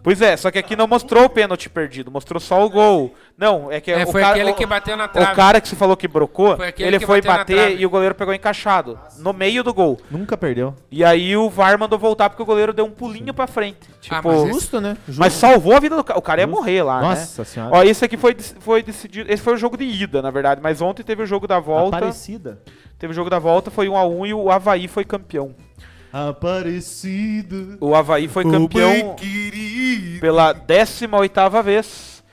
Pois é, só que aqui não mostrou o pênalti perdido, mostrou só o gol. Não, é que
É,
o
foi
cara,
aquele
o-
que bateu na
o
trave.
cara que se falou que brocou,
Foi aquele
ele
que
foi
bateu na
bater
trave.
e o goleiro pegou encaixado no meio do gol.
Nunca perdeu.
E aí o VAR mandou voltar porque o goleiro deu um pulinho pra frente. Tipo,
Ah,
mas,
mas esse-
Justo, né? Justo.
salvou a vida do cara. O cara ia
Justo.
morrer lá, né?
Nossa senhora.
Ó, esse aqui foi, dec- foi decidido. Esse foi o jogo de ida, na verdade. Mas ontem teve o jogo da volta.
Aparecida.
Teve o jogo da volta, foi 1x1 e o Havaí foi campeão.
Aparecida.
O Havaí foi
O
campeão
bem querido.
pela 18ª vez.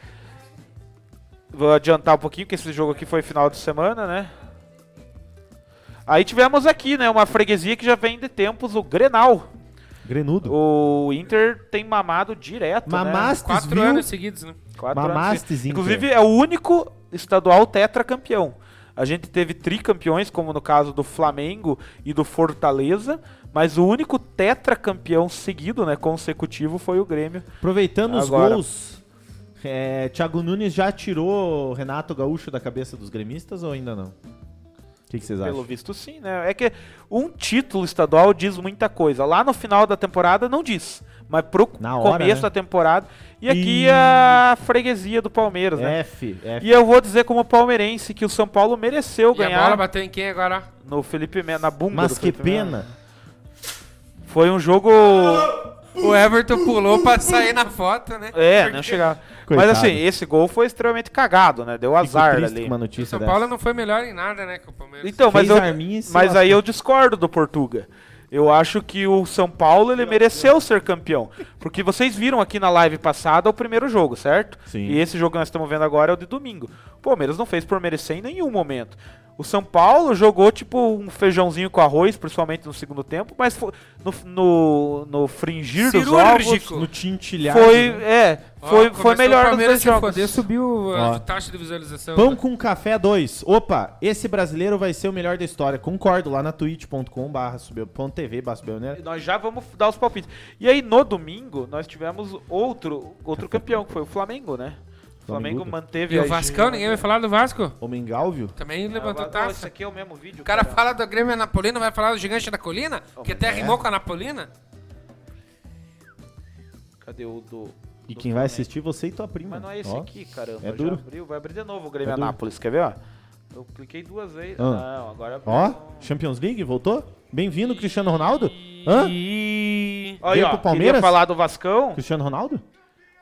Vou adiantar um pouquinho, que esse jogo aqui foi final de semana, né? Aí tivemos aqui, né, uma freguesia que já vem de tempos, o Grenal.
Grenudo.
O Inter tem mamado direto, né?
Mamastes,
Quatro
viu?
anos seguidos, né?
Quatro
Mamastes,
anos.
Inter.
Inclusive, é o único estadual tetracampeão. A gente teve tricampeões, como no caso do Flamengo e do Fortaleza, mas o único tetracampeão seguido, né, consecutivo, foi o Grêmio.
Aproveitando os
Agora.
gols, é, Thiago Nunes já tirou o Renato Gaúcho da cabeça dos gremistas ou ainda não? O que, que vocês
Pelo
acham?
visto, sim, né? É que um título estadual diz muita coisa. Lá no final da temporada não diz, mas pro
Na hora,
começo
né?
da temporada. E aqui é
E-
a freguesia do Palmeiras, né?
F, F.
E eu vou dizer como palmeirense que o São Paulo mereceu
E a bola
ganhar
bateu em quem agora?
no Felipe Mena, na bunda
Mas
do
que
Felipe né? Melo.
pena.
Foi um jogo.
O Everton pulou pra sair na foto, né?
É, não chegava.
Coitado.
Mas assim, esse gol foi extremamente cagado, né? Deu
Fico
azar
triste
ali.
com uma
O
notícia
São
dessa.
Paulo é não foi melhor em nada, né? Que o Palmeiras.
Então, mas,
Fez
eu,
arminha e se
mas aí
lascou.
eu discordo do Portuga. Eu acho que o São Paulo ele mereceu ser campeão. Porque vocês viram aqui na live passada o primeiro jogo, certo?
Sim.
E esse jogo que nós estamos vendo agora é o de domingo. O Palmeiras não fez por merecer em nenhum momento. O São Paulo jogou tipo um feijãozinho com arroz, principalmente no segundo tempo, mas fo- no, no, no fringir dos ovos.
Cirúrgico.
No tintilhado.
Foi,
né?
é,
Ó,
foi, foi
começou o
melhor nos
Palmeiras
dois
se
jogos.
foder, subiu a
Ó.
taxa de visualização. né?
Pão com café 2. Opa, esse brasileiro vai ser o melhor da história. Concordo lá na twitch.com/barra subiu.tv, barra subiu, né?
Nós já vamos dar os palpites. E aí, no domingo, nós tivemos outro, outro campeão, que foi o Flamengo, né? O Flamengo
Flamengudo.
manteve.
E o
a-
Vascão, ninguém vai falar do Vasco?
Homem Gálvio?
Também
Ah,
levantou
não, Isso
taça.
aqui é o mesmo vídeo.
O cara fala do Grêmio é Napolina, vai falar do Gigante da Colina?
Oh,
Que até
é.
rimou com a Napolina?
Cadê o do.
E
do
quem vai
Flamengo?
assistir você e tua prima.
Mas não é esse
Ó.
aqui, caramba.
É
já
duro.
abriu, vai abrir de novo o Grêmio
É duro.
Anápolis, quer ver, ó? Eu cliquei duas vezes.
Ah.
Não, agora.
Ó, Champions League, voltou? Bem-vindo, Cristiano Ronaldo. Hã?
E...
Olha, aí,
veio
ó,
pro Palmeiras?
queria falar do Vascão.
Cristiano Ronaldo?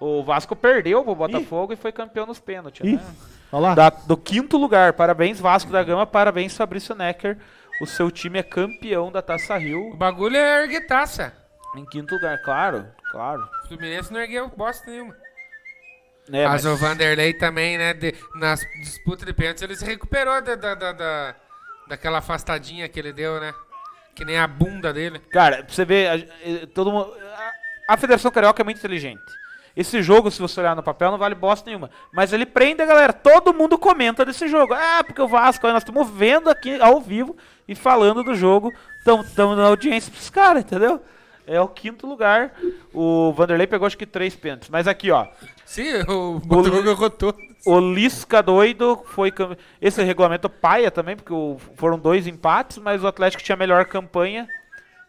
O Vasco perdeu pro Botafogo e foi campeão nos pênaltis,
Ih,
né?
olha lá.
da- do quinto lugar. Parabéns, Vasco da Gama. Parabéns, Fabrício Necker. O seu time é campeão da Taça
O
Rio.
bagulho é erguer taça.
Em quinto lugar, claro, claro.
O Fluminense não ergueu bosta nenhuma.
É,
mas,
mas,
o Vanderlei também, né? de- nas disputas de pênaltis, ele se recuperou da, da, da- da- daquela afastadinha que ele deu, né? Que nem a bunda dele.
cara, pra você ver, a- eh, todo mundo, a, a Federação Carioca é muito inteligente. Esse jogo, se você olhar no papel, não vale bosta nenhuma. Mas ele prende a galera. Todo mundo comenta desse jogo. Ah, porque o Vasco, aí nós estamos vendo aqui ao vivo e falando do jogo. Estamos na audiência pros caras, entendeu? É o quinto lugar. O Vanderlei pegou acho que três pênaltis. Mas aqui, ó.
Sim, *laughs* o Botafogo rotou.
O Lisca doido foi. cam- Esse regulamento paia também, porque o- foram dois empates, mas o Atlético tinha a melhor campanha.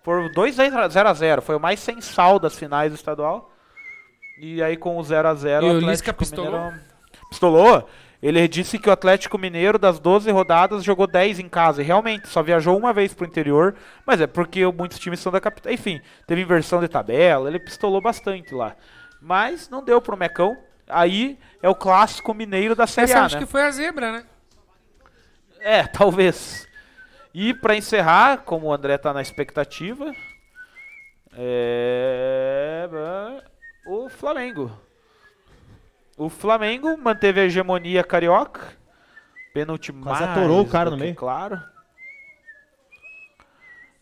Foram dois 0 a 0 Foi o mais sem sal das finais do estadual. E aí com o 0 a 0
E o
Atlético
Lisca pistolou?
Mineiro- Pistolou? Ele disse que o Atlético Mineiro, das 12 rodadas, jogou 10 em casa. E realmente, só viajou uma vez pro interior. Mas é porque muitos times são da capital. Enfim, teve inversão de tabela. Ele pistolou bastante lá. Mas não deu pro Mecão. Aí é o clássico mineiro da Série
Essa
A,
acho
né?
que foi a zebra, né?
É, talvez. E pra encerrar, como o André tá na expectativa, é... o Flamengo. O Flamengo manteve a hegemonia carioca. Pênalti mais.
Quase atorou o cara
do
no
que
meio.
Claro.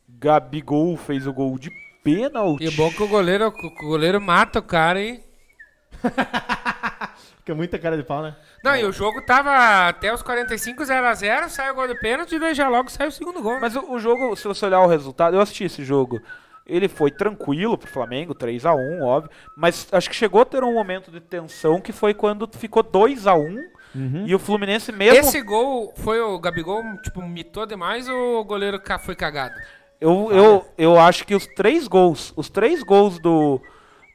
Gabigol fez o gol de pênalti.
E o bom que o goleiro, o goleiro mata o cara, hein?
Fica muita cara de pau, né?
Não, e o jogo tava até os 45, 0 a 0 sai o gol do pênalti e daí já logo sai o segundo gol. né?
Mas o, o jogo, se você olhar o resultado, eu assisti esse jogo. Ele foi tranquilo pro Flamengo, 3 a 1 óbvio. Mas acho que chegou a ter um momento de tensão que foi quando ficou 2 a 1 E o Fluminense mesmo.
Esse gol foi o Gabigol, tipo, mitou demais ou o goleiro ca- foi cagado?
Eu, eu, eu acho que os três gols, os três gols do,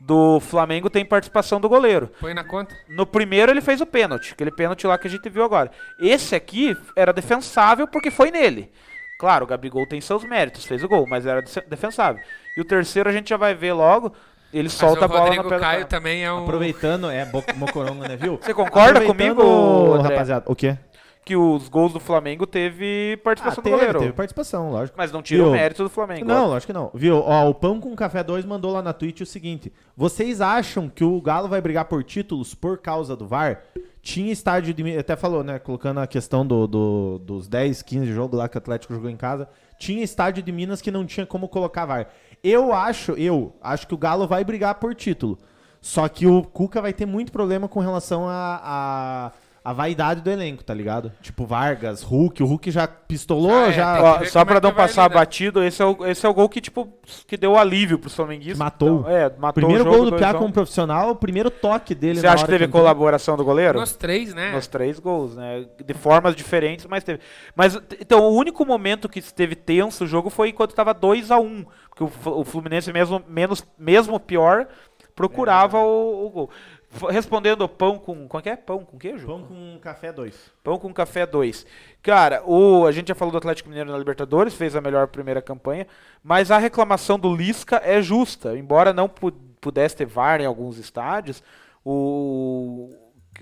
do Flamengo tem participação do goleiro.
Põe na conta.
No primeiro ele fez o pênalti, aquele pênalti lá que a gente viu agora. Esse aqui era defensável porque foi nele. Claro, o Gabigol tem seus méritos, fez o gol, mas era defe- defensável. E o terceiro a gente já vai ver logo, ele solta a
Mas o
bola
Rodrigo
na pedra.
Caio também é um...
Aproveitando, é, bo- mocorongo, né, viu?
Você concorda
Aproveitando,
comigo, André?
rapaziada? O quê?
Que os gols do Flamengo teve participação do goleiro.
Ah, teve participação, lógico.
Mas não tira o
Viu?
mérito do Flamengo.
Não, acho que não. Viu? Ó, o Pão com Café 2 mandou lá na Twitch o seguinte: Vocês acham que o Galo vai brigar por títulos por causa do VAR? Tinha estádio de. Até falou, né? Colocando a questão do, do- dos 10, 15 jogos lá que o Atlético jogou em casa. Tinha estádio de Minas que não tinha como colocar VAR. Eu acho, eu acho que o Galo vai brigar por título. Só que o Cuca vai ter muito problema com relação a. a... a vaidade do elenco, tá ligado? Tipo Vargas, Hulk, o Hulk já pistolou,
Ah, é,
já.
tem
Ó,
que ver
só
como é
pra não
que vai
passar
lidar.
batido, esse é, o, esse é o gol que, tipo, que deu alívio pro Flamenguista.
Matou.
Então, é, matou
primeiro
o jogo,
gol do
dois
Piá
a um.
como profissional, o primeiro toque dele
Você
na
acha que
hora
teve
entrou.
colaboração do goleiro?
Nos três, né?
Nos três gols, né? De formas diferentes, mas teve. Mas, t- então, o único momento que esteve tenso o jogo foi enquanto tava 2 a 1 Porque o Fl- o Fluminense, mesmo, menos, mesmo pior, procurava o, o gol. F- Respondendo pão com. Como é que é? Pão com queijo?
Pão com café 2.
Pão com café 2. Cara, o, a gente já falou do Atlético Mineiro na Libertadores, fez a melhor primeira campanha, mas a reclamação do Lisca é justa. Embora não pu- pudesse ter VAR em alguns estádios, o,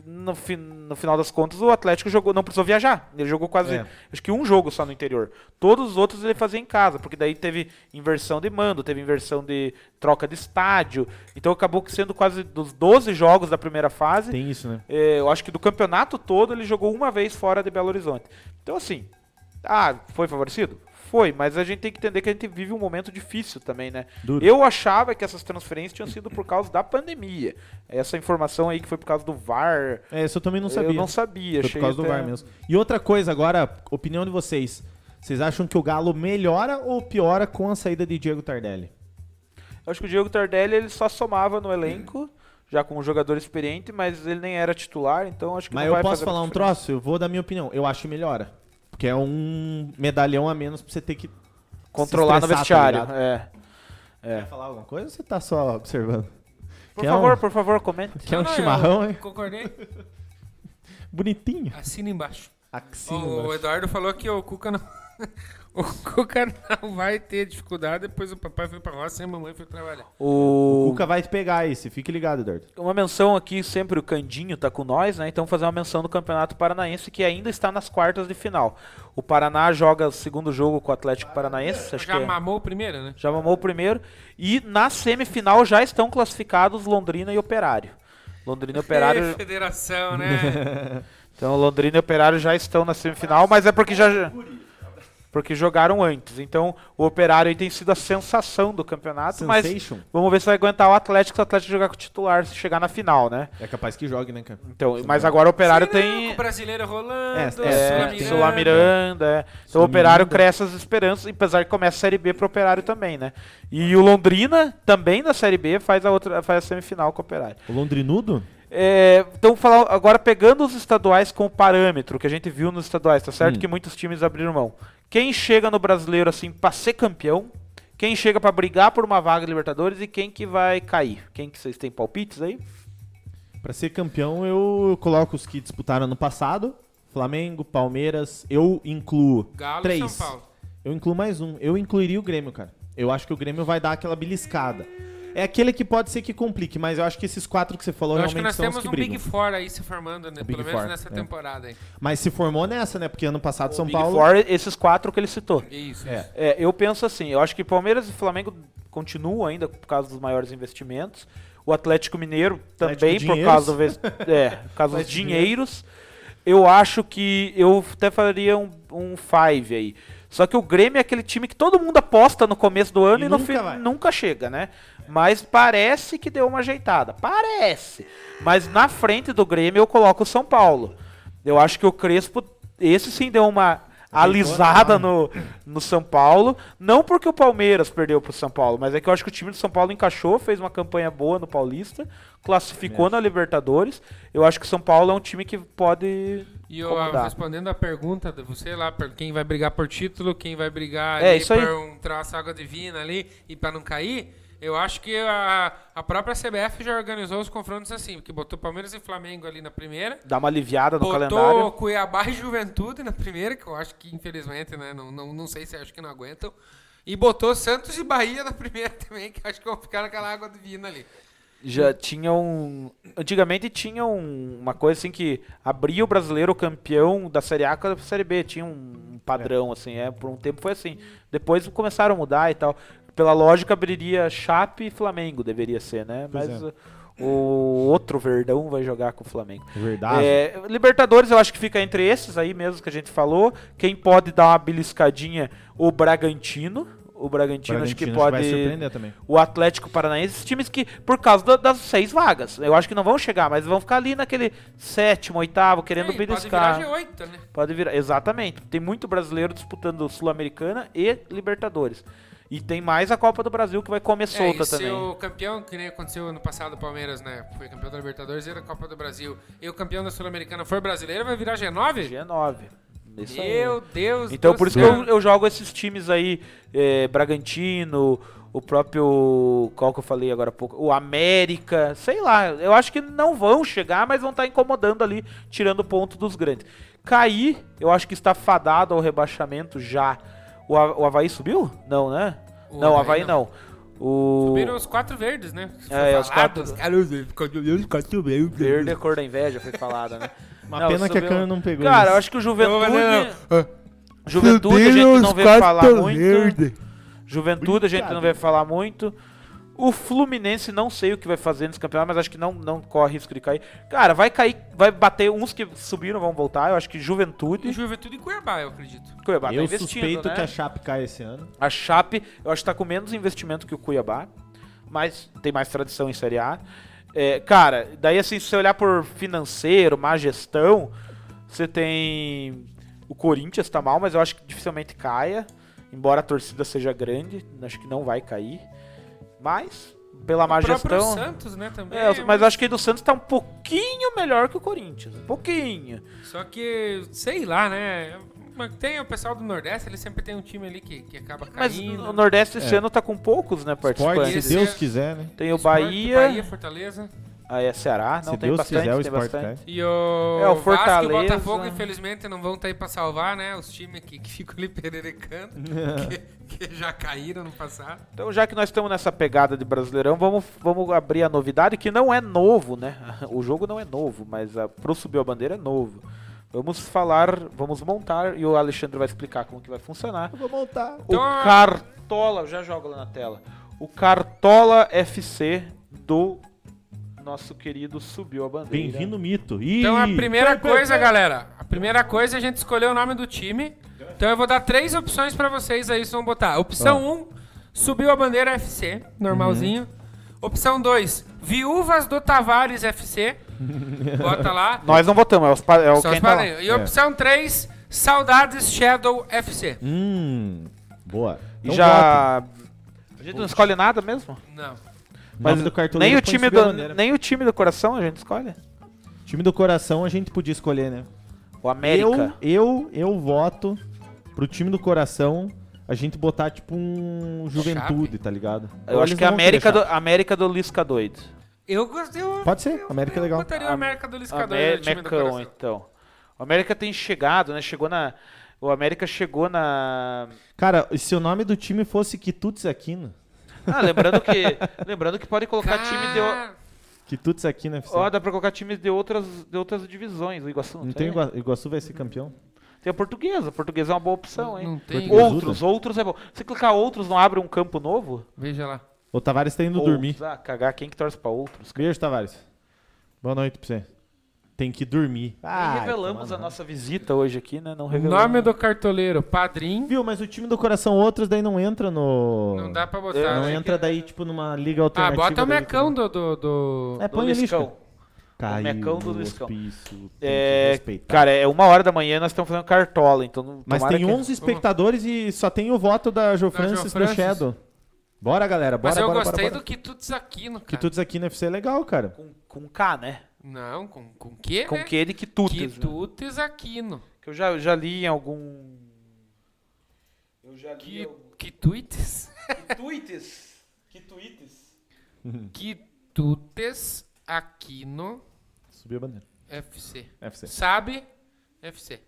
no, fi- no final das contas o Atlético jogou, não precisou viajar. Ele jogou quase,
É.
acho que um jogo só no interior. Todos os outros ele fazia em casa, porque daí teve inversão de mando, teve inversão de troca de estádio. Então acabou que sendo quase dos 12 jogos da primeira fase,
Tem isso, né?
é, eu acho que do campeonato todo ele jogou uma vez fora de Belo Horizonte. Então, assim, ah, foi favorecido? Foi, mas a gente tem que entender que a gente vive um momento difícil também, né?
Duro.
Eu achava que essas transferências tinham sido por causa da pandemia. Essa informação aí que foi por causa do VAR,
É, isso eu também não sabia.
eu não sabia.
Foi
achei
por causa do
até-
VAR mesmo. E outra coisa agora, opinião de vocês. Vocês acham que o Galo melhora ou piora com a saída de Diego Tardelli?
Eu Acho que o Diego Tardelli ele só somava no elenco, já como jogador experiente, mas ele nem era titular, então acho que
Mas
não
eu
vai
posso
fazer
falar um
diferença.
troço? Eu vou dar minha opinião. Eu acho que melhora. Porque é um medalhão a menos pra você ter que.
Controlar
se
no
estressar, tá
vestiário.
ligado?
é.
Quer falar alguma coisa ou você tá só observando?
Por
Quer
favor,
um-
por favor, comente.
Quer um
Não, eu
chimarrão, hein?
Concordei.
Bonitinho.
Assina embaixo.
Axila,
o
mano.
Eduardo falou que o Cuca não... *laughs* o Cuca não vai ter dificuldade, depois o papai foi pra roça e a mamãe foi trabalhar.
O
O
Cuca vai te pegar esse, fique ligado, Eduardo.
Uma menção aqui, sempre o Candinho tá com nós, né? Então fazer uma menção do Campeonato Paranaense que ainda está nas quartas de final. O Paraná joga o segundo jogo com o Atlético Paranaense, acho que
Já
é.
mamou o primeiro, né?
já mamou o primeiro. E na semifinal já estão classificados Londrina e Operário. Londrina e
Ei,
Operário.
federação,
*laughs*
né?
Então Londrina e Operário já estão na semifinal, mas é porque já. Porque jogaram antes. Então o Operário aí tem sido a sensação do campeonato.
Sensation.
Mas vamos ver se vai aguentar o Atlético se o Atlético jogar com o titular, se chegar na final, né?
É capaz que jogue, né, cara?
Então, mas agora o Operário
Sim, não,
tem.
com o brasileiro rolando,
É, é,
É,
Sul-Miranda.
tem Sul Miranda. é. Então o
Sul-Miranda.
Operário cresce as esperanças, apesar que começa a Série B pro Operário também, né? E o Londrina, também na Série B, faz a, outra, faz a semifinal com o Operário.
O Londrinudo?
É, então, falar agora pegando os estaduais como parâmetro que a gente viu nos estaduais, tá certo
Hum.
que muitos times abriram mão. Quem chega no brasileiro assim pra ser campeão, quem chega pra brigar por uma vaga em Libertadores e quem que vai cair? Quem que vocês têm palpites aí?
Pra ser campeão, eu coloco os que disputaram ano passado. Flamengo, Palmeiras, eu incluo
Galo e
três.
São Paulo.
Eu incluo mais um. Eu incluiria o Grêmio, cara. Eu acho que o Grêmio vai dar aquela beliscada. É aquele que pode ser que complique, mas eu acho que esses quatro que você falou
Eu acho que
realmente
nós
são os
temos
que
um
brigam.
Big Four aí se formando, né?
Big
Pelo menos
Four,
nessa
é.
temporada aí.
Mas se formou nessa, né? Porque ano passado São
Big
Paulo.
Four, esses quatro que ele citou.
Isso,
É.
isso.
É, eu penso assim, eu acho que Palmeiras e Flamengo continuam ainda por causa dos maiores investimentos. O Atlético Mineiro
Atlético
também, por
Dinheiros.
causa,
*laughs*
do ves- é, por causa dos dinheiros. Eu acho que eu até faria um, um five aí. Só que o Grêmio é aquele time que todo mundo aposta no começo do ano
E
e, no
nunca
fim
vai.
nunca chega, né? Mas parece que deu uma ajeitada. Parece. Mas na frente do Grêmio eu coloco o São Paulo. Eu acho que o Crespo, esse sim deu uma
né?
alisada no, no São Paulo. Não porque o Palmeiras perdeu pro São Paulo, mas é que eu acho que o time do São Paulo encaixou, fez uma campanha boa no Paulista,
É.
classificou na Libertadores. Eu acho que o São Paulo é um time que pode
E eu,
incomodar.
respondendo a pergunta de você lá, por quem vai brigar por título, quem vai brigar
É,
ali
isso aí.
por um traço água divina ali e pra não cair, eu acho que a, a própria CBF já organizou os confrontos assim, porque botou Palmeiras e Flamengo ali na primeira,
Dá uma aliviada no
botou
calendário.
Cuiabá e Juventude na primeira, que eu acho que infelizmente, né, não, não, não sei se acho que não aguentam, e botou Santos e Bahia na primeira *laughs* também, que eu acho que vão ficar naquela água divina ali.
já tinha um. Antigamente tinha um- uma coisa assim que abria o brasileiro campeão da Série A com a Série B. Tinha um padrão, assim. É, por um tempo foi assim. Depois começaram a mudar e tal. Pela lógica, abriria Chape e Flamengo, deveria ser, né?
Pois
Mas
é.
uh, o outro Verdão vai jogar com o Flamengo.
Verdade.
É, Libertadores eu acho que fica entre esses aí mesmo que a gente falou. Quem pode dar uma beliscadinha? O Bragantino. O Bragantino, acho que pode
vai surpreender também.
o Atlético Paranaense, esses times que, por causa da- das seis vagas, eu acho que não vão chegar, mas vão ficar ali naquele sétimo, oitavo, querendo
Sim,
beliscar.
Pode virar G8, né?
Pode virar, exatamente. Tem muito brasileiro disputando Sul-Americana e Libertadores. E tem mais a Copa do Brasil que vai
É,
comer solta
e
também.
Se o campeão, que nem aconteceu ano passado, o Palmeiras, né? Foi campeão da Libertadores e da Copa do Brasil. E o campeão da Sul-Americana for brasileiro, vai virar G9?
G9. é Isso aí.
Meu Deus
Então
do
por isso que
céu.
eu, eu jogo esses times aí, eh, Bragantino, o próprio. Qual que eu falei agora há pouco? O América, sei lá. Eu acho que não vão chegar, mas vão estar incomodando ali, tirando ponto dos grandes. Cair, eu acho que está fadado ao rebaixamento já. O, Ha- o Havaí subiu? Não, né?
O
não, o
Havaí
Havaí não. O
Subiram os quatro verdes, né?
É, os quatro-
Os quatro verdes.
verde é cor da inveja, foi falada, né?
*laughs* Uma
Não,
pena que a
subiu-
câmera não pegou
Cara,
isso.
eu acho que o Juventude.
Não, não.
Juventude a gente não vê falar muito. Juventude a gente não
Obrigado.
vai falar muito. O Fluminense não sei o que vai fazer nesse campeonato, mas acho que não, não corre risco de cair. Cara, vai cair, vai bater uns que subiram, vão voltar. Eu acho que
E
Juventude.
Juventude e é Cuiabá, eu acredito.
Cuiabá tá
eu
investindo,
suspeito
né?
que a Chape caia esse ano.
A Chape, eu acho que tá com menos investimento que o Cuiabá, mas tem mais tradição em Série A. É, cara, daí assim, se você olhar por financeiro, má gestão, você tem. O Corinthians tá mal, mas eu acho que dificilmente caia. Embora a torcida seja grande, acho que não vai cair. Mas, pela má
o próprio
gestão.
Santos, né, também.
É, mas eu acho que o do Santos tá um pouquinho melhor que o Corinthians. Um pouquinho.
Só que, sei lá, né? Mas Tem o pessoal do Nordeste, ele sempre tem um time ali que, que acaba
Mas
caindo.
o Nordeste esse
É.
ano tá com poucos, né,
Esporte,
participantes.
se
Esse
Deus
é-
quiser, né?
Tem o
Esporte,
Bahia.
Fortaleza.
Ah, é Ceará? Não,
se
tem
Deus
bastante,
quiser, o
tem
Sport
bastante.
cai.
E o,
É, o
Vasco e
Fortaleza. né?
o Botafogo, infelizmente, não vão estar aí pra salvar, né? Os times que, que ficam ali *laughs*
*laughs*
pererecando, que, que já caíram no passado.
Então, já que nós estamos nessa pegada de Brasileirão, vamos, vamos abrir a novidade, que não é novo, né? *laughs* O jogo não é novo, mas a, pro subir a bandeira é novo. Vamos falar, vamos montar, e o Alexandre vai explicar como que vai funcionar.
Eu vou montar.
O Cartola, eu já jogo lá na tela. O Cartola FC do nosso querido Subiu a Bandeira.
Bem-vindo, Mito. Ih,
Então, a primeira coisa, galera, a primeira coisa é a gente escolher o nome do time. Então, eu vou dar três opções pra vocês aí, vocês vão botar. Opção 1, um, subiu a bandeira FC, normalzinho.
Uhum.
Opção 2, viúvas do Tavares
*laughs*
FC. Bota lá.
Nós não votamos, é, os, pa- é o
Só
quem
os
tá lá.
padrinhos. E opção 3, saudades Shadow FC.
Hum, boa. Então
E
votem.
já... A gente não escolhe nada mesmo?
Não.
Mas
Nome do cartoleiro
nem, o
põe
time
subir a
do,
bandeira.
nem o time do coração a gente escolhe.
Time do coração a gente podia escolher, né?
O América.
Eu, eu, eu voto pro time do coração a gente botar, tipo, um juventude, tá ligado?
Eu,
Ou
acho
eles
que é
não vão querer
América do,
Chape.
América do Lisca doido.
Eu gostei. eu-
Pode ser, América é legal.
Eu botaria o América do Liscador no é time do
Amecão,
coração.
então. O América tem chegado, né? Chegou na. O América chegou na.
Cara, e se o nome do time fosse Quitutes Aquino?
Ah, lembrando que.
*laughs*
lembrando que pode colocar time de. o-
Cara,
Quitutes Aquino FC.
Ó, dá pra colocar times de outras, de outras divisões. O Iguaçu não,
Não tem
tem? né?
Igua- Iguaçu vai ser campeão?
Tem a portuguesa. A portuguesa é uma boa opção, hein?
Não tem.
Portuguesa.
Outros, outros é bom. Você clicar outros não abre um campo novo?
Veja lá.
O Tavares tá indo
Ou
dormir.
usar, cagar quem que torce pra outros. cara.
Beijo, Tavares. Boa noite pra você. Tem que dormir.
Nem
Ai,
revelamos
tomar
a
no-
nossa visita hoje aqui, né? Não
O
revelamos.
nome é do cartoleiro, Padrim.
Viu, mas o time do coração outros daí não entra no.
Não dá pra botar.
Não
né?
entra daí, tipo, numa liga
Ah,
alternativa.
bota o
daí,
mecão
né?
do. do, do-
É,
do
põe o Liscão.
Liscão.
Caiu
mecão do
o
Liscão.
hospício, tem que
É,
respeitar.
cara, é uma hora da manhã nós estamos fazendo cartola, então não-
Mas
tomara
tem
que-
11 espectadores e só tem o voto da Jo
Da
Francis
Jo
no
Francis.
Shadow. Bora, galera, bora,
Mas eu
bora,
gostei
bora, bora.
do Quitutes Aquino, cara.
Que tudo aqui no FC é legal, cara.
Com, com K, né?
Não, com, com que?
Com
né?
que ele que tutes. né?
Quitutes Aquino.
Que eu já, já li em algum. Eu já li
Que, *laughs*
em algum.
quitutes?
Que tweets? Que tweets?
Quitutes Aquino
Subiu a bandeira.
FC.
FC.
Sabe? FC.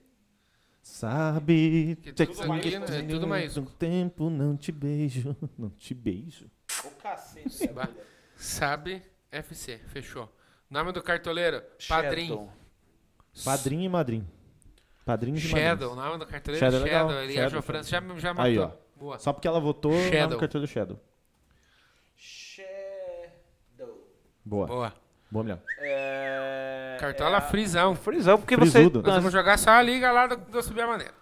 Sabe.
Que tudo maiúsculo, é tudo maiúsculo.
Um tempo não te beijo. *laughs* Não te beijo.
Ô
*laughs*
cacete.
Bah. Sabe? FC. Fechou. Nome do cartoleiro? Padrim.
Padrinho e madrinho. Padrinho e
Shadow.
madrinho.
Nome do cartoleiro?
Shadow é
Shadow.
legal.
Ele
Shadow.
achou a França. Já, já matou.
Aí,
Boa.
Só porque ela votou lá no
Shadow.
cartão do Shadow.
Shadow.
Boa.
Boa.
Boa, melhor.
É...
Cartola frisão.
Frisão, porque
Frisudo.
você.
Nós vamos jogar só a liga lá do, do Subir a Maneira.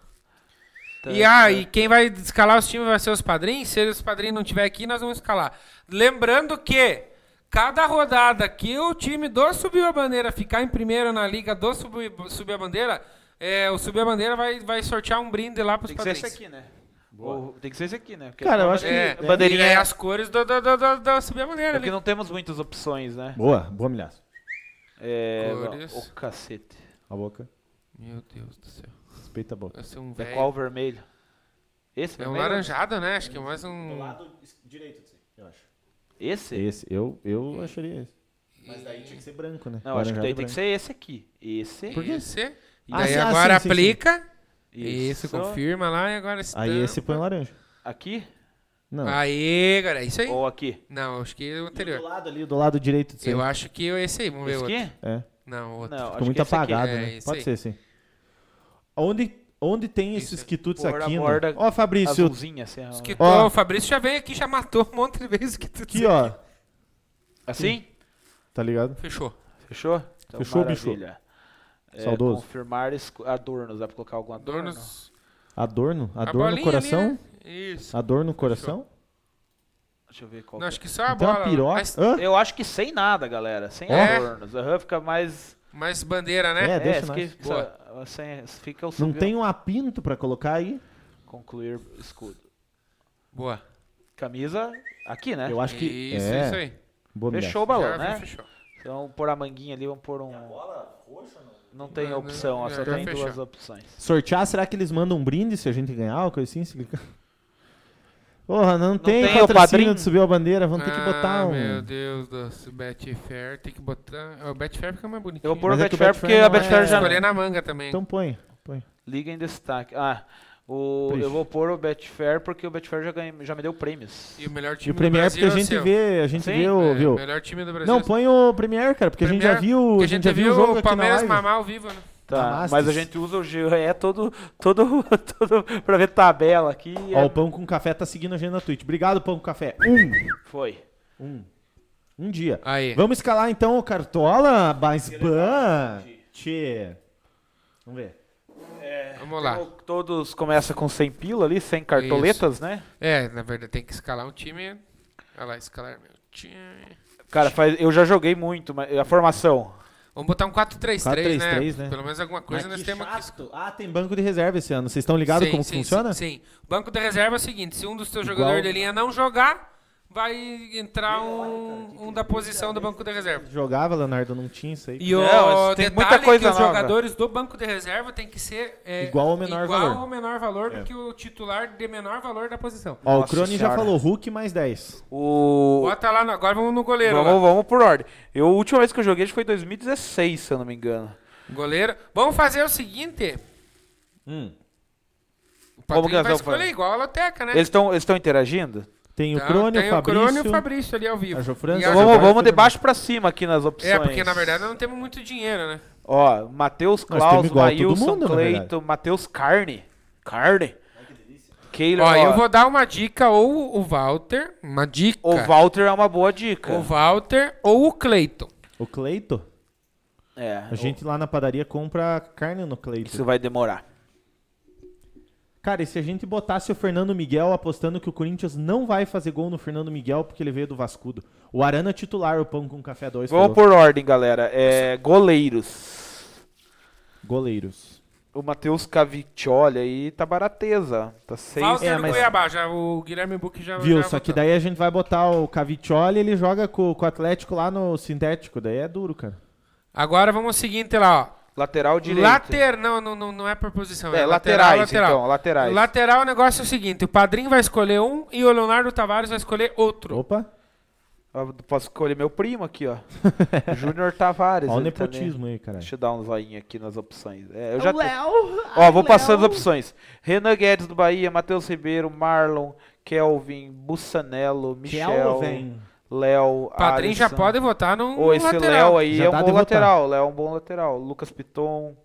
Tá,
E aí, quem vai escalar os times vai ser os padrinhos. Se os padrinhos não estiver aqui, nós vamos escalar. Lembrando que cada rodada que o time do Subiu a Bandeira ficar em primeiro na liga do Subi- Subir a Bandeira, é, o Subir a Bandeira vai, vai sortear um brinde lá pros
Tem que ser
padrinhos.
esse aqui, né? Ou- tem que ser esse aqui, né? Porque
Cara,
a
eu acho que-
É,
bandeirinha- bandeirinha
e aí
é
as cores do, do, do, do, do Subir a
É
Bandeira
Porque
É ali.
não temos muitas opções, né?
Boa, boa, milhaço.
É.
Cores.
Ô cacete.
A boca.
Meu Deus do céu.
Respeita a boca.
Esse é um
É
velho.
qual o vermelho? Esse
É um
vermelho?
laranjado, né? Acho que é mais um...
direito de você, eu acho.
Esse?
Esse, eu, eu acharia esse. Mas daí tinha que ser branco, né?
Não, acho que daí tem que ser esse aqui. Esse.
Por quê?
Esse. E
Ah,
daí
sim, ah,
agora
sim, sim, sim.
aplica.
Isso.
Isso, confirma lá e agora
Aí
estampa. Ah,
esse põe um laranja.
Aqui
Não.
Aí, galera, é isso aí.
ou aqui?
Não, acho que é o
do
anterior.
lado ali, do lado direito de você.
Eu acho que é esse aí, vamos ver
Esse
o
aqui?
outro.
É.
Não, o outro.
Não,
Ficou
acho
muito
que esse aqui.
apagado,
é
né?
esse
Pode
aí.
ser, sim. Onde, onde tem esses
Esse.
quitutes
Por a
aqui? né?
borda
Ó, Fabrício,
Azulzinha, assim. ó.
Os que
Ó.
o Fabrício já veio aqui, já matou um monte de vezes que tu
aqui, ó.
Assim?
Tá ligado?
Fechou.
Fechou? Então,
Fechou, bicho?
maravilha. É,
Saudoso.
Confirmar esco- adornos. Dá pra colocar algum adorno?
Adornos.
Adorno?
A
Adorno no
bolinha
coração?
ali, né? Isso.
Adorno no coração?
Deixa eu ver qual
Não,
que
acho que só a
Então
bola.
a piroca.
Mais,
é.
Hã?
Eu acho que sem nada, galera. Sem
É?
adornos. Aham, fica mais...
mais bandeira, né?
É, deixa
esse
nós.
que-
Boa.
só- sem- fica o
Não
subiu-
tem um apinto pra colocar aí?
Concluir escudo.
Boa.
Camisa aqui, né?
Eu acho que.
Isso,
é.
isso aí.
Boa mulher.
Fechou o balão,
Já
né?
fechou.
Então, pôr a manguinha ali, vamos pôr um... Não tem
Não,
opção, ó,
não,
só
já
tem duas
fechou.
opções.
Sortear, será que eles mandam um brinde se a gente ganhar? Uma coisa assim? Se clicar? *laughs* Porra, não, tem,
tem o
patrocínio
padrinho?
de subir a bandeira, vão ter que botar
ah,
um.
Meu Deus do céu, Betfair. Tem que botar. é, O Betfair fica mais bonito.
Eu vou pôr o
Mas é que o
Betfair
Betfair
porque a
não é-
Betfair já...
Escolher na manga também.
Então põe. põe.
Liga em destaque. Ah, o,
Triste.
eu vou pôr o Betfair porque o Betfair já, ganha, já me deu prêmios.
E o melhor
E
time
o Tipo, Premier,
do
porque
Brasil
a
é o
gente
seu.
vê. A gente
Sim.
vê o.
É,
viu?
melhor time do Brasil.
Não, põe o Premier, cara, porque a gente já
Premier,
viu.
porque
A gente já viu o jogo aqui na
Palmeiras
live.
mamar ao vivo, né?
Tá,
Damastes.
mas a gente usa o GE todo, todo, *laughs* todo pra ver tabela aqui. é-
Ó, o Pão com Café tá seguindo a gente na Twitch. Obrigado, Pão com Café. Um.
Foi.
Um dia.
Aí.
Vamos escalar então o Cartola, Basban. Tchê. Vamos ver.
Vamos lá.
Então, todos começam com 100 pila ali, 100 cartoletas, né?
É, na verdade tem que escalar um time. Olha lá, escalar meu time.
Cara, faz, eu já joguei muito, mas a formação.
Vamos botar um 4-3-3, né?
4-3-3, né?
Pelo menos alguma coisa
Mas
nós
que
temos aqui.
chato. Ah, tem banco de reserva esse ano. Vocês estão ligados
Sim,
como
sim,
funciona?
Sim, sim. Banco da reserva é o seguinte: se um dos teus
Igual-
jogadores de linha não jogar, vai entrar um, um da posição do banco da reserva.
Jogava, Leonardo, não tinha isso aí.
E
Não,
o
tem
detalhe
muita
é
coisa
que os
nova.
jogadores do banco de reserva tem que ser é,
Igual ou menor
igual
valor. É.
ou menor valor do que o titular de menor valor da posição.
Ó, o
Nossa
Crone já
Senhora.
falou Hulk mais 10.
O.
Bota lá, no- agora vamos no goleiro.
Vamos,
Vamos.
vamos por ordem. Eu, a última vez que eu joguei acho que foi em 2016, se eu não me engano.
Goleiro. Vamos fazer o seguinte: o
Hum. Como
Patrick
que nós
vai
vamos
escolher
fazer?
igual a Loteca, né?
Eles estão eles tão interagindo?
Tem o
Tá,
Crone,
tem
o Fabrício.
Crone e o Fabrício ali ao vivo.
a Jo França.
E
Então
a Jo-
Vamos,
agora
vamos
fica
de baixo pra cima aqui nas opções.
É, porque na verdade não temos muito dinheiro, né?
Ó, Matheus
Nós temos
Klaus,
igual todo
Maílson,
mundo, na
Cleiton, Matheus Carne. Carne. Keylor.
Ó,
ó,
eu vou dar uma dica, ou o Walter, uma dica.
O Walter é uma boa dica.
O Walter ou o Cleiton.
O Cleito?
É.
A gente lá na padaria compra carne no Cleito.
Isso vai demorar.
Cara, e se a gente botasse o Fernando Miguel apostando que o Corinthians não vai fazer gol no Fernando Miguel porque ele veio do Vascudo? O Arana é titular, o Pão com Café 2.
Vamos por ordem, galera. É, goleiros.
Goleiros.
O Matheus Caviccioli aí tá barateza. Tá seis.
Walter
É,
do
mas-
Cuiabá, já, o Guilherme Buck já
Viu?
já
Só que
votou.
daí a gente vai botar o Caviccioli ele joga com, com o Atlético lá no sintético. Daí é duro, cara.
Agora vamos ao seguinte lá, ó.
Lateral direito.
Later, não, não, não, não é por posição.
É,
É,
laterais,
lateral,
então,
lateral.
laterais.
Lateral, o negócio é o seguinte: o Padrinho vai escolher um e o Leonardo Tavares vai escolher outro.
Opa,
Eu Posso escolher meu primo aqui,
*laughs*
ó. Júnior Tavares.
olha o
ele também.
nepotismo aí, cara.
Deixa eu dar um zoinho aqui nas opções. É, eu já Léo, Ah, Ó, vou passando as opções. Renan Guedes do Bahia, Matheus Ribeiro, Marlon, Kelvin, Bussanello, Michel,
Kelvin.
Léo,
Padrinho já
Alisson.
pode é um votar no
Ô, esse Léo aí
Já tá
é um
dá
bom
de votar.
lateral. Léo é um bom lateral. Lucas Piton,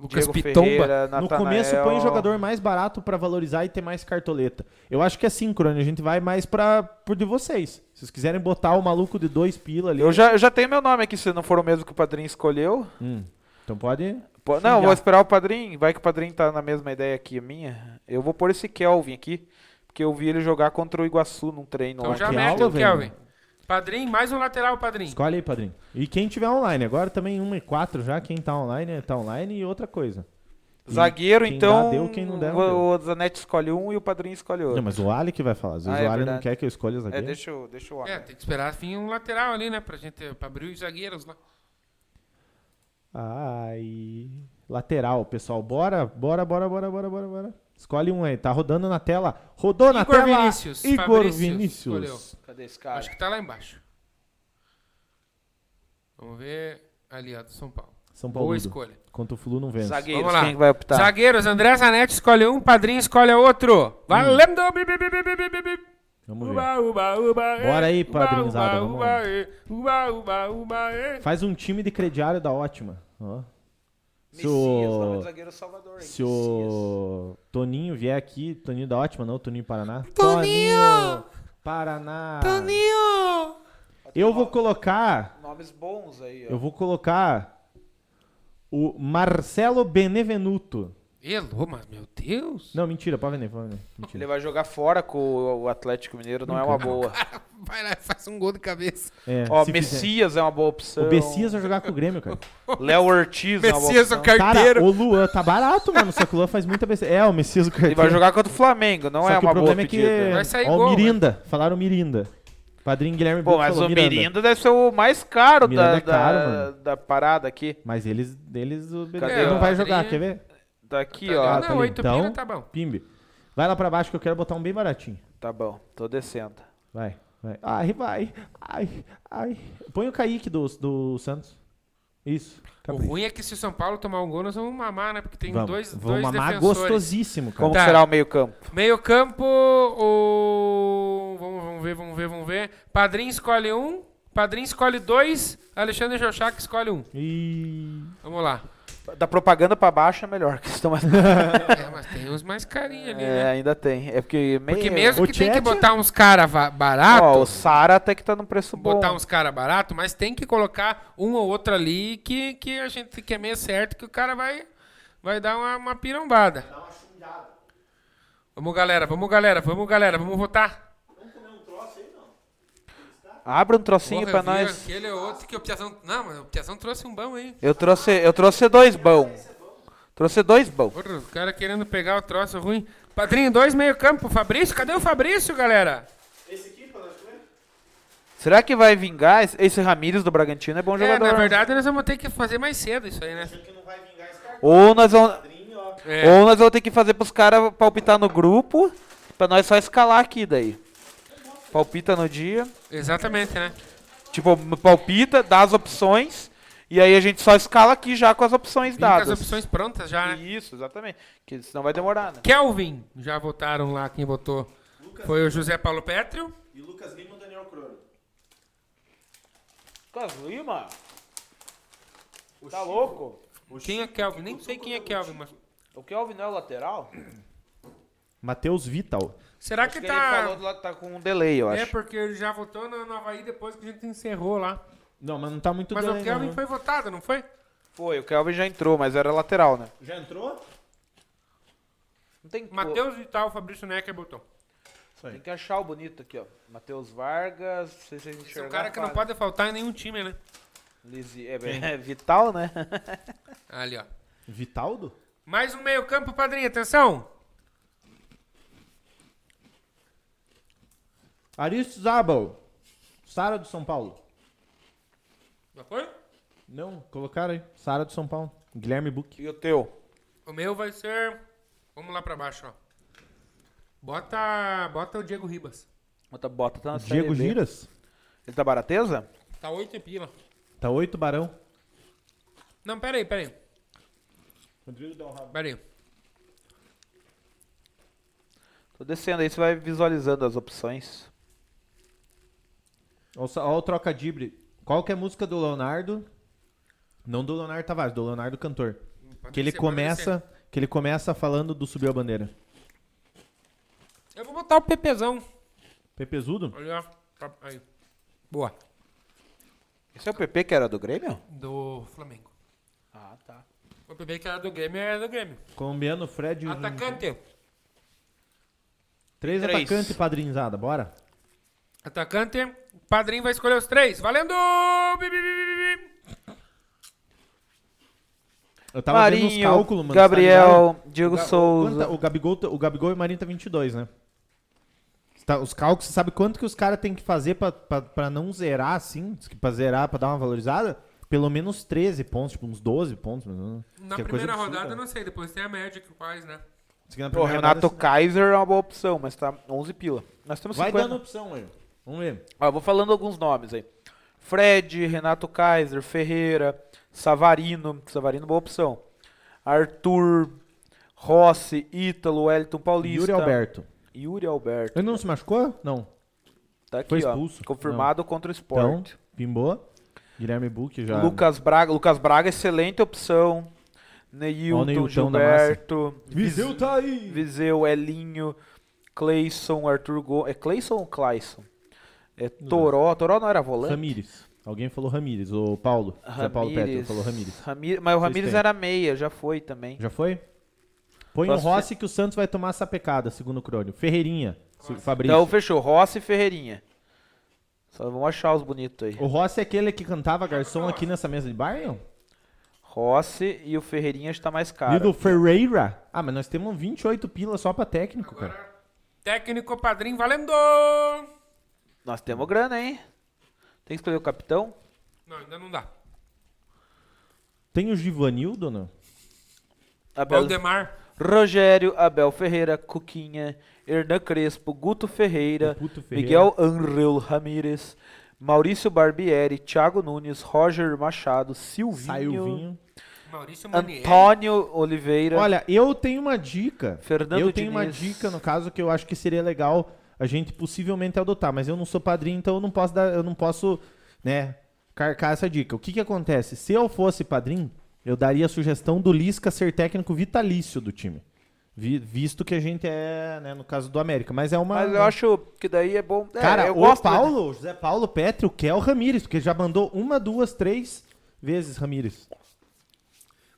Lucas
Diego
Pitomba.
Ferreira,
No
Natanael.
começo põe o jogador mais barato pra valorizar e ter mais cartoleta. Eu acho que é síncrono, a gente vai mais pra, pro de vocês. Se vocês quiserem botar o maluco de dois pila ali.
Eu já, eu já tenho meu nome aqui, se não for o mesmo que o padrinho escolheu.
Hum, então pode.
Pô, não, eu vou
Já.
esperar o padrinho. Vai que o padrinho tá na mesma ideia que a minha. Eu vou pôr esse Kelvin aqui, porque eu vi ele jogar contra o Iguaçu num treino
Então
lá.
já
que
mete
aula,
o Kelvin.
velho.
Padrinho, mais um lateral, Padrinho.
Escolhe aí, padrinho. E quem tiver online, agora também 1 e 4 já, quem tá online, tá online e outra coisa. E
Zagueiro,
quem
então.
dá, deu, quem não der, não deu.
o, o Zanetti escolhe um e o padrinho escolhe outro.
Não, mas o Ali que vai falar. Às vezes
Ah, é
o Ali não
verdade.
quer que eu escolha o
É,
zagueiro.
deixa eu, deixa eu
É, tem que esperar vir um lateral ali, né? Pra gente pra abrir os zagueiros lá.
Ai. Lateral, pessoal. Bora, bora, bora, bora, bora, bora, bora. Escolhe um aí. Tá rodando na tela. Rodou na
Igor
tela.
Vinícius.
Igor
Fabrício
Vinícius.
escolheu.
Cadê esse cara?
Acho que tá lá embaixo. Vamos ver. Ali, ó, do São Paulo.
São Paulo.
Boa escolha.
Quanto o Flu não vence.
Zagueiros,
Vamos lá.
quem que vai optar?
Zagueiros, André Zanetti escolhe um, Padrinho escolhe outro. Valendo! Bi, bi, bi, bi, bi, bi, bi, bi.
Hum. Vamos ver.
Uba, uba, uba, é.
Bora aí,
Uba,
padrinhozada,
Uba,
vamos
uba,
lá.
é. uba, uba, uba, é.
Faz um time de crediário da ótima. Ó. Se
Messias, nome do
o,
é zagueiro Salvador. aí,
se
Messias.
o Toninho vier aqui, Toninho da ótima, não, Toninho Paraná. Toninho! Paraná! Toninho! Eu vou colocar.
Nomes bons aí, ó.
Eu vou colocar o Marcelo Benevenuto.
Elô, mas meu Deus.
Não, mentira, pode vender, pode vender. Mentira.
Ele vai jogar fora com o o Atlético Mineiro, não é uma boa.
Vai lá, faz um gol de cabeça.
*laughs* É,
Ó,
se fizer.
Messias é uma boa opção.
O Messias vai jogar com o Grêmio,
*laughs*
cara.
Léo Ortiz é uma boa
Messias,
opção.
o
Cara,
carteiro.
o Luan tá barato, mano. Só que o Luan faz muita besteira. É, o Messias o
Ele
carteiro.
vai jogar contra o Flamengo, não
Só
é
que
uma
o problema
boa
é que...
pedida.
Vai sair
Ó,
gol, né?
o Mirinda. Falaram Mirinda. Padrinho Guilherme
Pô,
Blanco
mas
falou
o Mirinda deve ser o mais caro da,
Miranda é caro,
da-
mano.
da parada aqui.
Mas eles... eles o Benevenuto
Cadê?
não vai
Padrinho-
jogar, quer ver?
Daqui,
Tá
ó.
ligado? não, oito
então,
pila tá bom.
Pimbe. Vai lá pra baixo que eu quero botar um bem baratinho.
Tá bom, tô descendo.
Vai, vai. Ai, vai. Ai, ai. Põe o Kaique do, do Santos. Isso.
Tá
O
Capricha.
ruim é que se o São Paulo tomar um gol, nós vamos mamar, né? Porque tem
Tá Vamos,
dois,
vamos
dois
mamar
defensores.
gostosíssimo, cara.
Como
Tá.
será o meio-campo?
Meio campo, o... vamos, vamos ver, vamos ver, vamos ver. Padrinho escolhe um, Padrinho escolhe dois, Alexandre Jochac escolhe um.
E...
Vamos
*laughs*
lá.
Da propaganda pra baixo é melhor, *laughs*
*laughs*
que estão mais.
É, mas tem uns mais carinhos ali,
é,
né?
ainda tem. É porque meio
Porque mesmo
o
que tem que
Tietchan-
botar uns cara va- barato,
Ó, o Sara até que tá num preço
botar um
bom.
uns cara barato, mas tem que colocar um ou outro ali que, que a gente que é meio certo que o cara vai, vai dar uma, uma pirombada. Vamos, galera, vamos, galera, vamos, galera, vamos votar.
Abre um trocinho
Porra,
pra
eu vi
nós.
Aquele outro que o Piazão... Não, mas o Piazão trouxe um bom aí.
Eu trouxe, eu trouxe dois bom. Trouxe dois bom.
Porra, o cara querendo pegar o troço ruim. Padrinho, dois meio campo. Fabrício, cadê o Fabrício, galera?
Será que vai vingar? Esse- Esse Ramírez do Bragantino é bom
É,
jogador.
na
né?
verdade, nós vamos ter que fazer mais cedo isso aí, né?
Ou nós vamos,
É.
ou nós vamos ter que fazer pros caras palpitar no grupo, pra nós só escalar aqui daí. Palpita no dia.
Exatamente, né?
Tipo, palpita, dá as opções, e aí a gente só escala aqui já com as opções
Vim com as
dadas.
opções prontas já, né?
Isso, exatamente. Que senão vai demorar, né?
Kelvin, já votaram lá quem votou. Foi o José Paulo Pétrio.
E Lucas Lima e Daniel Crone.
Lucas Lima? Tá louco?
Quem é Kelvin? Nem sei quem é Kelvin, mas.
O Kelvin não é o lateral?
Matheus Vital.
Será
Acho
que,
que ele falou
tá.
do lado, tá com um delay, eu
É,
acho.
porque ele já votou na Nova Havaí depois que a gente encerrou lá.
Não, mas não tá muito
Mas
delay,
o Kelvin
não.
foi votado, não foi?
Foi, o Kelvin já entrou, mas era lateral, né?
Já entrou?
Não tem que,
Matheus Vital, Fabrício Necker botou.
tem que achar o bonito aqui, ó. Matheus Vargas, não sei se vocês
Esse é
enxergaram.
um cara que não
fala.
pode faltar em nenhum time, né?
Lisi- é, bem, é vital, né?
Ali, ó.
Vitaldo?
Mais um meio-campo, padrinho, atenção!
Aristo Zabal. Sara do São Paulo.
Já foi?
Não, colocaram aí. Sara do São Paulo. Guilherme Buck.
*laughs* E o teu?
O meu vai ser. Vamos lá pra baixo, ó. Bota, bota o Diego Ribas.
Outra bota tá na série
Diego
B.
Giras.
Ele tá barateza?
Tá oito e pila.
Tá oito, Barão.
Não, pera aí, pera aí.
Rodrigo um Dalrabo.
Pera aí.
Tô descendo aí, você vai visualizando as opções.
Olha o trocadibre. Qual que é a música do Leonardo? Não do Leonardo Tavares, do Leonardo Cantor.
Hum, Pode
Que ele
descer, pode
começa, que ele começa falando do Subiu a Bandeira.
descer. Eu vou botar o Pepezão.
Pepezudo?
Olha, ó. Aí. Boa.
Esse é o PP que era do Grêmio?
Do Flamengo.
Ah, tá.
O PP que era do Grêmio era do Grêmio.
Colombiano, Fred. um,
Atacante.
Três,
Três.
atacantes, padrinzada. Bora.
Atacante. Padrinho vai escolher os três. Valendo! Bi, bi, bi, bi, bi, bi.
Eu tava vendo os
Marinho,
cálculos, mano.
Gabriel,
tá ligado?
Diego
Ga-
Souza.
quanto tá- O Gabigol, tá- o Gabigol e o Marinho tá 22, né? Tá- os cálculos, você sabe quanto que os caras têm que fazer pra, pra, pra não zerar, assim? Diz que Pra zerar, pra dar uma valorizada? Pelo menos 13 pontos, tipo, uns 12 pontos. mas não-
Na
que é coisa
primeira
absurda.
rodada, eu não sei. Depois tem a média que faz, né?
Diz que na
O
primeira
Renato
rodada,
Kaiser é uma boa opção, mas tá 11 pila. Nós temos
assim, Vai
50.
dando opção aí. Vamos ver.
Ó, eu vou falando alguns nomes aí. Fred, Renato Kaiser, Ferreira, Savarino, Savarino boa opção. Arthur, Rossi, Ítalo, Wellington Paulista.
Yuri Alberto.
Yuri Alberto.
Ele não se machucou? Não.
Tá aqui,
Foi
ó.
expulso?
Confirmado contra o
Então,
Sport.
pimbou. Guilherme Buck já.
Lucas Braga, Lucas Braga, excelente opção.
Ó
Neilton,
o Neilton da massa.
Gilberto,
Viseu tá aí!
Viseu, Elinho, Cleison, Arthur Gomes. É Cleison ou Clayson? É Toró. Toró não era volante?
Ramires. Alguém falou Ramires. O Paulo. Zé Paulo Petro falou Ramires.
Ramires- mas o Ramires
têm.
era meia, já foi também.
Já foi? Põe o
Posso-
Rossi que o Santos vai tomar essa pecada, segundo o Crônio. Ferreirinha. se- Fabrício.
Então fechou, Rossi e Ferreirinha. Só vamos achar os bonitos aí.
O Rossi é aquele que cantava garçom aqui nessa mesa de bar, não?
Rossi e o Ferreirinha está mais caro.
E do Ferreira. Ah, mas nós temos 28 pila só pra técnico, cara.
Agora, técnico, padrinho, valendo!
Nós temos grana, hein? Tem que escolher o capitão?
Não, ainda não dá.
Tem o Givanildo, não?
Abel,
Valdemar.
Rogério, Abel Ferreira, Cuquinha, Hernan Crespo, Guto Ferreira,
O Guto Ferreira.
Miguel Angel Ramírez, Maurício Barbieri, Thiago Nunes, Roger Machado, Silvinho,
Saiu o vinho.
Maurício Manieri.
Antônio Oliveira.
Olha, eu tenho uma dica.
É. Fernando
eu tenho uma
Diniz.
dica, no caso, que eu acho que seria legal a gente possivelmente adotar, mas eu não sou padrinho, então eu não posso dar, eu não posso, né, carcar essa dica. O que que acontece? Se eu fosse padrinho, eu daria a sugestão do Lisca ser técnico vitalício do time. Vi- visto que a gente é, né, no caso do América, mas é uma
Mas eu acho que daí é bom. é,
Cara,
eu
o
gosto
Paulo, o José Paulo Petro, o Kel Ramires, porque ele já mandou uma, duas, três vezes Ramires.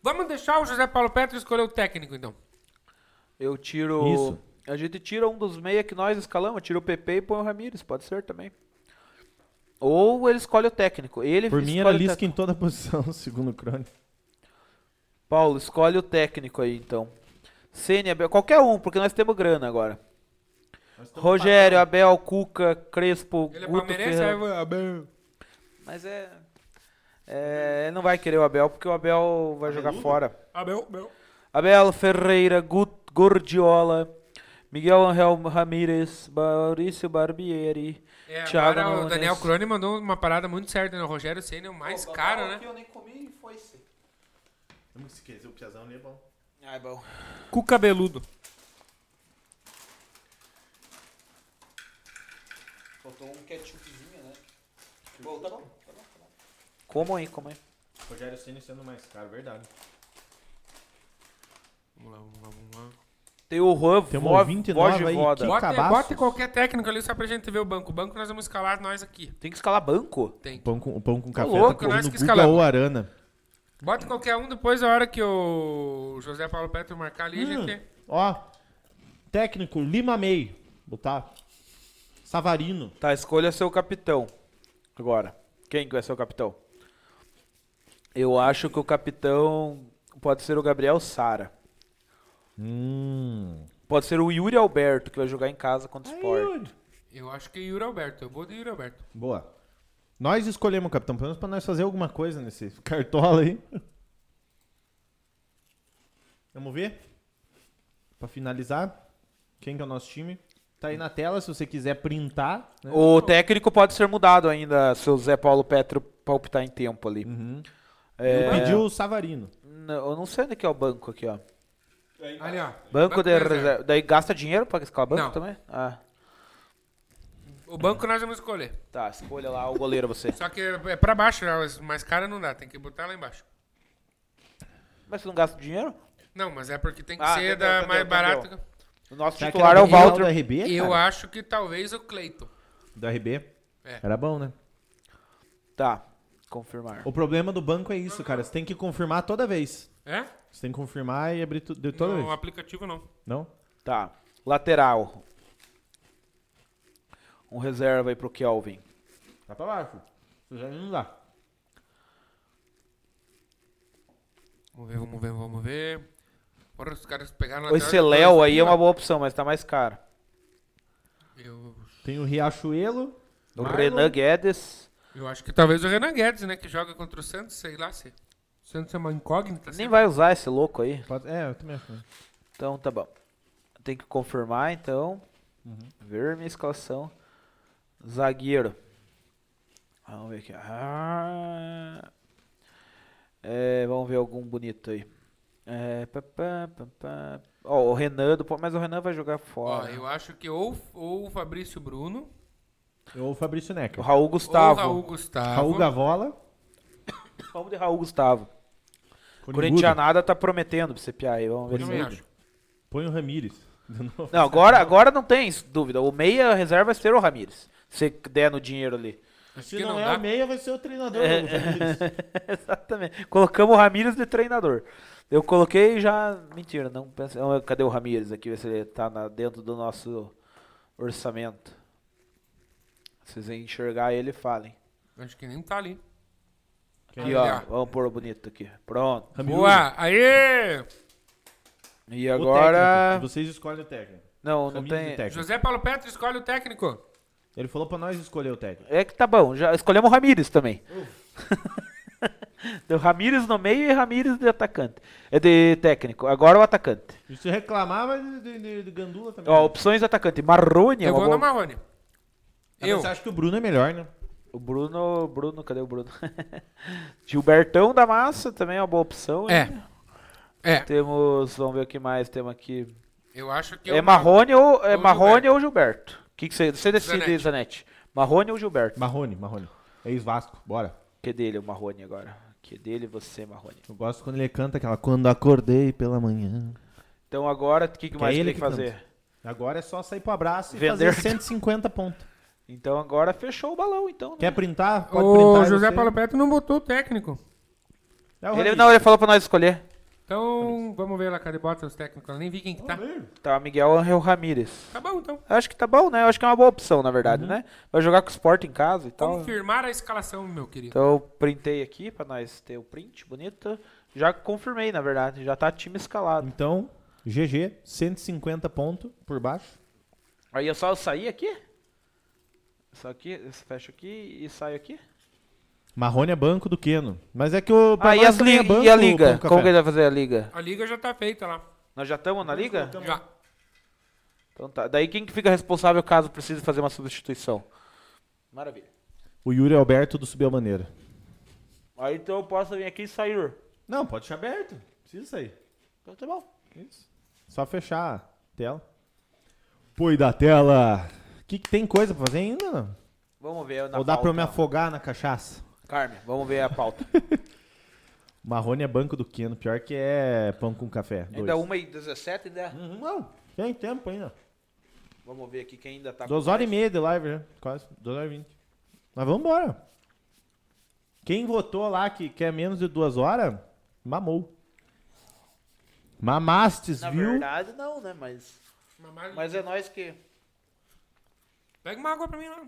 Vamos deixar o José Paulo Petro escolher o técnico, então.
Eu tiro.
Isso.
A gente tira um dos meia que nós escalamos, tira o PP e põe o Ramires, pode ser também. Ou ele escolhe o técnico. Ele
Por mim
escolhe
era
o
Lisca
técnico.
em toda *laughs* posição, segundo o Crônica.
Paulo, escolhe o técnico aí então. Ceni, Abel, qualquer um, porque nós temos grana agora. Rogério, Abel, Cuca, Crespo,
Ele é
Guto
palmeirense,
Ferreira.
é Abel.
Mas é, é, ele não vai querer o Abel porque o Abel
Tá
vai jogar fora.
Abel, Abel.
Abel Ferreira, Gut, Gordiola, Miguel Angel Ramírez, Maurício Barbieri,
É,
Thiago
agora o
Nunes.
Daniel Crone mandou uma parada muito certa, né? O Rogério Senna é o mais caro, né?
eu nem comi e foi sim.
Se quiser o Piazão, ele é bom.
Ah, é bom.
Cu cabeludo.
Faltou um ketchupzinho, né? Bom, tá bom. Como aí, como aí?
Rogério Ceni sendo mais caro, verdade.
Vamos lá, vamos lá, vamos lá.
Tem o Juan
Tem uma
Vo-
ouvinte nova aí
Vojevoda.
que-
Bota,
cabaços.
bota qualquer técnico ali só pra gente ver o banco. O banco nós vamos escalar nós aqui.
Tem que escalar banco?
Tem.
Pão com, o pão com café
louco, né,
tá
nós
correndo
que
Guga
escalamos.
ou Arana.
Bota qualquer um depois da hora que o José Paulo Petro marcar ali,
Hum.
a gente.
Hum. Ó, técnico, Lima May. Botar. Savarino.
Tá, escolha seu capitão. Agora. Quem que vai ser o capitão? Eu acho que o capitão pode ser o Gabriel Sara.
Hum.
Pode ser o Yuri Alberto, que vai jogar em casa contra o Sport.
Eu acho que é Yuri Alberto. Eu vou de Yuri Alberto.
Boa. Nós escolhemos o capitão, pelo menos pra nós fazer alguma coisa nesse *laughs* cartola aí. Vamos ver? Pra finalizar, quem que é o nosso time? Tá aí na tela, se você quiser printar. né?
O técnico pode ser mudado ainda, se o Zé Paulo Petro palpitar em tempo ali.
Ele pediu o Savarino.
N- Eu não sei onde que é o banco aqui, ó.
Ali, ó.
Banco de
da
reserva. Daí gasta dinheiro pra escalar banco
Não.
também? Ah,
O banco nós vamos escolher.
tá. Escolha lá o goleiro *laughs* você.
Só que é pra baixo, né? Mas- mas cara não dá, tem que botar lá embaixo.
Mas você não gasta dinheiro?
Não, mas é porque tem que
Ah,
ser
entendeu,
da
entendeu,
mais
entendeu.
barata.
O nosso
Será que
titular é
era
o
do tá Real
Walter.
Da RB,
Eu
cara?
acho que talvez o Cleiton.
Da RB.
É.
Era bom, né?
Tá. Confirmar.
O problema do banco é isso, cara. Você tem que confirmar toda vez.
É?
Você tem que confirmar e abrir tu- de toda
No
vez.
aplicativo não.
Não?
Tá. Lateral. Um reserva aí pro Kelvin.
Tá pra baixo. Já não dá.
Vamos ver, vamos ver, vamos ver. Porra, os caras pegaram lateral
Esse
de
Léo
Tá dois, né?
aí é uma
mano.
boa opção, mas tá mais caro.
Eu,
Tem o Riachuelo.
O
Marlon.
Renan Guedes.
eu acho que talvez o Renan Guedes, né? Que joga contra o Santos, sei lá se. O Santos é uma incógnita.
Nem
sempre.
vai usar esse louco aí.
Pode- É, eu também acho.
Então tá bom. Tem que confirmar então.
Uhum.
Ver minha escalação. Zagueiro. Vamos ver aqui. Ah. É, vamos ver algum bonito aí. É, pá, pá, pá, pá. Ó, o Renan do Po- Mas o Renan vai jogar
Ó,
fora.
eu acho que ou, ou o Fabrício Bruno,
Ou o Fabrício
O
Necker.
Raul
ou o
Gustavo.
Raul Gustavo.
Raul Gavola.
Vamos de Raul Gustavo.
Conigudo.
Corintianada tá prometendo pra você piar aí. Vamos
Eu
ver
também
se.
acho.
Põe o Ramírez. De novo.
Não, agora, agora não tem dúvida. O meia reserva vai ser o Ramires. Se der no dinheiro ali.
*laughs*
Acho
Se
que
não,
não,
é
dá.
o meia, vai ser o
É,
treinador. o Ramírez.
Exatamente. Colocamos o Ramírez de treinador. Eu coloquei e já. Mentira, não pensei. Ah, Cadê o Ramírez aqui? Ver se ele tá na- dentro do nosso orçamento. Se vocês enxergar ele, falem.
Acho que nem tá ali.
Aqui,
Ah,
ó.
legal.
Vamos pôr o bonito aqui. Pronto.
Ramiro,
Boa! Aê!
E
o
agora.
técnico. Vocês escolhem o técnico.
Não, não
Ramiro e
tem.
técnico.
José Paulo Petro escolhe o técnico.
Ele falou pra nós escolher o técnico.
É que tá bom, já escolhemos o Ramírez também. *laughs* Deu Ramírez no meio e Ramírez de atacante. É de técnico. Agora o atacante.
E se reclamar, vai de, de- de- de Gandula também.
Ó, opções de atacante. Marrone é
Eu
uma
vou
boa
no Marrone.
Ah,
Eu.
Mas você acha que o Bruno é melhor, né?
O Bruno, Bruno, cadê o Bruno? *laughs* Gilbertão da Massa também é uma boa opção.
É.
hein?
É.
Temos, vamos ver o que mais temos aqui.
Eu acho que
É
o
Marrone ou, é
ou
Marrone ou Gilberto? O que que você você decide,
Zanetti.
Zanetti? Marrone ou Gilberto?
Marrone, Marrone. Ex-Vasco, bora.
Que é dele o Marrone agora. Que é dele você, Marrone.
Eu gosto quando ele canta aquela Quando acordei pela manhã.
Então agora, o que, que
é
mais
ele
tem que
que
fazer?
Agora é só sair pro abraço e
Vender.
fazer 150 pontos.
Então agora fechou o balão, então. né?
Quer printar? Pode
O
printar. é
José
você.
Paulo Petro não botou o técnico.
É o
Ele,
Ramiro.
não, ele falou pra nós escolher.
Então, vamos ver lá, cadê bota os técnicos? Eu nem vi quem que tá.
Tá, Miguel Angel Ramírez.
Tá bom, então.
Acho que tá bom, né? Acho que é uma boa opção, na
Uhum.
verdade, né? Vai jogar com o Sport em casa e
Então-
tal.
Confirmar a escalação, meu querido.
Então eu printei aqui pra nós ter o print bonito. Já confirmei, na verdade, já tá time escalado.
Então, GG, 150 pontos por baixo.
Aí é só eu sair aqui? Só aqui, eu fecho aqui e saio aqui?
Marrone é banco do Queno. Mas é que o. pra
Ah, e,
nós
as
também
li
é banco,
e a
Pão
liga? Como que
Café.
ele vai fazer a liga?
A liga já tá feita lá.
Nós já estamos na liga?
Já.
Então tá. Daí quem que fica responsável caso precise fazer uma substituição? Maravilha.
O Yuri Alberto do Subiu a Maneira.
Aí então eu posso vir aqui e sair.
Não, pode deixar aberto. Precisa sair.
Então tá bom.
Isso. Só fechar a tela. Põe da tela. Que, que tem coisa pra fazer ainda? Não?
Vamos ver na
Ou dá pra eu me
pauta.
afogar na cachaça? *laughs*
Carmen, vamos ver a pauta.
Marrone é banco do Keno, pior que é pão com café. Dois.
Ainda 1 e 17 ainda.
Uhum, Não, tem tempo ainda.
Vamos ver aqui quem ainda tá. com
Duas horas e
mais.
meia de live, né? Quase. Duas horas e vinte. Mas vamos embora. Quem votou lá que quer menos de duas horas, mamou. Mamastes,
Na
viu?
verdade, não, né? Mas,
Mamar-
mas é nós que.
Pega uma água pra mim lá.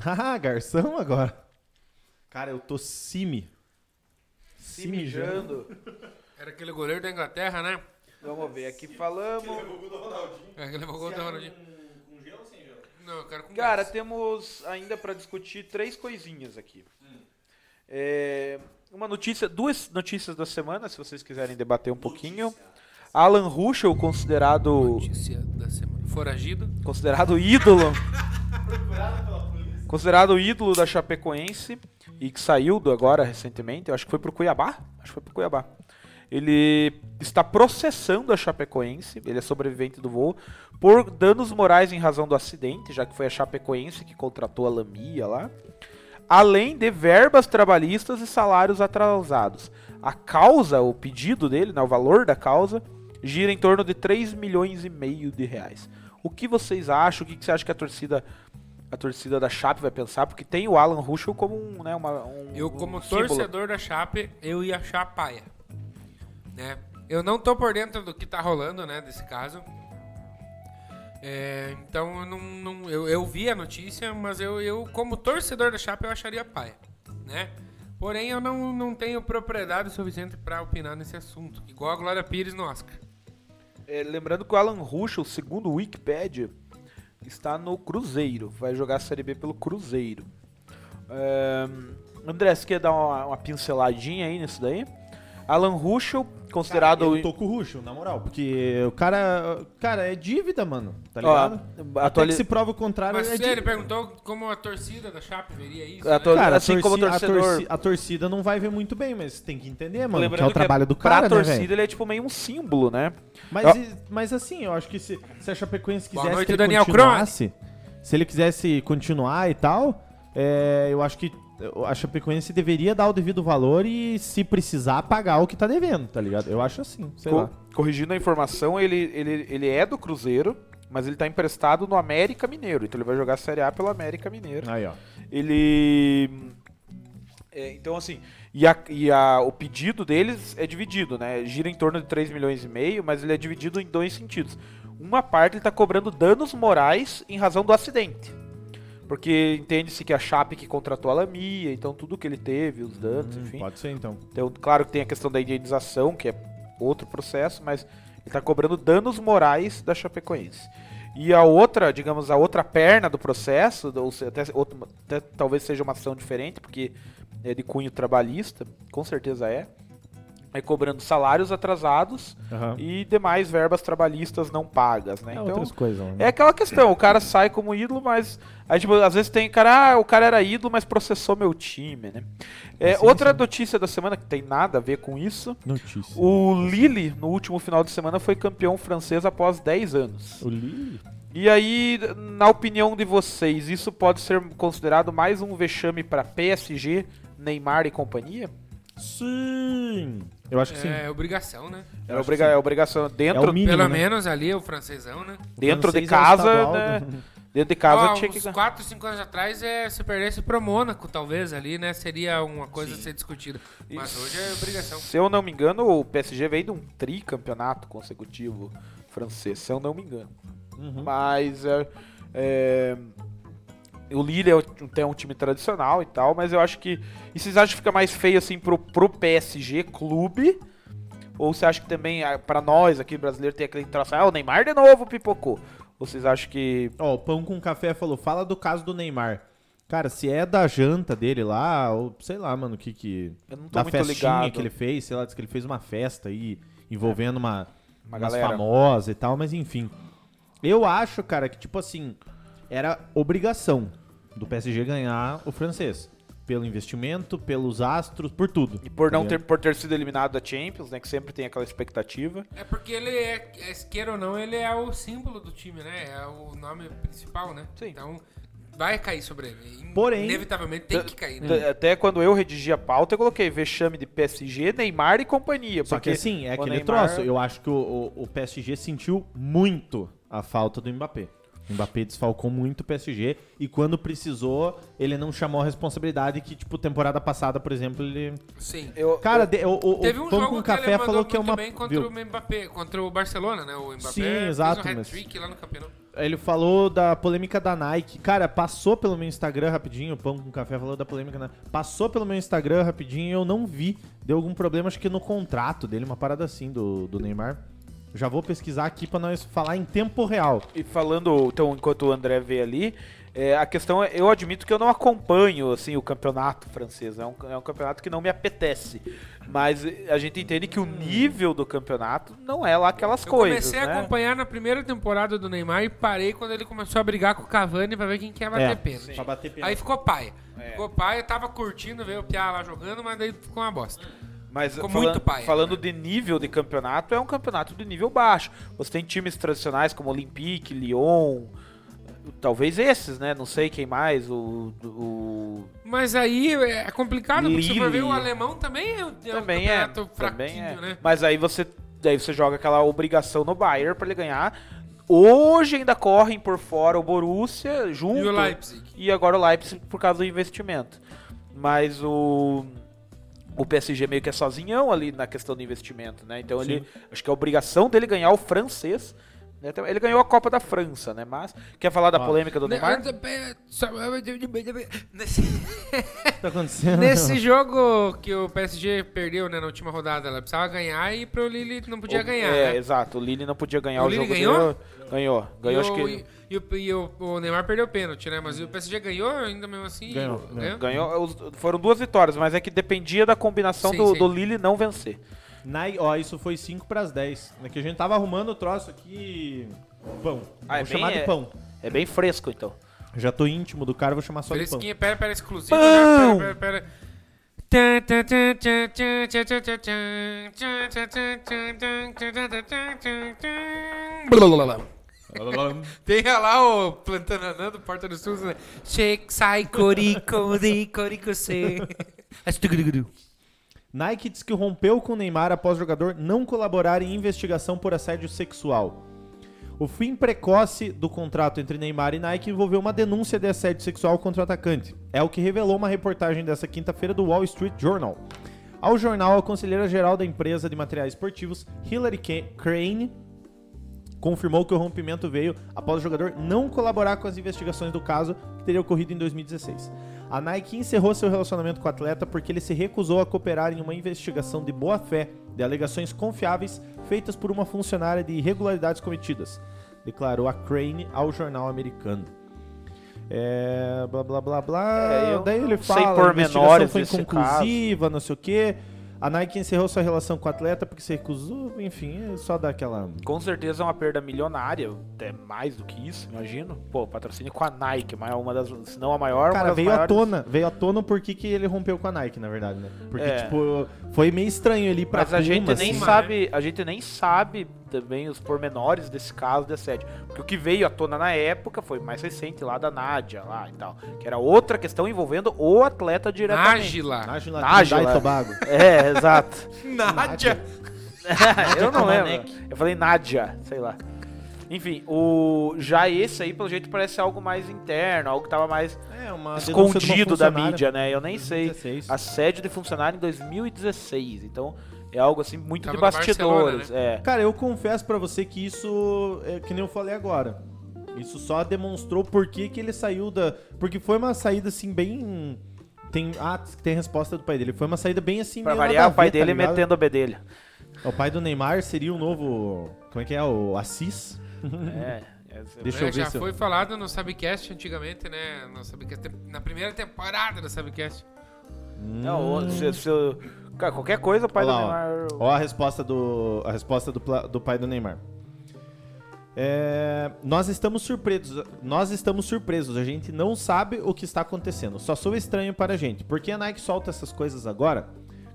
*laughs* ah, garção agora. Cara, eu tô simi.
Se mijando.
Era aquele goleiro da Inglaterra, né?
Vamos ver aqui, falamos.
É aquele gol do Ronaldinho. Com gelo ou sem gelo? Não, eu quero com
Cara,
gás.
temos ainda pra discutir três coisinhas aqui. É, uma notícia, duas notícias da semana, se vocês quiserem debater um pouquinho. Alan Ruschel, considerado
Notícia da semana. Foragido.
considerado ídolo. considerado ídolo da Chapecoense e que saiu do agora recentemente, eu acho que foi pro Cuiabá, acho que foi pro Cuiabá. Ele está processando a Chapecoense, ele é sobrevivente do voo, por danos morais em razão do acidente, já que foi a Chapecoense que contratou a Lamia lá. Além de verbas trabalhistas e salários atrasados. A causa, o pedido dele, né, o valor da causa, gira em torno de 3 milhões e meio de reais. O que vocês acham? O que, que você acha que a torcida a torcida da Chape vai pensar? Porque tem o Alan Ruschel como um, né, uma, um
Eu, como
um símbolo.
torcedor da Chape, eu ia achar paia. Né? Eu não tô por dentro do que tá rolando, né, desse caso. É, então, eu, não, não- eu, eu vi a notícia, mas eu, eu, como torcedor da Chape, eu acharia paia. Né? Porém, eu não, não tenho propriedade suficiente pra opinar nesse assunto. Igual a Glória Pires no Oscar.
É, lembrando que o Alan Ruschel, segundo o Wikipedia, está no Cruzeiro. Vai jogar a Série B pelo Cruzeiro. Ahn, André, você quer dar uma, uma pinceladinha aí nisso daí? Alan Ruschel, considerado...
Cara, eu tô com o Ruxo, na moral. Porque o cara. Cara, é dívida, mano. Tá
Ó,
ligado? Até
atuali-
que se prova o contrário,
Mas
é
ele
dívida.
perguntou como a torcida da Chape veria isso.
A
né?
tor-
Cara,
assim
a torci-
como
a torci-
torcedor.
A, torcida não vai ver muito bem, mas tem que entender, mano.
Lembrando
que é o trabalho do cara,
pra
né,
torcida
velho?
ele é tipo meio um símbolo, né?
Mas, e- mas assim, eu acho que se, se a Chapecoense
Boa
quisesse
noite,
que ele
Daniel
continuasse, se ele quisesse continuar e tal, é, eu acho que a Chapecoense deveria dar o devido valor e, se precisar, pagar o que tá devendo, tá ligado? Eu acho assim, sei
Co-
lá.
Corrigindo a informação, ele, ele, ele é do Cruzeiro, mas ele tá emprestado no América Mineiro. Então ele vai jogar a Série A pelo América Mineiro.
Aí, ó.
Ele. é, então, assim. E, a, e a, o pedido deles é dividido, né? Gira em torno de 3 milhões e meio, mas ele é dividido em dois sentidos. Uma parte ele tá cobrando danos morais em razão do acidente. Porque entende-se que a Chape que contratou a Lamia, então tudo que ele teve, os danos, enfim.
Pode ser, então.
Então, claro que tem a questão da indenização, que é outro processo, mas ele está cobrando danos morais da Chapecoense. E a outra, digamos, a outra perna do processo, ou se- até, outro- até talvez seja uma ação diferente, porque é de cunho trabalhista, com certeza é, é cobrando salários atrasados
Aham.
e demais verbas trabalhistas não pagas, né?
Então. É
Então,
outras coisas, né?
é aquela questão, o cara sai como ídolo, mas aí, tipo, às vezes tem cara, ah, o cara era ídolo, mas processou meu time, né? É, outra notícia da semana que tem nada a ver com isso.
Notícia.
O Lille, no último final de semana, foi campeão francês após 10 anos.
O Lille?
E aí, na opinião de vocês, isso pode ser considerado mais um vexame para PSG, Neymar e companhia?
Sim! Eu acho que sim.
É obrigação, né?
É, obriga é obrigação dentro,
É o mínimo,
Pelo
né?
menos ali é o francesão, né?
dentro de
francês é o
casa,
estadual,
né?
né?
Dentro de casa
Ó,
tinha que
uns 4, 5 anos atrás, é, se perdesse pro Mônaco, talvez, ali, né? Seria uma coisa a ser discutida. Mas hoje é obrigação.
Se eu não me engano, o PSG veio de um tricampeonato consecutivo francês, se eu não me engano.
Uhum.
Mas é, é, o Lille é um- tem um time tradicional e tal, mas eu acho que. E vocês acham que fica mais feio assim pro, pro PSG clube? Ou você acha que também, ah, pra nós aqui brasileiros, tem aquele traço, ah, o Neymar de novo pipocou? Ou vocês acham que.
Ó, o Pão com Café falou, fala do caso do Neymar. Cara, se é da janta dele lá, ou sei lá, mano, o que que...
Eu não tô
Da
muito
festinha
ligado.
que ele fez, sei lá, diz que ele fez uma festa aí, envolvendo uma,
Uma
umas
galera.
famosas e tal, mas enfim. Eu acho, cara, que tipo assim, era obrigação do PSG ganhar o francês. Pelo investimento, pelos astros, por tudo.
E por
tá
não ter,
ligado?
por ter sido eliminado da Champions, né? Que sempre tem aquela expectativa.
É porque ele é, é, queira ou não, ele é o símbolo do time, né? É o nome principal, né?
Sim.
Então, Vai cair sobre ele.
Porém-
Inevitavelmente tem que
É.
cair, né?
T- Até quando eu redigi a pauta, eu coloquei vexame de PSG, Neymar e companhia.
Só que
porque
assim, é
o
aquele
Neymar-
troço. Eu acho que o, o- o PSG sentiu muito a falta do Mbappé. O Mbappé desfalcou muito o PSG e quando precisou, ele não chamou a responsabilidade que, tipo, temporada passada, por exemplo, ele...
Sim.
Eu,
Cara, de- o, o,
Teve
o
um
Pão
jogo
com
que ele
Café
mandou
falou que é
muito
uma...
bem contra
viu?
o Mbappé, contra o Barcelona, né? O Mbappé
Sim,
fez
exato,
um
mas-
hat-trick lá no campeonato.
Ele falou da polêmica da Nike. Cara, passou pelo meu Instagram rapidinho. O Pão com Café falou da polêmica na... Passou pelo meu Instagram rapidinho e eu não vi. Deu algum problema, acho que no contrato dele, uma parada assim do, do Neymar. Já vou pesquisar aqui pra nós falar em tempo real.
E falando, então, enquanto o André vê ali, é, a questão é, eu admito que eu não acompanho, assim, o campeonato francês, é um, é um campeonato que não me apetece, mas eh, a gente entende que o nível do campeonato não é lá aquelas
Eu
coisas,
comecei a
né?
acompanhar na primeira temporada do Neymar e parei quando ele começou a brigar com o Cavani pra ver quem quer bater
É,
pênalti.
pra bater pênalti.
Aí ficou paia.
É.
Ficou paia, eu tava curtindo ver o Piá lá jogando, mas daí ficou uma bosta.
Mas
Ficou
falan-
muito paia. né?
falando de nível de campeonato, é um campeonato de nível baixo. Você tem times tradicionais como Olympique, Lyon, talvez esses, né? Não sei quem mais, o- o
Mas aí é complicado, porque se você for ver
Lille.
o alemão também é um é um
também é,
campeonato
também
fraquinho,
é.
né?
Mas aí você, daí você joga aquela obrigação no Bayern pra ele ganhar. Hoje ainda correm por fora o Borussia junto
E o Leipzig.
e agora o Leipzig por causa do investimento. Mas o o PSG meio que é sozinhão ali na questão do investimento, né? Então ele acho que a obrigação dele é ganhar o francês. né? Então, Ele ganhou a Copa da França, né? Mas quer falar da polêmica
Né,
do Neymar?
é Nesse, *laughs*
O que tá acontecendo?
nesse jogo que o PSG perdeu né, na última rodada, ela precisava ganhar e pro Lille não podia
O-
ganhar.
É,
né?
exato. O Lille não podia ganhar
O
o,
Lille
jogo.
ganhou?
dele. Ganhou. Ganhou,
e
acho
o,
que
e o- e o- o Neymar perdeu o pênalti, né? Mas o PSG ganhou ainda mesmo assim.
Ganhou,
Ganhou, os- foram duas vitórias, mas é que dependia da combinação
Sim,
do,
sim.
do Lille não vencer.
Nai- ó, isso foi 5 pras 10. É que a gente tava arrumando o troço aqui. Pão.
Ah, é
vou chamar
bem-
de pão.
É bem fresco, então.
Já tô íntimo do cara, vou chamar só de pão.
Fresquinha, pera, pera, exclusiva. né? Pera, pera, pera. Tã, tã, tã, tã, tã, tã, tã, tã, tã, tã, tã, tã, tã, tã, tã, tã, tã, tã, tã. Blalalala. Tem lá o plantando andando, porta do sul, né? Shake, sai, corico, di, corico, se.
*laughs* Nike diz que rompeu com o Neymar após o jogador não colaborar em investigação por assédio sexual. O fim precoce do contrato entre Neymar e Nike envolveu uma denúncia de assédio sexual contra o atacante. É o que revelou uma reportagem dessa quinta-feira do Wall Street Journal. Ao jornal, a conselheira-geral da empresa de materiais esportivos, Hillary Ca- Crane, confirmou que o rompimento veio após o jogador não colaborar com as investigações do caso que teria ocorrido em 2016. A Nike encerrou seu relacionamento com o atleta porque ele se recusou a cooperar em uma investigação de boa-fé de alegações confiáveis feitas por uma funcionária de irregularidades cometidas, declarou a Crane ao jornal americano. É, blá blá blá blá.
É, eu
Daí ele
não
fala,
sei
a
pormenores
investigação foi
desse
inconclusiva, não sei o quê. A Nike encerrou sua relação com o atleta porque se recusou, enfim, é só dar aquela
Com certeza é uma perda milionária, até mais do que isso, imagino. Pô, patrocínio com a Nike, mas é uma das, se não a maior, uma
Cara,
das
veio à
maiores.
tona, veio à tona o porquê que ele rompeu com a Nike, na verdade, né? Porque,
É.
tipo, foi meio estranho ele ir pra
Mas a
Puma,
gente nem
assim.
né?
sabe, a gente nem sabe também os pormenores desse caso de assédio. Porque o que veio à tona na época foi mais recente lá da Nádia lá e tal, que era outra questão envolvendo o atleta diretamente.
Nájila.
Nájila,
Nájila.
Trinidad e Tobago.
É, exato.
Nádia.
Ah, eu não lembro.
Kamanek.
Eu falei Nádia, sei lá. Enfim, o já esse aí, pelo jeito, parece algo mais interno, algo que tava mais
É, uma denúncia de
escondido
uma
da
funcionária.
mídia, né? Eu nem sei.
2016.
Assédio de funcionário em 2016. Então, é algo assim muito
Tava
de
no Barcelona, né?
bastidores. É.
Cara, eu confesso pra você que isso, é, que nem eu falei agora, isso só demonstrou por que que ele saiu da... Porque foi uma saída, assim, bem... Tem, ah, tem resposta do pai dele. Foi uma saída bem assim...
Pra
meio nada
variar,
a
o pai
ver, tá
dele
ligado?
metendo
*laughs*
a bedelha.
O pai do Neymar seria o novo... Como é que é? O Assis?
É. é-
Deixa eu
É,
ver
já
se eu-
foi falado no Subcast antigamente, né? No Subcast, na primeira temporada do Subcast.
Não, é o- se, se, cara, qualquer coisa, o pai
Olha
do
lá,
Neymar.
Ó, Ó a resposta do, a resposta do, pla- do pai do Neymar. É, nós estamos surpresos. Nós estamos surpresos. A gente não sabe o que está acontecendo. Só sou estranho para a gente. Por que a Nike solta essas coisas agora?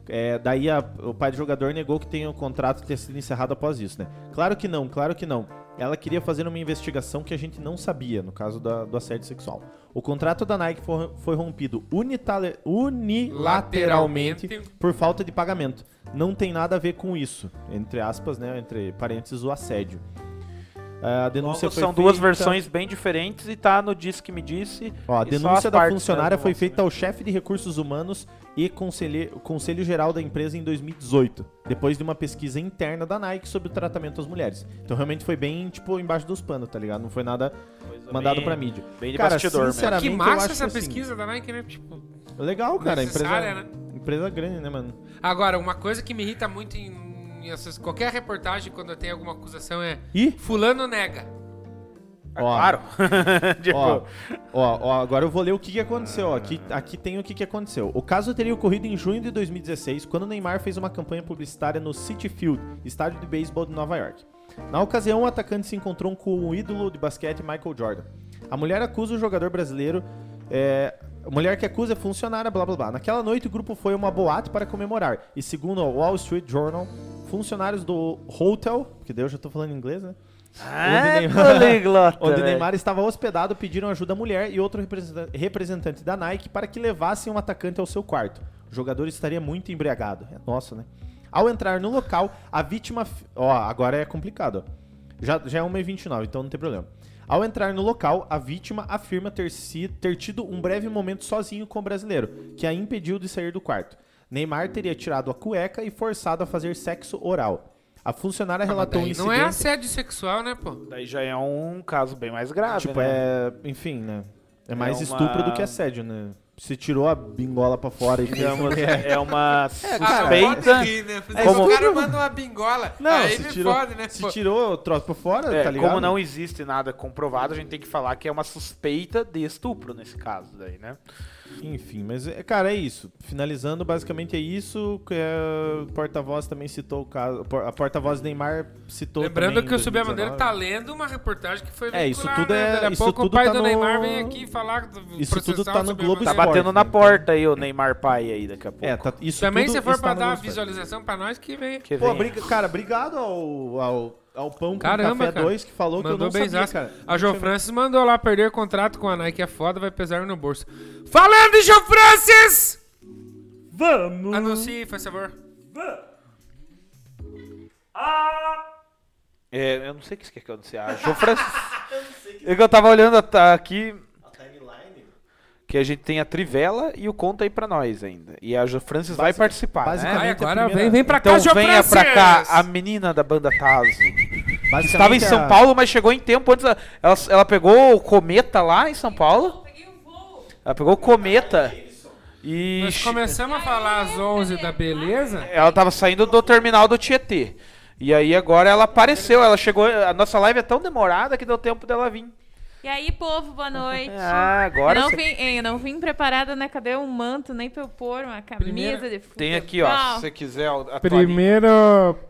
É, daí a- o pai do jogador negou que tenha o contrato ter sido encerrado após isso, né? Claro que não, claro que não. Ela queria fazer uma investigação que a gente não sabia, no caso da, do assédio sexual. O contrato da Nike foi, foi rompido unitale- unilateralmente
Lateralmente.
por falta de pagamento. Não tem nada a ver com isso, entre aspas, né? Entre parênteses, o assédio. É, A denúncia
Logo,
foi
são duas
feita-
versões bem diferentes e tá no Diz que me disse.
Ó, a
e só
denúncia
as
da
partes, né,
funcionária
não
foi
mostram.
feita ao chefe de recursos humanos e conselhe- conselho geral da empresa em 2018, depois de uma pesquisa interna da Nike sobre o tratamento às mulheres. Então realmente foi bem, tipo, embaixo dos panos, tá ligado? Não foi nada mandado
bem-
pra mídia.
bem de
cara,
bastidor né? mesmo.
sinceramente,
Que
eu
massa
acho
essa
assim,
pesquisa da Nike, né? Tipo,
Legal, cara.
necessária,
Empresa,
né?
empresa grande, né, mano?
Agora, uma coisa que me irrita muito em, em essas- qualquer reportagem, quando tem alguma acusação, é
E,
fulano nega.
Ah,
Ó.
Claro. *laughs* tipo,
ó, ó, ó, agora eu vou ler o que, que aconteceu. Ó, aqui, aqui tem o que, que aconteceu. O caso teria ocorrido em junho de 2016, quando o Neymar fez uma campanha publicitária no City Field, estádio de beisebol de Nova York. Na ocasião, o atacante se encontrou com o ídolo de basquete Michael Jordan. A mulher acusa o jogador brasileiro. é, a mulher que acusa é funcionária, blá blá blá. Naquela noite, o grupo foi a uma boate para comemorar. E segundo o Wall Street Journal, funcionários do hotel, que daí eu já tô falando em inglês, né?
É,
Ah,
Neymar-
poliglota,
Onde
velho.
Neymar estava hospedado, pediram ajuda à mulher e outro representa- representante da Nike para que levassem um atacante ao seu quarto. O jogador estaria muito embriagado. É nosso, né? Ao entrar no local, a vítima. fi- Ó, agora é complicado. ó. Já, já é 1h29, então não tem problema. Ao entrar no local, a vítima afirma ter, si- ter tido um breve momento sozinho com o brasileiro, que a impediu de sair do quarto. Neymar teria tirado a cueca e forçado a fazer sexo oral. A funcionária relatou um
Daí
incidente.
não é assédio sexual, né, pô?
Daí já é um caso bem mais grave,
Tipo,
né?
é. Enfim, né? É mais
uma-
estupro do que assédio, né? Se tirou a bingola pra fora e fez
Digamos,
mulher.
é uma
Ah,
suspeita.
pode rir, né? Se
Como-
O cara manda uma bingola,
Não,
aí
se
me
tirou,
fode, né,
se
pô?
tirou o troço pra fora,
É,
tá ligado?
como não existe nada comprovado, a gente tem que falar que é uma suspeita de estupro nesse caso daí, né?
Enfim, mas, é, cara, é isso. Finalizando, basicamente é isso. que é, o porta-voz também citou o caso. por- A porta-voz Neymar citou
Lembrando
também
que
em
o Subir a Bandeira
2019.
tá lendo uma reportagem que foi
É, isso
veicular,
tudo
né?
é-
Daqui a
isso
pouco o
tudo
pai
tá
do
no-
Neymar vem aqui falar do
Isso tudo
processar
tá
o
no
Subir a
Globo
Tá
Bandeira.
Esporte,
batendo na
né?
porta aí o Neymar pai aí daqui a pouco.
É, tá, isso
Também
tudo
se for
está
pra
no
dar
Globo Esporte.
visualização pra nós, que vem.
Que
Pô,
venha.
briga- cara, obrigado ao, ao, ao Pão com
Caramba,
um Café
cara.
2 que falou que eu não sabia,
benzaço.
cara.
A Jo Francis mandou lá perder contrato com a Nike, é foda, vai pesar no bolso. Falando em Jo Francis! Vamos! Anuncie, faz favor.
É, eu não sei o que você quer que eu *laughs* anuncie. Ah, João Francisco. É que eu tava olhando a- tá aqui. Que a gente tem a Trivela e o Conta aí pra nós ainda. E a Jo Francis vai participar,
basicamente-
né?
Ai,
a
agora
primeira-
É, vem, vem pra cá,
Então
Jo
venha
Francis!
pra cá a menina da banda Tazo. Que estava em
Basicamente, é
São
a-
Paulo, mas chegou em tempo antes. da- Ela, ela pegou o cometa lá em São Paulo.
um
Ela pegou o cometa. E
Nós começamos a falar às 11 da beleza.
Ela tava saindo do terminal do Tietê. E aí agora ela apareceu, ela chegou. A nossa live é tão demorada que deu tempo dela vir.
E aí, povo, boa
*laughs*
noite.
Ah, agora
não
você-
vim, hein, não vim preparada, né? Cadê um manto nem pra eu pôr uma camisa
Primeira-
de futebol?
Tem aqui, ó, se você quiser a a toalhinha.
Primeiro,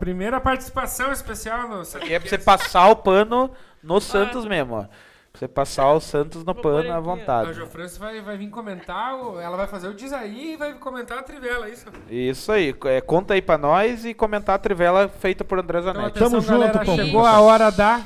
primeira participação especial no
E é pra você passar o pano no Santos mesmo, ó. Pra você passar o Santos no
pôr
pano à
aqui, ó. Ah,
A
vontade.
Jo Francis vai, vai vir comentar, o- ela vai fazer o diz aí e vai comentar a trivela, é isso.
Isso aí, é, conta aí pra nós e comentar a trivela feita por André
Então,
Zanetti.
Tamo junto, Pombo.
Chegou a hora da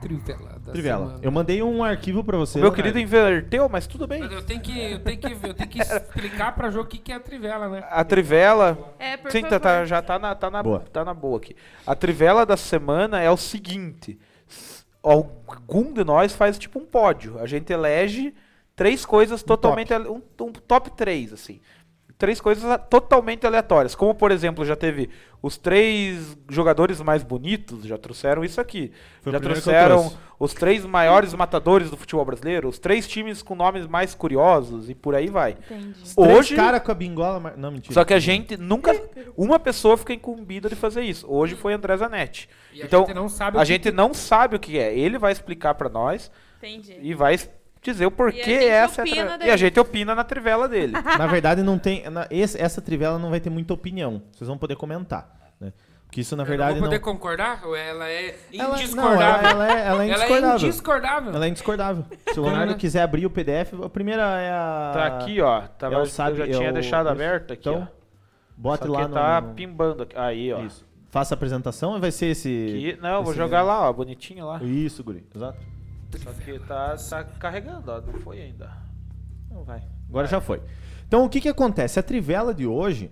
trivela. Da
Tá Trivela.
semana.
Eu mandei um arquivo pra você.
Meu
Leonardo.
querido inverteu, mas tudo bem.
Mas eu tenho que, eu tenho que, eu tenho que explicar pra Jo o que, que é a trivela, né?
A trivela.
É, por
Sim, tá,
favor.
tá- já tá na, tá, na,
Boa.
tá na boa aqui. A trivela da semana é o seguinte: S- algum de nós faz tipo um pódio. A gente elege três coisas totalmente. ale- Um um top três, assim. Três coisas a- totalmente aleatórias. Como, por exemplo, já teve os três jogadores mais bonitos, já trouxeram isso aqui.
Foi o
já
primeiro que eu
trouxeram
trouxe.
os três maiores matadores do futebol brasileiro, os três times com nomes mais curiosos e por aí vai.
Entendi.
Três
Hoje.
cara com a bingola. mar- Não, mentira.
Só que a gente nunca.
É.
Uma pessoa fica incumbida de fazer isso. Hoje foi André Zanetti.
Hum. E
então,
a gente não sabe o
a
que
gente não sabe o que é. Ele vai explicar pra nós
Entendi.
e vai dizer o
E a
porquê
gente
essa. é a
opina
trivela.
daí.
E a gente opina na
*laughs*
trivela dele.
Ah,
Na verdade, não tem. na- esse- essa trivela não vai ter muita opinião. Vocês vão poder comentar. Né? Porque isso, na verdade,
Eu vou
não.
poder concordar? Ou ela é
Ela,
indiscordável?
não, ela, ela é, ela é
Ela
indiscordável. Ela é indiscordável.
indiscordável.
Se o Leonardo quiser abrir o PDF, a primeira é a.
tá aqui, ó. Tava,
é o
eu
sabe-
já
é
tinha
o-
deixado
isso.
aberto aqui.
Então,
ó.
Bote
Só que
lá no.
tá
no-
pimbando aqui. Aí, ó.
Isso. Faça a apresentação e vai ser esse.
Aqui- não, eu vou
esse-
jogar lá, ó, bonitinho lá.
Isso, guri. Exato.
Só que tá, tá carregando, ó, não foi ainda. Não vai.
Agora já foi. Então o que que acontece? A trivela de hoje,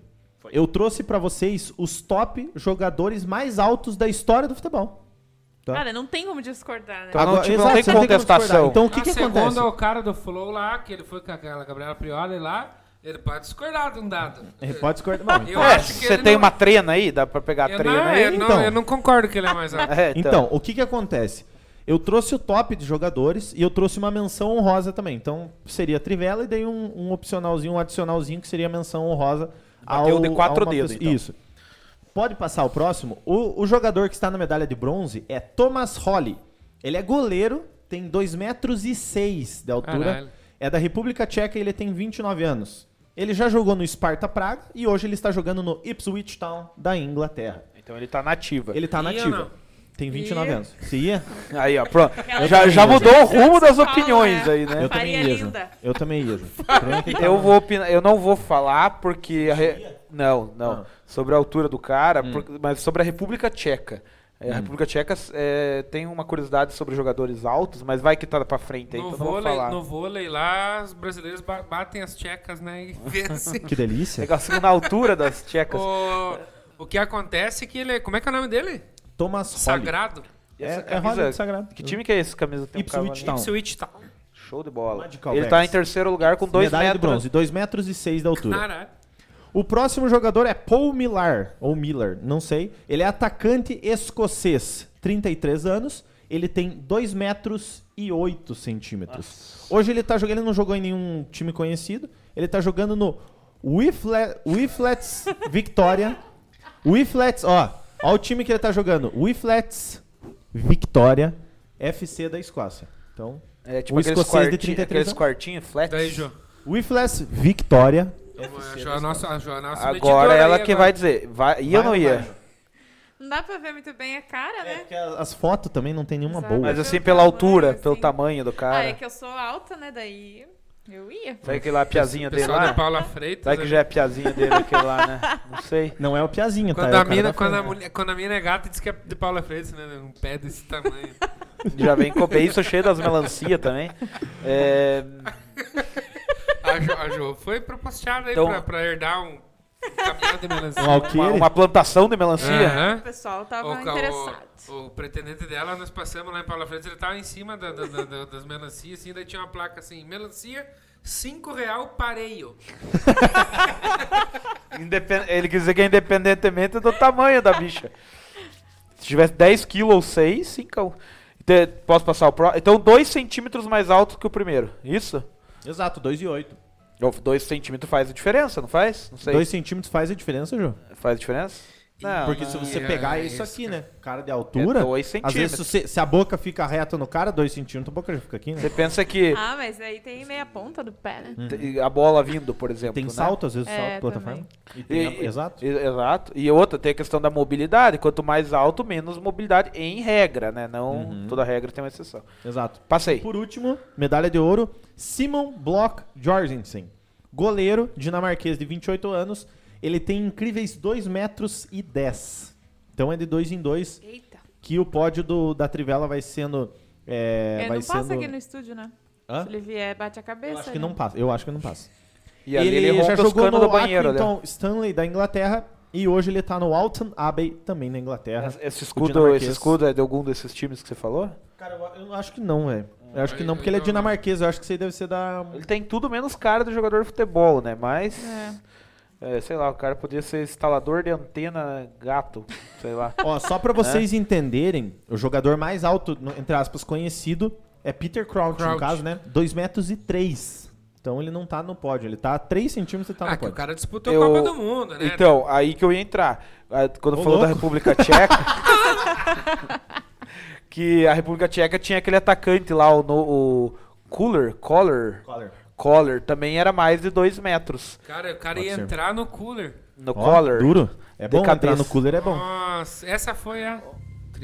eu trouxe pra vocês os top jogadores mais altos da história do futebol. Tá.
Cara, não tem como discordar, né?
Então não,
Agora-
tipo, não
exato,
tem
você como
contestação.
discordar. Então o que
Na
que
segunda, é
acontece?
o cara do Flow lá, que ele foi com aquela Gabriela Prioli lá, ele pode discordar de um dado.
Ele pode
*laughs*
discordar. Bom,
Eu
então-
É,
acho que
você
ele
tem
não-
uma trena aí, dá pra pegar a
Eu
trena
não,
aí.
eu, não,
então.
eu não concordo que ele é mais alto.
*laughs*
É,
Então, o que que acontece? Eu trouxe o top de jogadores e eu trouxe uma menção honrosa também. Então, seria a trivela e daí um, um opcionalzinho, um adicionalzinho que seria a menção honrosa
Bateu
ao,
de quatro
a uma
dedos,
pessoa-
então.
Isso. Pode passar o próximo? O, o jogador que está na medalha de bronze é Thomas Holly. Ele é goleiro, tem 2,06 metros e seis de altura.
Caralho.
É da República Tcheca e ele tem 29 anos. Ele já jogou no Sparta Praga e hoje ele está jogando no Ipswich Town da Inglaterra.
Então ele tá nativa.
Ele tá
Ia
nativo.
não?
Tem 29
Ia.
anos. Se ia?
Aí, ó,
*laughs*
pronto.
Aquela
Já, já
Sim,
mudou o rumo das
São Paulo,
opiniões
né?
aí, né?
Eu também
Faria
ia. Ju.
linda.
Eu também
*laughs*
ia. Ju. tá
Eu vou opinar, eu não vou falar porque a re- não, não,
Ah. Hum.
sobre a altura do cara, por- mas sobre a República Tcheca. É, A República Tcheca é, tem uma curiosidade sobre jogadores altos, mas vai que tá pra frente aí,
No
então não vou
vôlei,
falar.
no vôlei lá, os brasileiros ba- batem as tchecas, né? E *laughs* vencem.
Que delícia.
Pegar a segunda é altura das tchecas.
o, o que acontece é que ele. Como é que é o nome dele?
Thomas Holly.
Sagrado.
E essa
É- é Hollywood Sagrado.
Que time que é esse? Camisa tem um
Ipswich
cavalinho?
Town.
Switch tal.
Show de bola.
Magical
Ele tá em
Backs.
terceiro lugar com 2
Medalha
metros.
de bronze, 2 metros e 6 de altura.
Caralho.
O próximo jogador é Paul Millar, ou Miller, não sei. Ele é atacante escocês, 33 anos. Ele tem 2 metros e 8 centímetros. Hoje ele tá jogando, ele não jogou em nenhum time conhecido. Ele tá jogando no Wifle- Wiflets Victoria. Wiflets, ó, ó o time que ele tá jogando. Wiflets Victoria FC da Escócia. Então,
É tipo
o
aqueles
escocês de
quartinho-
33
aqueles
anos.
quartinhos flat.
Daí, Jô.
Wiflets Victoria.
A Jo- a nossa, a Jo- a nossa
Agora
mediadora
ela
aí
que
agora.
vai dizer, vai, ia
Vai
ou não
ou
ia?
vai?
Não dá pra ver muito bem a cara,
É,
né?
porque a- as fotos também não tem nenhuma
Exato.
boa.
Mas
Pelo
assim, pela
tamanho,
altura,
assim.
pelo tamanho do cara.
Ah, é que eu sou alta, né? Daí eu ia.
Sabe aquele lá piazinha
O
dele
pessoal da
lá?
Paula Freitas.
Sabe que
né?
já é piazinha dele aquele lá, né? Não sei.
Não é o Piazinho,
Quando,
tá? É o
a
cara
mina,
da
quando, a
frente.
mulher, quando a mina é gata, diz que é de Paula Freitas, né? Um pé desse
*laughs*
tamanho.
Já vem com isso cheio das melancia também. É,
A Jo, a Jo foi proposteada aí
Então-
pra, pra herdar um cabelo de melancia.
Um
uma,
alqueire.
uma plantação de melancia.
Aham.
O pessoal tava
O, ca-
interessado.
o, o pretendente dela, nós passamos lá em Paula Freitas, ele tava em cima da, da- da- da- das melancias, assim, daí tinha uma placa assim, melancia, 5 real pareio.
Indepen- Ele quer dizer que é independentemente do tamanho da bicha. Se tivesse 10 kg ou 6, 5. Posso passar o próximo? Então, 2 centímetros mais alto que o primeiro. Isso?
Exato, 2 e 8.
2 centímetros faz a diferença, não faz? Não sei.
2 centímetros faz a diferença, Ju.
Faz a diferença? Não.
Porque se você
é
pegar é isso
isso,
aqui, né? Cara de altura.
É dois
Às vezes,
centímetros.
se, você- se a boca fica reta no cara, 2 centímetros, a boca já fica aqui, né?
Você pensa que
Ah, mas aí tem meia ponta do pé,
Uhum.
né?
te- a bola vindo, por exemplo.
Tem
né?
salto, às vezes,
É,
salto, plataforma.
também.
E
E-
tem a-
e-
Exato.
e- exato. E outra, tem a questão da mobilidade. Quanto mais alto, menos mobilidade em regra, né? Não toda regra tem uma exceção.
Exato.
Passei.
Uhum. Por último, medalha de ouro, Simon Bloch Jorgensen. Goleiro dinamarquês de 28 anos. Ele tem incríveis 2 metros e 10. Então é de 2 em 2
Eita.
que o pódio do- da Trivela vai sendo... É,
ele
vai
não passa
sendo-
aqui no estúdio, né?
Hã?
Se ele vier, bate a
Eu
cabeça.
acho que
né?
não passa. Eu acho que não passa.
E ali ele, rompe os canos do banheiro. ali, ó.
Accrington Stanley da Inglaterra e hohoje ele tá no Alton Abbey também na Inglaterra.
Esse- Esse
O
escudo,
dinamarquês.
esse escudo é de algum desses times que você falou?
Cara, eu- eu acho que não, velho. Eu acho que
Aí-
não porque ele
aí
é
não, né?
dinamarquês, eu acho que isso aí deve ser da
Ele tem tudo menos cara do jogador de futebol, né? Mas.
É.
é, sei lá, o cara podia ser instalador de antena gato. Sei lá.
Ó, só pra vocês
É.
entenderem, o jogador mais alto, no- entre aspas, conhecido é Peter Crouch, no
Crouch.
caso, né? 2 metros e 3. Então ele não tá no pódio, ele tá a 3 centímetros e tá
ah,
no
que o
pódio.
cara disputou
Eu-
a Copa do Mundo, né?
Então, aí que eu ia entrar. Ah, Quando
Ô,
falou da
louco.
República Tcheca. *laughs* que a República Tcheca tinha aquele atacante lá, o, no, o Kuller, Koller.
Koller.
Koller também era mais de 2 metros
Cara, o cara
Pode
ia
ser.
entrar no cooler.
no
Ó,
Koller.
Duro. É
De
bom entrar
cabeça.
no cooler, é bom.
Nossa, essa foi a.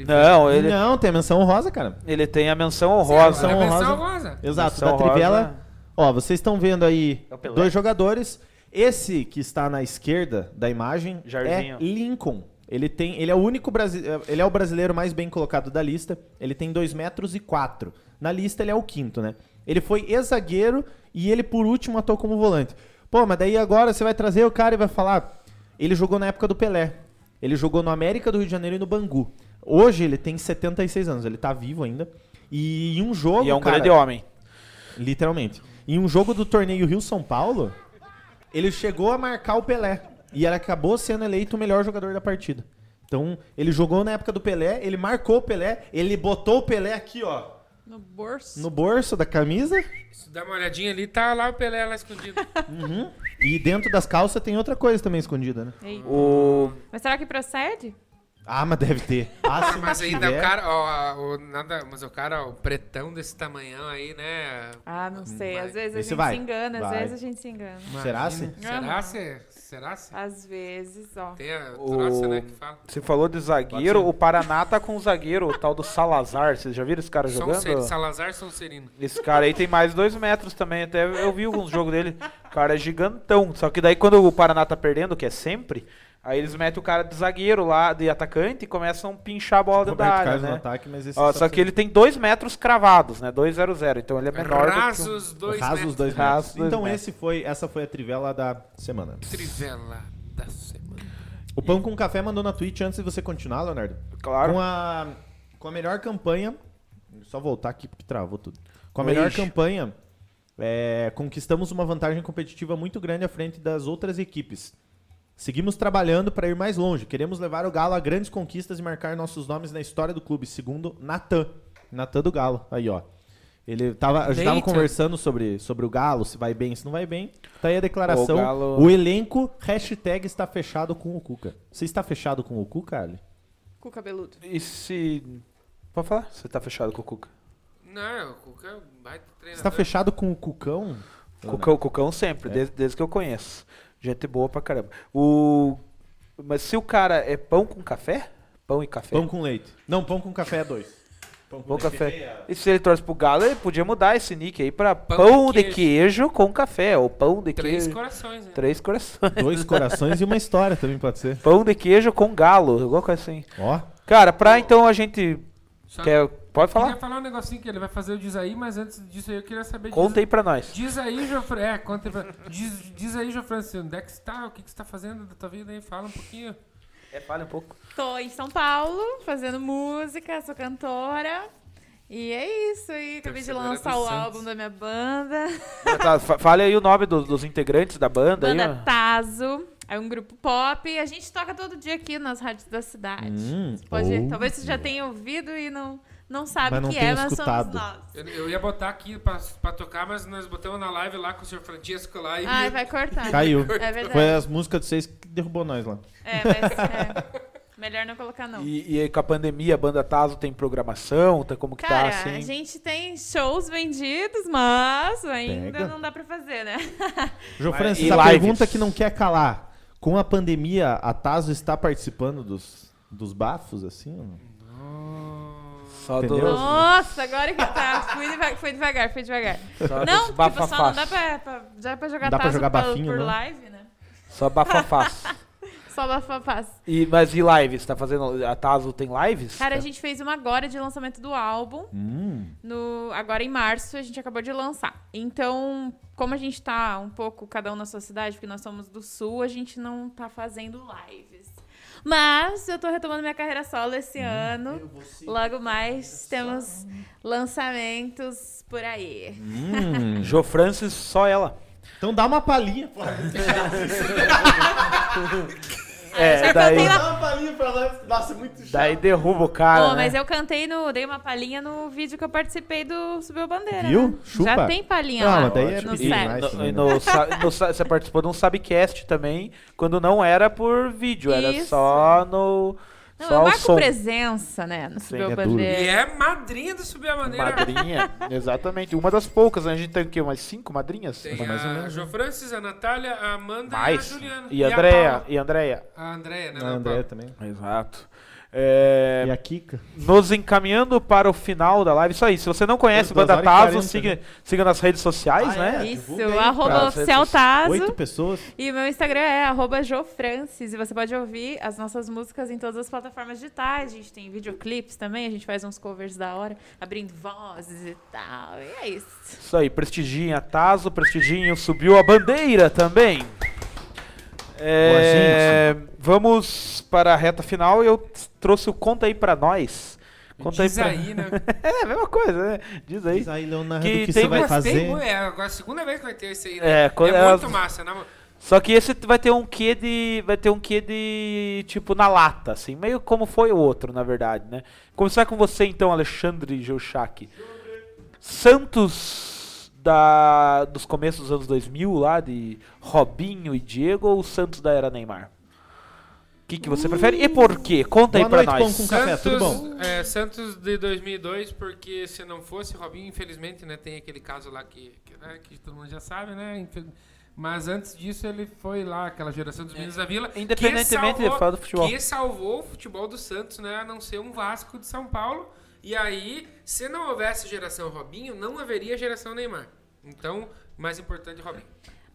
Não, ele,
Não, tem a menção rosa, cara.
ele tem a menção honrosa.
Menção
Menção
honrosa.
honrosa.
Exato,
Menção
da Trivela.
rosa.
Ó, vocês estão vendo aí
É o Pelé.
dois jogadores. Esse que está na esquerda da imagem
Jairzinho.
é Lincoln. Ele tem, ele é o único brasi- ele é o brasileiro mais bem colocado da lista. Ele tem 2 metros e 4. Na lista ele é o quinto, né? Ele foi ex-zagueiro e ele por último atuou como volante. Pô, mas daí agora você vai trazer o cara e vai falar, ele jogou na época do Pelé. Ele jogou no América do Rio de Janeiro e no Bangu. Hoje ele tem 76 anos, ele tá vivo ainda. E em um jogo,
E é um
cara,
grande homem.
Literalmente. Em um jogo do torneio Rio-São Paulo, ele chegou a marcar o Pelé. E ele acabou sendo eleito o melhor jogador da partida. Então, ele jogou na época do Pelé, ele marcou o Pelé, ele botou o Pelé aqui, ó,
No bolso.
no bolso da camisa.
Se dá uma olhadinha ali, tá lá o Pelé lá escondido.
*laughs* Uhum. E dentro das calças tem outra coisa também escondida, né?
Ei.
O
Mas será que procede?
Ah, mas deve ter. *laughs* Ah, se não
Mas ainda o
tiver-
cara, ó, ó, o nada, mas o cara, ó, o pretão desse tamanhão aí, né?
Ah, não sei. Às vezes a
Esse
gente
Hum, vai.
se engana, às
Vai.
vezes a gente se engana.
Será
Imagina.
se-
Será se? Será se?
Às vezes, ó.
Tem a
O-
troça, né, que fala.
Você falou de zagueiro, o Paraná tá com um zagueiro, o tal do Salazar. Vocês já viram esse cara
Sonserino,
Tá jogando?
um Salazar um Sonserino.
Esse cara aí tem mais dois metros também, até eu vi alguns jogos dele. O cara é gigantão. Só que daí quando o Paraná tá perdendo, que é sempre, aí eles metem o cara de zagueiro lá, de atacante, e começam a pinchar a bola dentro da
Roberto
área,
Carlos no
né?
ataque, mas esse
Ó,
só
só que ele tem dois metros cravados, né? 2-0-0, então ele é menor do
Rasos dois
Rasos
metros.
dois
Rasos
metros.
dois
Então
metros.
esse foi, essa foi a trivela da semana.
Trivela da semana.
O Pão com Café mandou na Twitch antes de você continuar, Leonardo.
que... o- Claro.
Com a, com a melhor campanha. Só voltar aqui porque travou tudo. Com a melhor
Ixi.
campanha, é, conquistamos uma vantagem competitiva muito grande à frente das outras equipes. Seguimos trabalhando para ir mais longe. Queremos levar o Galo a grandes conquistas e marcar nossos nomes na história do clube, segundo Natan. Natan do Galo, aí ó. Ele tava, a gente tava
Nathan.
conversando sobre, sobre o Galo, se vai bem, se não vai bem. Tá aí a declaração.
O
O,
Galo-
elenco, hashtag está fechado com o Cuca. Você está fechado com o Cuca, Ali?
Com o cabeludo.
E se... Pode falar? Você tá fechado com o Cuca.
Não, o Cuca é um baita
Você
treinador.
tá
Né?
fechado com o Cucão?
Cucão, é Cucão sempre, desde, desde que eu conheço. Gente boa pra caramba. O... Mas se o cara é pão com café? Pão e café?
Pão com leite. Não, pão com café é dois. Pão
Pão, café. E se ele torce pro Galo, ele podia mudar esse nick aí pra pão,
Pão
de,
de
queijo. com café, ou pão de
Três
queijo.
corações, né?
Três corações. *laughs*
Dois corações e uma história também pode ser.
Pão de queijo com galo, alguma coisa assim.
Ó.
Cara, pra então a gente.
Só
Quer... Pode
Eu
falar?
queria falar um negocinho que ele vai fazer o diz aí, mas antes disso aí eu queria saber.
Conta aí pra nós.
Diz, diz aí, Jofre... É, conta aí pra... diz, diz aí, Jofrancino, onde é que você tá? O que, que você tá fazendo da tua vida aí? Fala um pouquinho.
É, fala um pouco.
Tô em São Paulo, fazendo música, sou cantora. E é isso aí. Acabei de
ser galera
lançar
do
o
Santos.
álbum da minha banda.
Fale aí o nome dos, dos integrantes da banda, aí,
Banda
ó.
Tazo. É um grupo pop. A gente toca todo dia aqui nas rádios da cidade.
Hum,
Você pode-
ou-
Talvez você já tenha ouvido e não, não sabe
Mas
o
não
que
tenha
é, mas
escutado.
somos nós.
Eu, eu ia botar aqui pra, pra tocar, mas nós botamos na live lá com o senhor Francisco lá e.
Ai, Ah, vai cortar.
Caiu.
É verdade.
Foi as músicas de vocês que derrubou nós lá.
É, mas é. melhor não colocar, não.
E, e aí, com a pandemia, a banda Tazo tem programação? Tá, como que
Cara,
tá assim?
a gente tem shows vendidos, mas ainda
Pega.
não dá pra fazer, né?
E
Jofrancis, a
lives.
pergunta que não quer calar. Com a pandemia, a Tazo está participando dos, dos bafos, assim? ou não?
Só
Entendeu?
do.
Nossa, agora que tá. Fui deva- foi devagar, foi devagar.
Só
não,
dos
tipo, só não dá
bafafás.
pra, pra- já pra jogar
Não dá pra
tazo
jogar
pelo-
bafinho,
por
não?
live, né?
Só
*laughs*
bafafás.
Só bafafás.
E, mas e lives? Tá fazendo. A Tazo tem lives?
É.
Cara, a
Tá.
gente fez uma agora de lançamento do álbum.
Hum.
No, agora em março a gente acabou de lançar. Então, como a gente tá um pouco cada um na sua cidade, porque nós somos do sul, a gente não tá fazendo lives. Mas eu tô retomando minha carreira solo esse
Hum,
ano. Logo mais temos lançamentos por aí.
Hum.
Uhum.
Jo Francis, só ela.
Então dá uma palhinha. pô.
É,
Já
daí-
cantei lá.
Dá uma palhinha pra nós. Nossa, muito chato.
Daí derruba o cara.
Pô,
né?
mas eu cantei no. Dei uma palhinha no vídeo que eu participei do Subiu a Bandeira.
Viu?
né?
Chupa.
Já tem palhinha
Não,
lá.
mas daí é
no
pedir
set.
demais.
No-
né?
no sa- no sa- você participou de um subcast também, quando não era por vídeo, era
Isso.
só no.
Não,
só
eu
o
marco
som.
presença, né? No Subiu
é
a
duro.
E
Bandeira.
é madrinha do Subir a
né?
Maneira.
Madrinha,
*laughs*
exatamente. Uma das poucas, né? A gente tem o quê? Umas cinco madrinhas?
Tem a Jo Francis, a Natália, a Amanda e a
Mais.
Juliana.
E
a
Andréia,
Paula.
e Andréia.
A Andréia, né?
A tá
não, a
Andréia
Paula.
Ah, também.
Exato. É,
E a Kika?
nos encaminhando para o final da live. Isso aí, se você não conhece
Duas
Banda
horas e quarenta,
Tazo, siga, siga nas redes sociais,
Ah, é?
né?
Isso,
divulga aí
pra
arroba
as redes
oficial
Oito
Tazo.
pessoas?
E o meu Instagram é arroba jofrancis. E você pode ouvir as nossas músicas em todas as plataformas digitais. A gente tem videoclipes também, a gente faz uns covers da hora, abrindo vozes e tal. E é isso.
Isso aí, prestigiem a Tazo, prestigiem o Subiu a Bandeira também. É, vamos para a reta final e eu trouxe o Conta aí para nós. Conta
Diz
aí, pra...
aí, né?
*laughs* É, a mesma coisa, né? Diz aí.
Diz aí, Leonardo,
Que
o que
tem
você vai
Gostei
fazer?
muito, é, agora é a segunda vez que vai ter esse aí,
É,
né?
quando-
é muito
é-
massa, na mo-
Só que esse vai ter um quê de. Vai ter um quê de. Tipo, na lata, assim. Meio como foi o outro, na verdade, né? Começar com você então, Alexandre Geuchac. Santos da, dos começos dos anos 2000, lá de Robinho e Diego, ou Santos da era Neymar? O que, que você prefere e por quê? Conta
Boa
aí
noite,
pra
pão
nós.
com café, tudo bom?
é, Santos de 2002, porque se não fosse Robinho, infelizmente, né, tem aquele caso lá que, que, né, que todo mundo já sabe, né? infel- Mas antes disso ele foi lá, aquela geração dos meninos da Vila. que
É. Independentemente de
salvou-
falar do futebol.
Que salvou o futebol do Santos, né? A não ser um Vasco de São Paulo. E aí, se não houvesse geração Robinho, não haveria geração Neymar. Então, mais importante Robinho.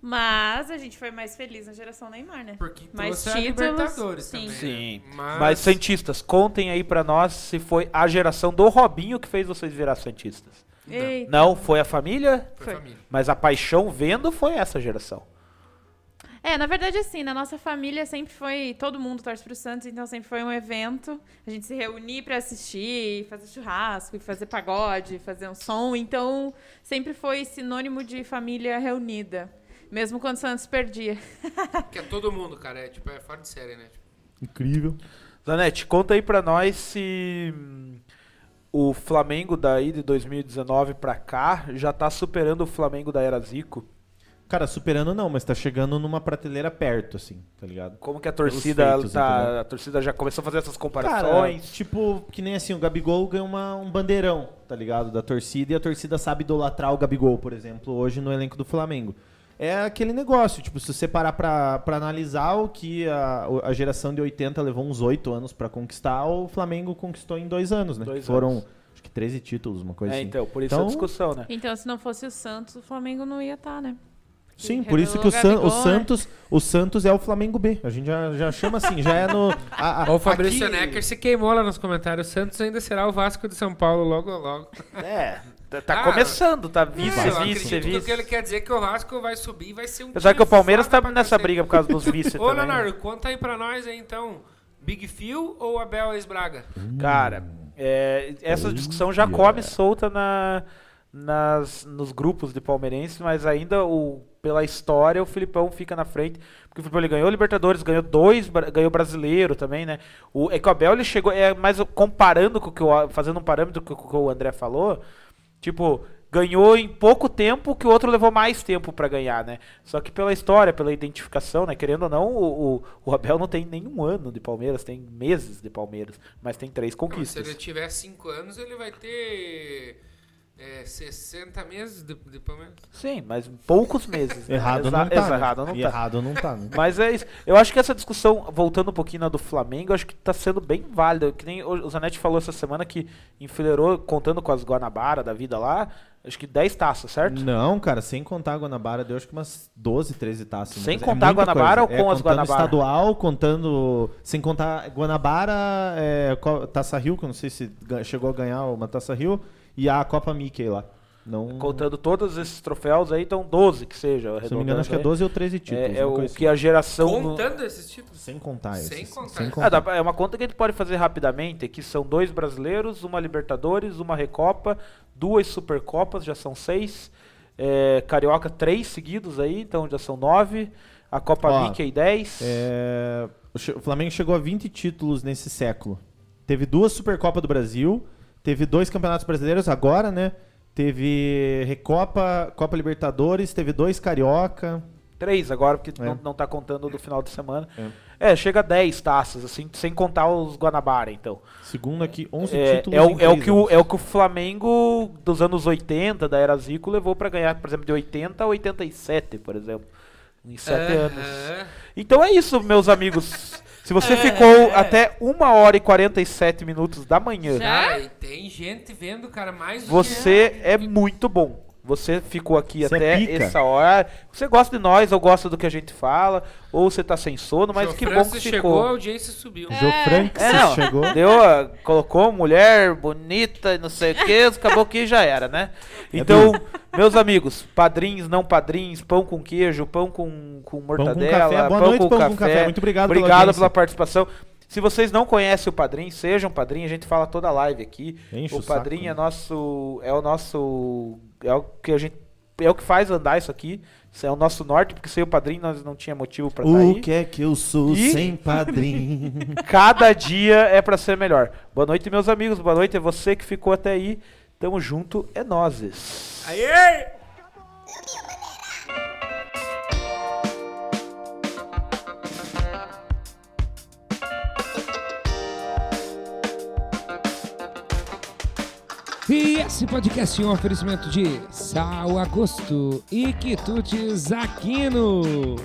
Mas a gente foi mais feliz na geração Neymar, né?
Porque
Mais
trouxe a
títulos,
Libertadores
sim.
também. né?
Sim.
Mas,
Mas, Santistas, contem aí pra nós se foi a geração do Robinho que fez vocês virar Santistas.
Eita.
Não, foi a família?
foi
Foi.
família.
Mas a paixão vendo foi essa geração.
É, na verdade, assim, na nossa família sempre foi. Todo mundo torce pro Santos, então sempre foi um evento. A gente se reunir pra assistir, fazer churrasco, fazer pagode, fazer um som. Então, sempre foi sinônimo de família reunida. Mesmo quando o Santos perdia.
Que é todo mundo, cara. É, tipo, é fora de série, né?
Incrível.
Zanetti, conta aí pra nós se hum, o Flamengo daí de 2019 pra cá já tá superando o Flamengo da era Zico.
Cara, superando não, mas tá chegando numa prateleira perto, assim, tá ligado?
Como que a torcida
feitos,
tá-
entendeu?
a torcida já começou a fazer essas
Cara,
comparações?
tipo, que nem assim, o Gabigol ganhou uma- um bandeirão, tá ligado? Da torcida, e a torcida sabe idolatrar o Gabigol, por exemplo, hoje no elenco do Flamengo. É aquele negócio, tipo, se você parar pra, pra analisar o que a, a geração de 80 levou uns 8 anos pra conquistar, o Flamengo conquistou em dois anos, né?
Dois
Foram,
anos.
acho que 13 títulos, uma coisa
é,
assim.
então, por isso a
Então-
discussão, né?
Então, se não fosse o Santos, o Flamengo não ia estar, né?
Sim,
Revelou
por
é
isso que o, San-
Gabigol,
o
né?
Santos, o Santos é o Flamengo B. A gente já, já chama assim, já é no. a- a-
Ó, o Fabrício
aqui-
Necker se queimou lá nos comentários. Santos ainda será o Vasco de São Paulo logo logo.
É, tá, tá
Ah,
começando, tá vice,
É, eu acredito que
vice,
o que ele
vice.
quer dizer é que o Vasco vai subir e vai ser um
Apesar que o
time
Palmeiras
foda
tá
pra
nessa
cacete.
briga por causa dos vice
Ô,
também. né?
Leonardo, conta aí pra nós aí, então. Big Phil ou Abel ex-Braga?
Cara, é, essa discussão já come solta na, nas, nos grupos de palmeirenses, mas ainda o, pela história o Filipão fica na frente. Porque o Filipão ele ganhou Libertadores, ganhou dois, bra- ganhou brasileiro também, né? O, é que o Abel ele chegou. É, mas comparando com o que o, fazendo um parâmetro com o que o André falou, tipo. Ganhou em pouco tempo que o outro levou mais tempo pra ganhar, né? Só que pela história, pela identificação, né? Querendo ou não, o, o, o Abel não tem nenhum ano de Palmeiras, tem meses de Palmeiras, mas tem três
Não, tipo se ele
conquistas.
tiver 5 anos, ele vai ter é, 60 meses de, de Palmeiras.
Sim, mas poucos meses. né?
*laughs* Errado
Exa-
não tá.
exa-
né?
Errado não
E
tá.
Errado não tá. né?
Mas é isso. Eu acho que essa discussão, voltando um pouquinho na do Flamengo, eu acho que tá sendo bem válida. Que nem o o Zanetti falou essa semana que enfileirou, contando com as Guanabara da vida lá, acho que 10 taças, certo?
Não, cara, sem contar a Guanabara, deu acho que umas 12, 13 taças.
Sem
Mas
contar a
muita coisa.
Guanabara ou com
é,
as
contando
Guanabara?
estadual, contando... Sem contar Guanabara, é, co- Taça Rio, que eu não sei se ga- chegou a ganhar uma Taça Rio, e a Copa Mickey lá. Não,
Contando todos esses troféus aí, então 12 que seja.
se não me engano, acho que é 12 ou 13 títulos.
É, é
uma
o
coisa assim.
que a geração. do-
Contando esses títulos.
Sem contar
Sem
esses,
contar
Sem
esses.
Ah,
contar.
dá pra- é uma conta que a gente pode fazer rapidamente, que são dois brasileiros, uma Libertadores, uma Recopa, duas Supercopas, já são seis. É, Carioca, três seguidos aí, então já são nove. A Copa
Ó,
Mickey, dez.
É, o che- o Flamengo chegou a 20 títulos nesse século. Teve duas Supercopa do Brasil, teve dois Campeonatos Brasileiros agora, né? Teve Recopa, Copa Libertadores, teve dois Carioca.
Três
é.
agora, porque não, não tá contando do final de semana. É, chega a dez taças, assim, sem contar os Guanabara, então.
Segundo aqui, 11
É,
títulos
é,
em
o, é, o
três
que o,
anos.
é o que o Flamengo dos anos 80, da era Zico, levou pra ganhar, por exemplo, de 80 a 87, por exemplo. Em sete anos.
Aham.
Então é isso, meus amigos. Se você ficou até 1 hora e 47 minutos da manhã,
Já?
Cara, e tem gente vendo, cara, mais do
você é muito bom. Você ficou aqui
Você é
até
pica.
essa hora. Você gosta de nós, ou gosta do que a gente fala, ou você tá sem sono,
que...
mas que bom
França
que
chegou, a
ficou.
audiência subiu.
Jofranx
É, não.
chegou.
Deu, a- colocou mulher bonita e não sei o que, *laughs* acabou que já era, né?
É
Então, meus amigos, padrinhos, não padrinhos, pão com queijo, pão com, com mortadela,
café. Boa noite, pão com café. Muito obrigado pela
Obrigado pela,
audiência.
participação. Se vocês não conhecem o Padrim, sejam Padrim, a gente fala toda a live aqui.
Enche
o
o saco,
Padrim
né?
é nosso, é o nosso, é o que a gente, é o que faz andar isso aqui. Isso é o nosso norte, porque sem o Padrim nós não tinha motivo pra estar tá aí.
O que é que eu sou
E-
sem
*laughs*
padrinho?
Cada dia é pra ser melhor. Boa noite, meus amigos. Boa noite, é você que ficou até aí. Tamo junto, é nozes.
Aê!
E esse podcast é um oferecimento de Sal a Gosto e Quitutes Aquino.